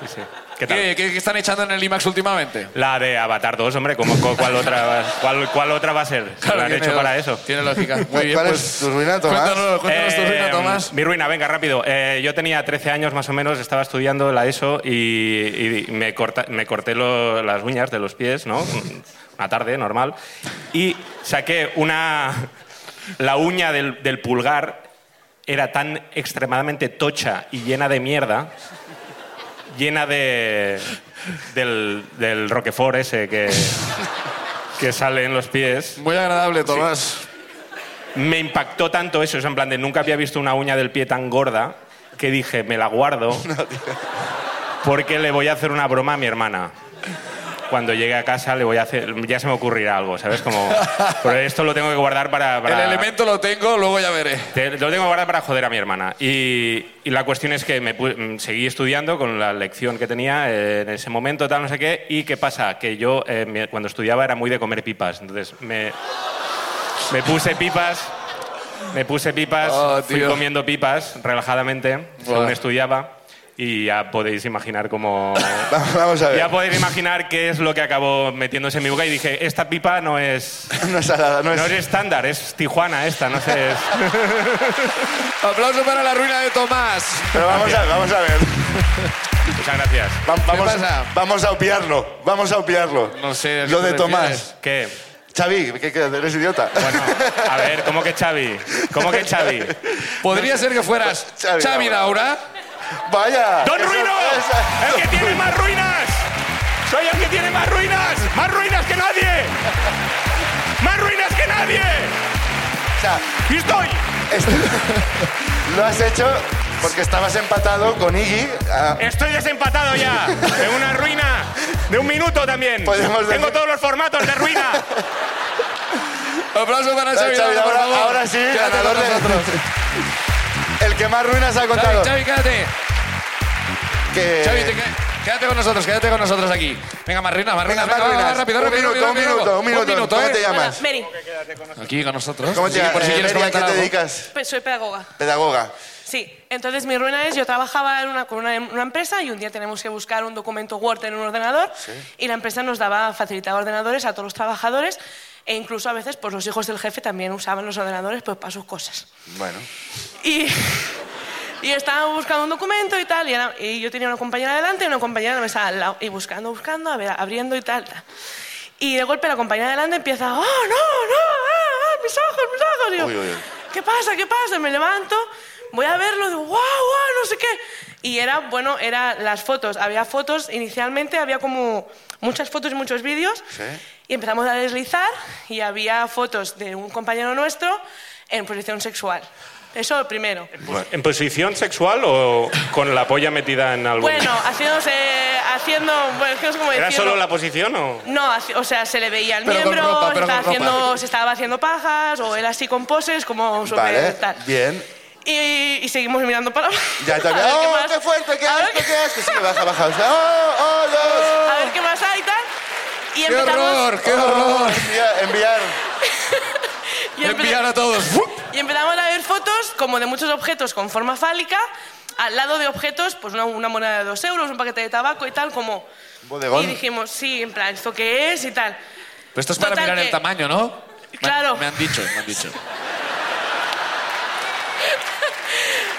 Speaker 14: Sí, sí. ¿Qué tal?
Speaker 1: ¿Qué, qué- qué están echando en el
Speaker 14: [LAUGHS]
Speaker 1: IMAX últimamente?
Speaker 14: La de Avatar 2, hombre, ¿cómo, cu- cuál, otra, va- cuál, cuál otra va a ser? Si
Speaker 1: Claro,
Speaker 14: lo han
Speaker 1: tiene
Speaker 14: hecho
Speaker 1: dos.
Speaker 14: para eso.
Speaker 1: Tiene lógica. Muy bien,
Speaker 14: ¿Cuál
Speaker 1: pues,
Speaker 14: es
Speaker 2: tu ruina, Tomás?
Speaker 1: Cuéntanos, cuéntanos tu ruina,
Speaker 14: Eh,
Speaker 1: Tomás.
Speaker 14: Mi ruina, venga, rápido. Eh, yo tenía 13 años más o menos, estaba estudiando la ESO y, y me, corta- me corté lo- las uñas de los pies, ¿no? [LAUGHS] Una tarde, normal. Y saqué una... La uña del, del pulgar era tan extremadamente tocha y llena de mierda, llena de... del, del roquefort ese que, que sale en los pies.
Speaker 1: Muy agradable, Tomás.
Speaker 14: Me impactó tanto eso, es en plan de nunca había visto una uña del pie tan gorda que dije, me la guardo porque le voy a hacer una broma a mi hermana. Cuando llegue a casa le voy a hacer, ya se me ocurrirá algo, ¿sabes? Como, pero esto lo tengo que guardar para... para-
Speaker 1: El elemento lo tengo, luego ya veré.
Speaker 14: te- lo tengo que guardar para joder a mi hermana. Y, y la cuestión es que me pu- mm, seguí estudiando con la lección que tenía eh, en ese momento, tal, no sé qué. ¿Y qué pasa? Que yo eh, me- cuando estudiaba era muy de comer pipas. Entonces me, me puse pipas, me puse pipas,
Speaker 1: Oh,
Speaker 14: fui
Speaker 1: tío.
Speaker 14: comiendo pipas relajadamente según
Speaker 1: Buah.
Speaker 14: estudiaba. Y ya podéis imaginar
Speaker 2: [LAUGHS]
Speaker 14: cómo...
Speaker 2: Vamos a ver.
Speaker 14: Ya podéis imaginar qué es lo que acabó metiéndose en mi boca y dije, esta pipa no es...
Speaker 2: [LAUGHS] No es salada, no
Speaker 14: No
Speaker 2: es-
Speaker 14: es estándar, es Tijuana esta, no sé... es-
Speaker 1: Aplauso para la ruina de Tomás.
Speaker 2: Pero vamos a, vamos a ver.
Speaker 14: Muchas gracias.
Speaker 2: Va- vamos,
Speaker 1: pasa?
Speaker 2: vamos a opiarlo. Vamos a opiarlo.
Speaker 1: No sé. ¿a qué
Speaker 2: Lo
Speaker 1: te
Speaker 2: de
Speaker 1: refieres?
Speaker 2: Tomás.
Speaker 14: ¿Qué?
Speaker 2: Xavi, ¿qué, qué- eres idiota?
Speaker 14: Bueno, a ver, ¿cómo que Xavi? ¿Cómo que Xavi?
Speaker 1: Podría ser que fueras
Speaker 2: [LAUGHS] Pues, Xavi
Speaker 1: Xavi Laura.
Speaker 2: Vaya.
Speaker 14: ¡Don
Speaker 2: qué
Speaker 14: Ruino!
Speaker 2: sorpresa.
Speaker 14: ¡El que tiene más ruinas! ¡Soy el que tiene más ruinas! ¡Más ruinas que nadie! ¡Más ruinas que nadie!
Speaker 2: O sea, este,
Speaker 14: ¡Y estoy!
Speaker 2: [LAUGHS] lo has hecho porque estabas empatado con Iggy. Ah,
Speaker 14: Estoy desempatado ya de una ruina de un minuto también.
Speaker 2: Podemos decir-
Speaker 14: Tengo todos los formatos de ruina.
Speaker 1: Aplauso para Xavi,
Speaker 2: Xavi,
Speaker 1: Laura, por
Speaker 2: ahora,
Speaker 1: favor.
Speaker 2: ahora sí,
Speaker 1: Quédate con
Speaker 2: ganador de
Speaker 1: nosotros.
Speaker 2: El que más ruinas ha contado.
Speaker 1: Xavi, Xavi, quédate.
Speaker 2: que...
Speaker 1: Xavi, te queda- quédate con nosotros, quédate con nosotros aquí. Venga, más ruinas, más
Speaker 2: Venga,
Speaker 1: ruinas.
Speaker 2: más
Speaker 1: venga, va,
Speaker 2: ruinas.
Speaker 1: Rápido,
Speaker 2: Un
Speaker 1: rápido,
Speaker 2: minuto,
Speaker 1: rápido,
Speaker 2: un
Speaker 1: rápido.
Speaker 2: minuto, un minuto. ¿Cómo
Speaker 1: ¿eh?
Speaker 2: te llamas?
Speaker 15: Mary,
Speaker 1: Aquí con nosotros.
Speaker 2: ¿Cómo te
Speaker 1: Sí,
Speaker 2: llamas?
Speaker 1: Por si
Speaker 2: Eh,
Speaker 1: quieres
Speaker 2: Mary, ¿a qué
Speaker 1: comentar
Speaker 2: te
Speaker 1: algo.
Speaker 2: dedicas?
Speaker 15: pues soy pedagoga.
Speaker 2: Pedagoga.
Speaker 15: Sí, entonces mi ruina es, yo trabajaba en una, con una, una empresa y un día tenemos que buscar un documento Word en un ordenador y la empresa nos daba, facilitaba ordenadores a todos los trabajadores e incluso a veces pues los hijos del jefe también usaban los ordenadores pues para sus cosas.
Speaker 2: Bueno.
Speaker 15: Y, y estaba buscando un documento y tal, y, era- y yo tenía una compañera delante y una compañera en la mesa al lado, y buscando, buscando, a ver, abriendo y tal. tal. Y de golpe la compañera delante empieza, ¡oh, no, no! ¡Ah, ah, mis ojos, mis ojos! Y yo,
Speaker 2: Uy, uy, uy.
Speaker 15: ¿Qué pasa? ¿Qué pasa? Me levanto, voy a verlo, digo, guau, guau, no sé qué. Y era, bueno, eran las fotos. Había fotos, inicialmente había como muchas fotos y muchos vídeos. Y empezamos a deslizar y había fotos de un compañero nuestro en posición sexual. Eso primero.
Speaker 14: ¿En posición sexual o con la polla metida en algo?
Speaker 15: Bueno, haciéndose, haciendo, bueno, es que no sé cómo
Speaker 14: ¿Era
Speaker 15: decirlo.
Speaker 14: solo la posición o...?
Speaker 15: No, hace- o sea, se le veía el
Speaker 14: Pero con
Speaker 15: miembro,
Speaker 14: ropa,
Speaker 15: se,
Speaker 14: pero
Speaker 15: estaba
Speaker 14: con ropa.
Speaker 15: haciendo, se estaba haciendo pajas o él así con poses, como súper
Speaker 2: Vale,
Speaker 15: tal.
Speaker 2: bien.
Speaker 15: Y, y seguimos mirando para abajo.
Speaker 2: Ya te
Speaker 15: [LAUGHS] A ver qué
Speaker 2: ¡Oh,
Speaker 15: más.
Speaker 2: qué fuerte! ¡Qué asco! ¡Qué asco! Sí, baja, baja. O sea, ¡Oh, oh, Dios!
Speaker 15: A ver qué más hay y tal. Y
Speaker 2: ¡Qué
Speaker 15: empezamos, Oh,
Speaker 2: horror! ¡Qué horror! Enviar, enviar.
Speaker 15: [LAUGHS] y empe-
Speaker 2: enviar a todos.
Speaker 15: Y empezamos a ver fotos como de muchos objetos con forma fálica, al lado de objetos, pues una, una moneda de dos euros, un paquete de tabaco y tal, como...
Speaker 1: bodegón.
Speaker 15: Y dijimos, sí, en plan, ¿esto qué es? Y tal.
Speaker 1: Pero esto es para
Speaker 15: Total
Speaker 1: mirar
Speaker 15: que-
Speaker 1: el tamaño, ¿no? Me-
Speaker 15: Claro.
Speaker 1: Me, han dicho, me han dicho.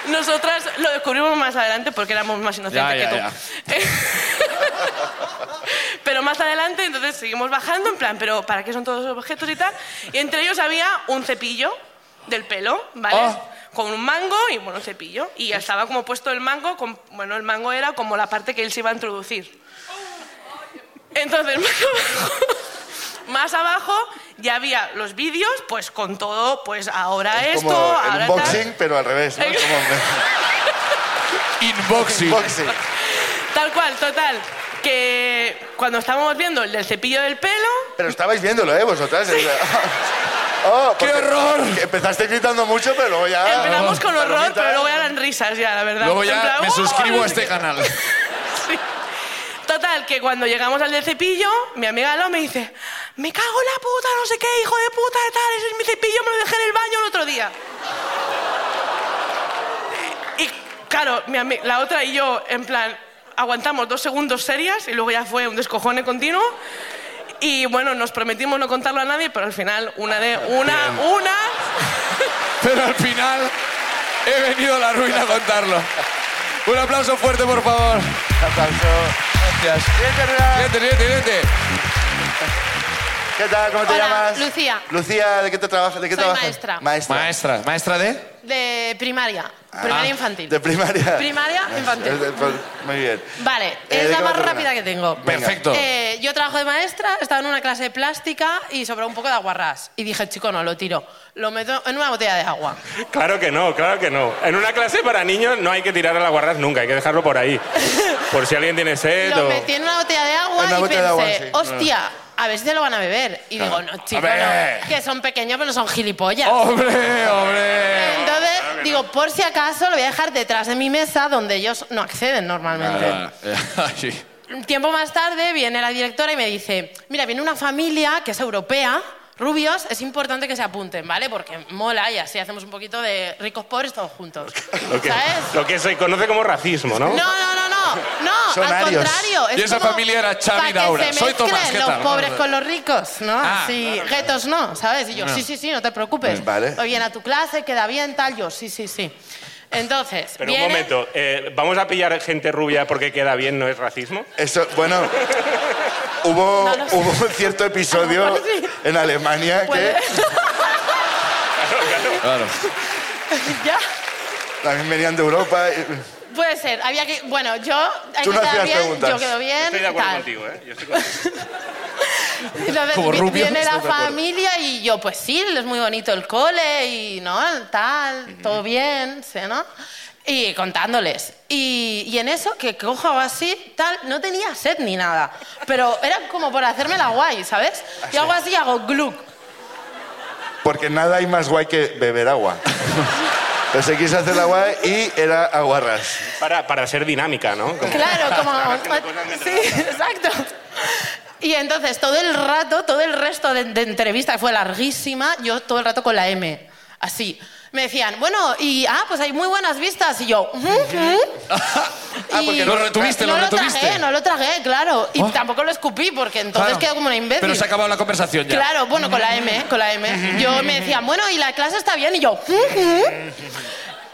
Speaker 15: Nosotras lo descubrimos más adelante porque éramos más inocentes que tú. Pero más adelante, entonces seguimos bajando, en plan, pero ¿para qué son todos esos objetos y tal? Y entre ellos había un cepillo del pelo, ¿vale?
Speaker 2: Oh.
Speaker 15: Con un mango y, bueno, un cepillo. Y ya estaba como puesto el mango, con- bueno, el mango era como la parte que él se iba a introducir. Entonces, [LAUGHS] más abajo, más abajo ya había los vídeos, pues con todo, pues ahora
Speaker 2: Es
Speaker 15: esto,
Speaker 2: como el
Speaker 15: ahora tal.
Speaker 2: unboxing, pero al
Speaker 15: [LAUGHS]
Speaker 2: revés. ¿no? Es como- Unboxing.
Speaker 15: Tal cual, total. Que cuando estábamos viendo el del cepillo del pelo,
Speaker 2: Pero estabais viéndolo, ¿eh? Vosotras.
Speaker 15: [LAUGHS]
Speaker 2: Oh, ¡Qué horror! Empezaste gritando mucho, pero luego ya...
Speaker 15: empezamos con horror,
Speaker 2: Palomita.
Speaker 15: pero luego ya eran risas, ya, la verdad.
Speaker 1: Ah, Luego
Speaker 15: En
Speaker 1: ya
Speaker 15: plan,
Speaker 1: me
Speaker 15: ¡oh!
Speaker 1: suscribo a este canal.
Speaker 15: Total, que cuando llegamos al del cepillo, mi amiga Alo me dice, me cago en la puta, no sé qué, hijo de puta, de tal, ese es mi cepillo, me lo dejé en el baño el otro día. Y claro, mi ami- la otra y yo, en plan, aguantamos dos segundos serias y luego ya fue un descojone continuo. Y bueno, nos prometimos no contarlo a nadie, pero al final, una de una,
Speaker 1: Bien.
Speaker 15: una,
Speaker 1: Pero al final he venido a la ruina a contarlo. Un aplauso fuerte, por favor.
Speaker 2: aplauso. Gracias.
Speaker 1: Siguiente, siguiente, siguiente.
Speaker 2: ¿eh? ¿Qué tal? ¿Cómo te
Speaker 16: Hola,
Speaker 2: llamas?
Speaker 16: Lucía.
Speaker 2: Lucía, ¿de qué te trabajas? ¿De qué
Speaker 16: Soy
Speaker 2: trabajas?
Speaker 16: maestra.
Speaker 2: Maestra. Ah.
Speaker 1: Maestra. ¿Maestra de?
Speaker 16: De primaria. Primaria infantil.
Speaker 2: De primaria.
Speaker 16: Primaria
Speaker 2: Es de-
Speaker 16: infantil.
Speaker 2: Muy bien.
Speaker 16: Vale,
Speaker 2: Eh,
Speaker 16: es
Speaker 2: ¿de
Speaker 16: la
Speaker 2: qué
Speaker 16: más
Speaker 2: vas a
Speaker 16: rápida
Speaker 2: hablar?
Speaker 16: que tengo.
Speaker 2: Venga. Perfecto.
Speaker 16: Eh, yo trabajo de maestra, estaba en una clase de plástica y sobró un poco de aguarrás. Y dije, chico, no, lo tiro. Lo meto en una botella de agua.
Speaker 14: Claro que no, claro que no. En una clase para niños no hay que tirar a la guarras nunca, hay que dejarlo por ahí. Por si alguien tiene sed
Speaker 16: Lo
Speaker 14: o...
Speaker 16: metí en una botella de agua
Speaker 14: En una
Speaker 16: y pensé,
Speaker 14: botella de agua, sí. Ah.
Speaker 16: hostia, a ver si te lo van a beber. Y
Speaker 14: Claro.
Speaker 16: digo, no, chico,
Speaker 14: A ver.
Speaker 16: no, que son pequeños, pero no son gilipollas.
Speaker 1: ¡Hombre, hombre!
Speaker 16: Entonces,
Speaker 1: que
Speaker 16: digo, por si acaso lo voy a dejar detrás de mi mesa donde ellos no acceden normalmente.
Speaker 1: Ah, Sí.
Speaker 16: Un tiempo más tarde viene la directora y me dice, mira, viene una familia que es europea, rubios, es importante que se apunten, ¿vale? Porque mola y así hacemos un poquito de ricos pobres todos juntos.
Speaker 14: Lo que,
Speaker 16: ¿Sabes?
Speaker 14: lo que se conoce como racismo, [LAUGHS] ¿no?
Speaker 16: No, no, no, no, no,
Speaker 14: Son
Speaker 16: al
Speaker 14: arios.
Speaker 16: contrario. es
Speaker 14: Y esa
Speaker 16: como
Speaker 14: familia era Xavi
Speaker 16: pa' que
Speaker 14: Daura.
Speaker 16: se
Speaker 14: Soy Tomás,
Speaker 16: mezclen
Speaker 14: ¿qué
Speaker 16: los
Speaker 14: tal?
Speaker 16: pobres con los ricos, ¿no?
Speaker 14: Ah,
Speaker 16: así,
Speaker 14: claro.
Speaker 16: guetos no, ¿sabes? Y yo,
Speaker 14: No.
Speaker 16: sí, sí, sí, no te preocupes.
Speaker 14: Vale.
Speaker 16: Hoy viene a tu clase, queda bien, tal, yo, sí, sí, sí. Entonces,
Speaker 14: Pero
Speaker 16: viene-
Speaker 14: un momento, eh, ¿vamos a pillar gente rubia porque queda bien, no es racismo?
Speaker 2: Eso, bueno,
Speaker 16: [LAUGHS]
Speaker 2: hubo,
Speaker 14: No lo sé.
Speaker 2: hubo un cierto episodio en Alemania que...
Speaker 1: Claro.
Speaker 16: [LAUGHS] ya.
Speaker 2: También venían de Europa. y-
Speaker 16: Puede ser, había que. Bueno, yo. Hay
Speaker 2: Tú
Speaker 16: que
Speaker 2: no
Speaker 16: quedar
Speaker 2: hacías
Speaker 16: bien,
Speaker 2: preguntas.
Speaker 16: Yo quedo bien.
Speaker 2: Estoy de acuerdo
Speaker 16: tal.
Speaker 2: contigo,
Speaker 14: ¿eh?
Speaker 16: [LAUGHS] Entonces,
Speaker 2: Como
Speaker 16: vi-
Speaker 2: rubio, [LAUGHS]
Speaker 16: viene
Speaker 2: estoy
Speaker 16: la
Speaker 2: de acuerdo.
Speaker 16: familia y yo, pues sí, es muy bonito el cole y, ¿no? Tal, todo bien, ¿sí, ¿no? Y contándoles. Y, y en eso, que cojo así, tal, no tenía sed ni nada. Pero era como por hacerme la guay, ¿sabes?
Speaker 2: Ah,
Speaker 16: Y hago así y hago gluck.
Speaker 2: Porque nada hay más guay que beber
Speaker 16: [LAUGHS]
Speaker 2: agua. Pero se quiso hacer la guay y era aguarras.
Speaker 14: Para, para ser dinámica, ¿no? Como-
Speaker 16: Claro, como... Sí, exacto. Y entonces todo el rato, todo el resto de, de entrevista, que fue larguísima, yo todo el rato con la M, así. Me decían, bueno, y, ah, pues hay muy buenas vistas. Y yo, "Ujú, ujú".
Speaker 1: [LAUGHS] Ah, porque
Speaker 16: Y-
Speaker 1: lo retuviste,
Speaker 16: no
Speaker 1: lo
Speaker 16: lo
Speaker 1: retuviste. Oh.
Speaker 16: tragué, no lo tragué, claro. Y tampoco lo escupí, porque entonces
Speaker 1: Claro.
Speaker 16: quedó como una imbécil.
Speaker 1: Pero se ha acabado la conversación ya.
Speaker 16: Claro, bueno, con la M, con la M. Yo me decían, bueno, y la clase está bien, y yo, "Ujú".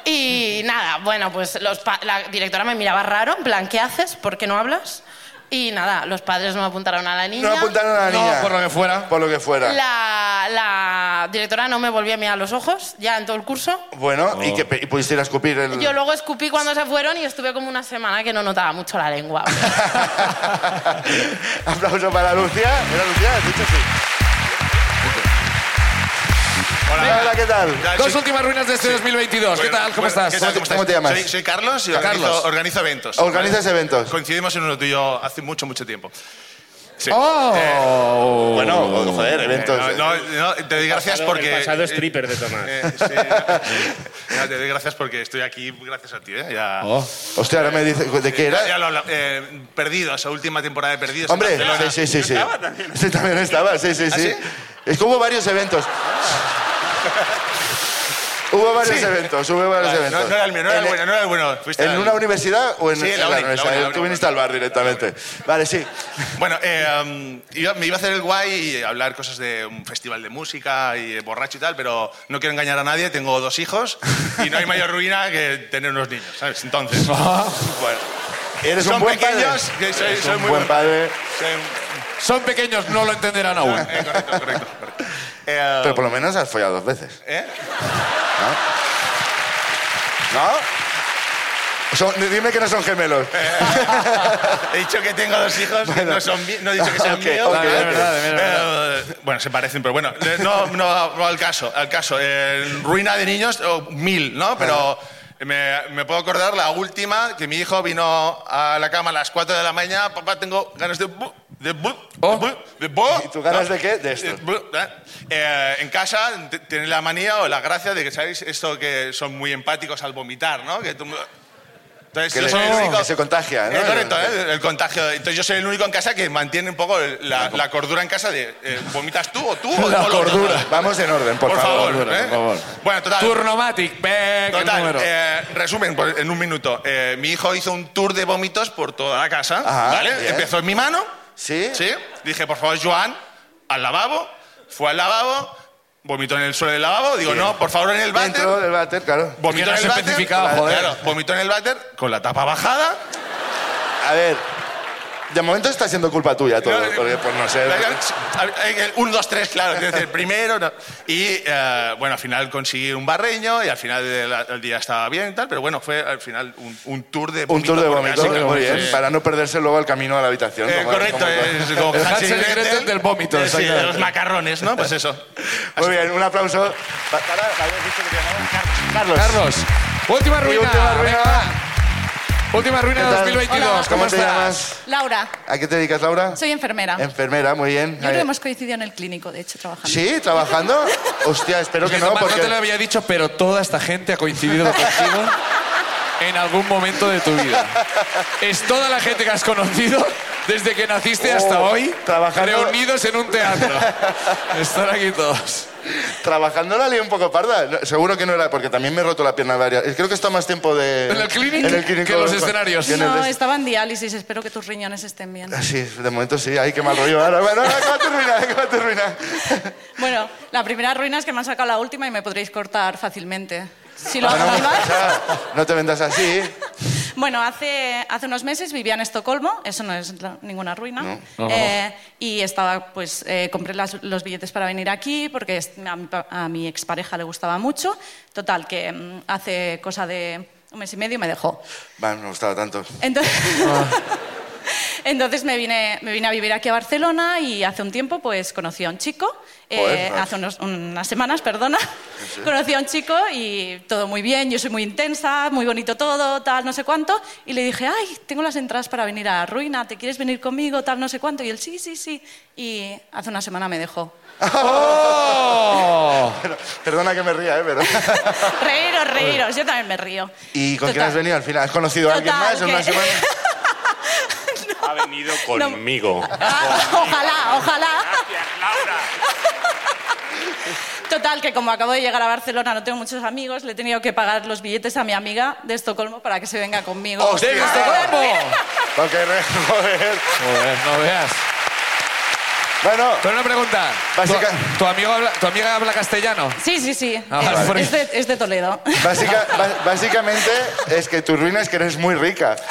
Speaker 16: Y nada, bueno, pues los pa- la directora me miraba raro, en plan, ¿qué haces? ¿Por qué no hablas? Y nada, los padres no apuntaron a la niña.
Speaker 2: No apuntaron a la niña.
Speaker 1: por lo que fuera.
Speaker 2: Por lo que fuera.
Speaker 16: La, la la directora no me volvió a mirar los ojos ya en todo el curso.
Speaker 2: Bueno,
Speaker 16: Oh.
Speaker 2: y que pe- y pudiste ir a escupir
Speaker 1: Mm.
Speaker 2: el...
Speaker 16: Yo luego escupí cuando se fueron y estuve como una semana que no notaba mucho la lengua.
Speaker 2: [LAUGHS] Aplauso para Lucía. Era Lucía, has dicho sí. Hola, hola, ¿qué tal?
Speaker 1: Dos últimas ruinas de este 2022. ¿Qué tal? ¿Cómo estás?
Speaker 17: ¿Cómo estás?
Speaker 2: ¿Cómo te llamas?
Speaker 17: Soy, soy Carlos y
Speaker 2: Carlos.
Speaker 17: organizo, organizo eventos.
Speaker 2: Organizas eventos.
Speaker 17: Coincidimos en uno tuyo hace mucho, mucho tiempo. Sí.
Speaker 1: ¡Oh!
Speaker 17: bueno,
Speaker 2: joder, eventos.
Speaker 17: Eh, no, no, no, te doy gracias
Speaker 14: Pasado-
Speaker 17: porque.
Speaker 14: el pasado
Speaker 17: eh,
Speaker 14: stripper de Tomás.
Speaker 17: eh, sí,
Speaker 14: [LAUGHS]
Speaker 17: no, no, te doy gracias porque estoy aquí gracias a ti. ¿eh? Ya,
Speaker 1: Oh.
Speaker 14: Oh.
Speaker 2: Hostia, ahora me dice de qué
Speaker 17: Ya,
Speaker 2: era.
Speaker 17: ya lo habla- eh, Perdidos, la última temporada de Perdidos. en
Speaker 2: Hombre,
Speaker 17: Barcelona.
Speaker 2: sí, sí, sí, sí.
Speaker 17: Yo estaba también.
Speaker 2: [LAUGHS] Sí, también estaba, sí, sí,
Speaker 17: ¿Ah,
Speaker 2: sí.
Speaker 17: sí?
Speaker 2: Es que hubo varios
Speaker 17: [LAUGHS]
Speaker 2: eventos. Hubo varios
Speaker 17: Sí.
Speaker 2: eventos, hubo varios
Speaker 17: Vale, no-
Speaker 2: eventos.
Speaker 17: No, era el mío, no era el
Speaker 2: En-
Speaker 17: bueno, no era el bueno. Fuiste
Speaker 2: ¿En
Speaker 17: al-
Speaker 2: una universidad o en,
Speaker 17: Sí,
Speaker 2: en
Speaker 17: la
Speaker 2: la
Speaker 17: uni, la
Speaker 2: universidad?
Speaker 17: uni, la
Speaker 2: Tú
Speaker 17: uni.
Speaker 2: viniste al bar directamente. este Vale, sí.
Speaker 17: Bueno, eh, um, iba- me iba a hacer el guay y hablar cosas de un festival de música y eh, borracho y tal, pero no quiero engañar a nadie, tengo dos hijos y no hay
Speaker 2: [LAUGHS]
Speaker 17: mayor ruina que tener unos niños, ¿sabes? Entonces, bueno.
Speaker 2: Ah. Eres un
Speaker 17: son
Speaker 2: buen padre.
Speaker 17: pequeños, que soy,
Speaker 2: Eres
Speaker 17: soy
Speaker 2: un
Speaker 17: muy
Speaker 2: buen padre.
Speaker 17: soy un-
Speaker 1: Son pequeños, no lo entenderán aún.
Speaker 17: Eh, correcto, correcto, correcto. Eh,
Speaker 2: [LAUGHS] Pero por lo menos has follado dos veces.
Speaker 17: ¿eh?
Speaker 2: ¿No? Son- dime que no son gemelos.
Speaker 17: [LAUGHS] Eh, He dicho que tengo dos hijos,
Speaker 2: Bueno.
Speaker 17: no, son, mí- no he dicho que sean
Speaker 2: Ok,
Speaker 17: míos.
Speaker 2: ok, Vale, ok. verdad,
Speaker 17: Eh, [LAUGHS] bueno, se parecen, pero bueno, eh, no, no, no al caso. Al caso. Eh, ruina de niños, o mil, ¿no? Pero me, me puedo acordar la última, que mi hijo vino a la cama a las 4 de la mañana, papá, tengo ganas de... bu- De bu- de bu- de bu-
Speaker 2: Oh. ¿Y tú ganas de qué? De esto.
Speaker 17: eh, bu- ¿eh? Eh, en casa t- tienen la manía o la gracia de que, ¿sabéis? Esto que son muy empáticos al vomitar, ¿no? Que tú- entonces,
Speaker 2: Que,
Speaker 17: yo
Speaker 2: le-
Speaker 17: soy el único-
Speaker 2: que se contagia, ¿no?
Speaker 17: eh, correcto, ¿eh? el contagio. Entonces yo soy el único en casa que mantiene un poco el- la, la cordura en casa de eh, vomitas tú o tú o
Speaker 2: [LAUGHS] La
Speaker 17: o los dos?
Speaker 2: cordura. Vamos en orden, por,
Speaker 17: Por favor,
Speaker 2: Cordura,
Speaker 17: ¿eh?
Speaker 2: por favor.
Speaker 17: Bueno, total.
Speaker 1: Turnomatic, ve qué
Speaker 17: Total,
Speaker 1: número.
Speaker 17: eh, resumen pues, en un minuto. Eh, mi hijo hizo un tour de vómitos por toda la casa,
Speaker 2: Ajá,
Speaker 17: ¿vale?
Speaker 2: Ah, bien.
Speaker 17: Empezó en mi mano.
Speaker 2: ¿Sí?
Speaker 17: Sí. Dije, por favor, Joan, al lavabo. Fue al lavabo, vomitó en el suelo del lavabo. Digo,
Speaker 2: Bien.
Speaker 17: no, por favor, en el váter.
Speaker 2: Dentro del váter, claro.
Speaker 17: Vomitó en el váter. Claro, vomitó en el váter con la tapa bajada.
Speaker 2: A ver, de momento está siendo culpa tuya todo, porque pues no sé.
Speaker 17: Un, dos, tres, claro. quiero decir, primero. no. Y eh, bueno, al final conseguí un barreño y al final del del día estaba bien y tal, pero bueno, fue al final un, un tour de
Speaker 2: Un tour de
Speaker 17: por
Speaker 2: vómitos,
Speaker 17: casa.
Speaker 2: muy bien,
Speaker 17: Sí.
Speaker 2: para no perderse luego el camino a la habitación.
Speaker 17: Eh,
Speaker 2: como-
Speaker 17: correcto,
Speaker 2: como-
Speaker 17: es como
Speaker 2: El
Speaker 17: Hansel
Speaker 2: Hansel
Speaker 17: y Gretel
Speaker 2: del vómito.
Speaker 17: Eh, sí, de
Speaker 2: exactamente.
Speaker 17: los macarrones, ¿no? Pues eso.
Speaker 2: [LAUGHS] Muy bien, un aplauso. Pa- para- habías dicho que te
Speaker 1: [LAUGHS]
Speaker 2: llamabas Carlos.
Speaker 1: Carlos. Última
Speaker 2: Y
Speaker 1: ruina.
Speaker 2: última ruina.
Speaker 1: venga, va. Última ruina
Speaker 2: ¿Qué
Speaker 1: de
Speaker 2: tal?
Speaker 1: 2022.
Speaker 2: Hola, ¿cómo te
Speaker 1: estás?
Speaker 2: llamas?
Speaker 18: Laura,
Speaker 2: ¿A qué te dedicas, Laura?
Speaker 18: soy enfermera. Yo
Speaker 2: Enfermera, muy bien.
Speaker 18: creo que hemos coincidido en el clínico, de hecho, trabajando.
Speaker 2: ¿Sí? ¿Trabajando? Hostia, espero que
Speaker 1: Porque
Speaker 2: no,
Speaker 1: Tomás,
Speaker 2: porque...
Speaker 1: te lo había dicho, pero toda esta gente ha coincidido [LAUGHS] contigo en algún momento de tu vida. Es toda la gente que has conocido desde que naciste hasta
Speaker 2: Oh,
Speaker 1: hoy,
Speaker 2: trabajando-
Speaker 1: reunidos en un teatro.
Speaker 2: [LAUGHS]
Speaker 1: Están aquí todos.
Speaker 2: Trabajando la lié un poco parda. No, Seguro que no era, porque también me he roto la pierna varias. Creo que está más tiempo de...
Speaker 1: ¿En el clínico?
Speaker 2: en el clínico
Speaker 1: Que en los escenarios.
Speaker 2: que en el
Speaker 18: No,
Speaker 2: de- Ah,
Speaker 18: estaba en diálisis, espero que tus riñones estén bien.
Speaker 2: Sí, de momento sí. Ay, qué mal rollo. Ahora, [LAUGHS] bueno, acaba tu ruina, acaba tu ruina.
Speaker 18: Bueno, la primera ruina es que me han sacado la última y me podréis cortar fácilmente. Si lo
Speaker 2: Bueno,
Speaker 18: hago muy mal.
Speaker 2: o sea, no te vendas así.
Speaker 18: Bueno, hace, hace unos meses vivía en Estocolmo, eso no es la- ninguna ruina.
Speaker 2: No. No, no,
Speaker 18: Eh, y estaba, pues, eh, compré las- los billetes para venir aquí porque es- a mi, pa- a mi expareja le gustaba mucho. Total, que mm, hace cosa de un mes y medio me dejó.
Speaker 2: Bueno, me gustaba tanto.
Speaker 18: Entonces,
Speaker 2: Ah.
Speaker 18: [LAUGHS] entonces me, vine, me vine a vivir aquí a Barcelona y hace un tiempo pues conocí a un chico, eh,
Speaker 2: Joder,
Speaker 18: hace unos- unas semanas, perdona,
Speaker 2: Sí.
Speaker 18: [LAUGHS] conocí a un chico y todo muy bien, yo soy muy intensa, muy bonito todo, tal, no sé cuánto, y le dije, ay, tengo las entradas para venir a Ruina, ¿te quieres venir conmigo, tal, no sé cuánto? Y él, sí, sí, sí, y hace una semana me dejó.
Speaker 1: ¡Oh!
Speaker 2: [LAUGHS] Pero- perdona que me ría,
Speaker 18: [LAUGHS]
Speaker 2: ¿eh? Pero...
Speaker 18: Reíros, reíros, yo también me río.
Speaker 2: ¿Y con quién
Speaker 18: Total.
Speaker 2: has venido al final? ¿Has conocido a alguien
Speaker 18: Total,
Speaker 2: más en una
Speaker 18: que-
Speaker 2: semana?
Speaker 14: Ha venido
Speaker 18: No.
Speaker 14: conmigo.
Speaker 18: [LAUGHS] ojalá, ojalá. Total, que como acabo de llegar a Barcelona, no tengo muchos amigos, le he tenido que pagar los billetes a mi amiga de Estocolmo para que se venga conmigo.
Speaker 2: ¡Hostia!
Speaker 18: Porque estoy-
Speaker 2: Porque, re- [LAUGHS] joder.
Speaker 1: Joder, no veas.
Speaker 2: Bueno.
Speaker 1: Pero una pregunta. ¿Tu, tu amigo habla- ¿Tu amiga habla
Speaker 2: [LAUGHS]
Speaker 1: castellano?
Speaker 18: Sí, sí, sí.
Speaker 1: Ah,
Speaker 18: es,
Speaker 1: vale.
Speaker 18: es de, es de Toledo.
Speaker 2: Básica- ba- básicamente es que tu ruina es que eres muy rica.
Speaker 18: [LAUGHS]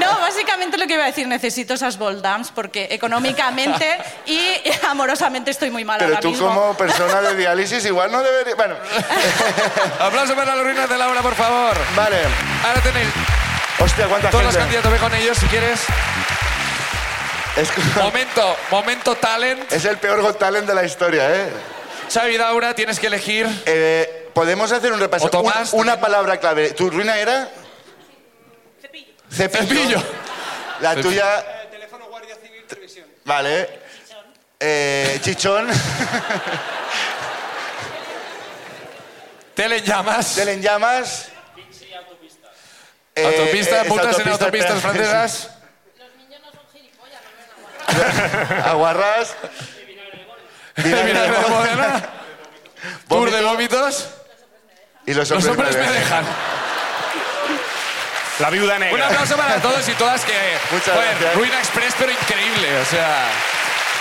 Speaker 18: No, básicamente lo que iba a decir, necesito esas boldams porque económicamente y amorosamente estoy muy mala
Speaker 2: Pero
Speaker 18: ahora
Speaker 2: tú
Speaker 18: mismo.
Speaker 2: como persona de diálisis igual no deberías... Bueno.
Speaker 1: Aplauso para las ruinas de Laura, por favor.
Speaker 2: Vale.
Speaker 1: Ahora tenéis
Speaker 2: Hostia, cuánta
Speaker 1: todos los
Speaker 2: gente.
Speaker 1: candidatos, ve con ellos si quieres. Momento, momento talent.
Speaker 2: Es el peor Got Talent de la historia, ¿eh?
Speaker 1: Xavi Daura, tienes que elegir.
Speaker 2: Podemos hacer un repaso.
Speaker 1: O Tomás,
Speaker 2: Un- una palabra clave. ¿Tu ruina era? Cepillo. Cepillo. La
Speaker 17: Cepillo.
Speaker 2: tuya... teléfono Guardia Civil Televisión. Vale. Eh, chichón.
Speaker 1: [LAUGHS] Tele en llamas.
Speaker 2: Tele en llamas. Eh,
Speaker 1: autopistas,
Speaker 2: es
Speaker 1: multas en
Speaker 2: autopista,
Speaker 1: autopistas
Speaker 2: espera. [LAUGHS]
Speaker 1: francesas.
Speaker 2: Aguarrás.
Speaker 1: [LAUGHS] Vinagre de Módena. Tour de vómitos.
Speaker 2: Y los
Speaker 1: Los
Speaker 2: hombres,
Speaker 1: hombres me dejan.
Speaker 14: La viuda negra.
Speaker 1: Un aplauso para todos y todas que.
Speaker 2: Muchas
Speaker 1: joder,
Speaker 2: gracias.
Speaker 1: Ruina Express, pero increíble. O sea,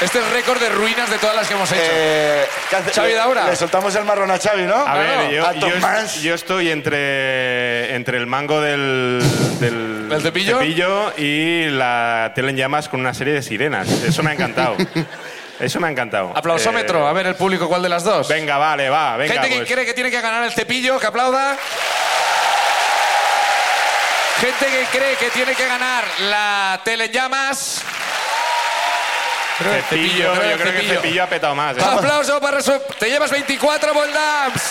Speaker 1: este es el récord de ruinas de todas las que hemos hecho.
Speaker 2: Eh, ¿qué hace-
Speaker 1: Xavi
Speaker 2: le-
Speaker 1: Daura.
Speaker 2: Le soltamos el marrón a Xavi, ¿no?
Speaker 14: A ver, yo,
Speaker 2: A
Speaker 14: yo-
Speaker 2: Tomás.
Speaker 14: yo estoy entre, entre el mango del, del
Speaker 1: ¿Del cepillo?
Speaker 14: y la tele en llamas con una serie de sirenas. Eso me ha
Speaker 1: [LAUGHS]
Speaker 14: encantado. Eso me ha encantado. Eh,
Speaker 1: Aplausómetro, a ver el público cuál de las dos.
Speaker 14: Venga, vale, va, venga.
Speaker 1: Gente que
Speaker 14: pues.
Speaker 1: cree que tiene que ganar el cepillo, que aplauda. Gente que cree que tiene que ganar la tele en llamas.
Speaker 14: Cepillo,
Speaker 1: Cepillo, creo
Speaker 14: yo
Speaker 1: que
Speaker 14: creo que
Speaker 1: Cepillo.
Speaker 14: Cepillo ha petado más. ¿eh?
Speaker 1: Aplauso para su... Te llevas 24 Boldams.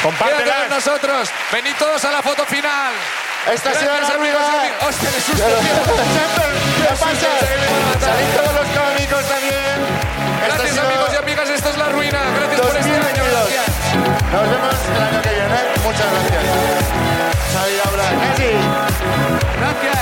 Speaker 1: Quédate
Speaker 14: Compártelas.
Speaker 1: con nosotros. Venid todos a la foto final.
Speaker 2: Esta ha sido
Speaker 1: Gracias,
Speaker 2: la
Speaker 1: amigos.
Speaker 2: ruina.
Speaker 1: amigos. Hostia, qué susto,
Speaker 2: Pero-
Speaker 1: tío.
Speaker 2: ¿Qué pasa? Salid todos los cómicos también. Esta ha
Speaker 1: Gracias,
Speaker 2: sido
Speaker 1: amigos y amigas. Esta es la ruina. Gracias por este año.
Speaker 2: 2022.
Speaker 1: Gracias.
Speaker 2: Nos vemos el año que viene. Muchas gracias. Xavi Daura. Casi.
Speaker 1: Gracias.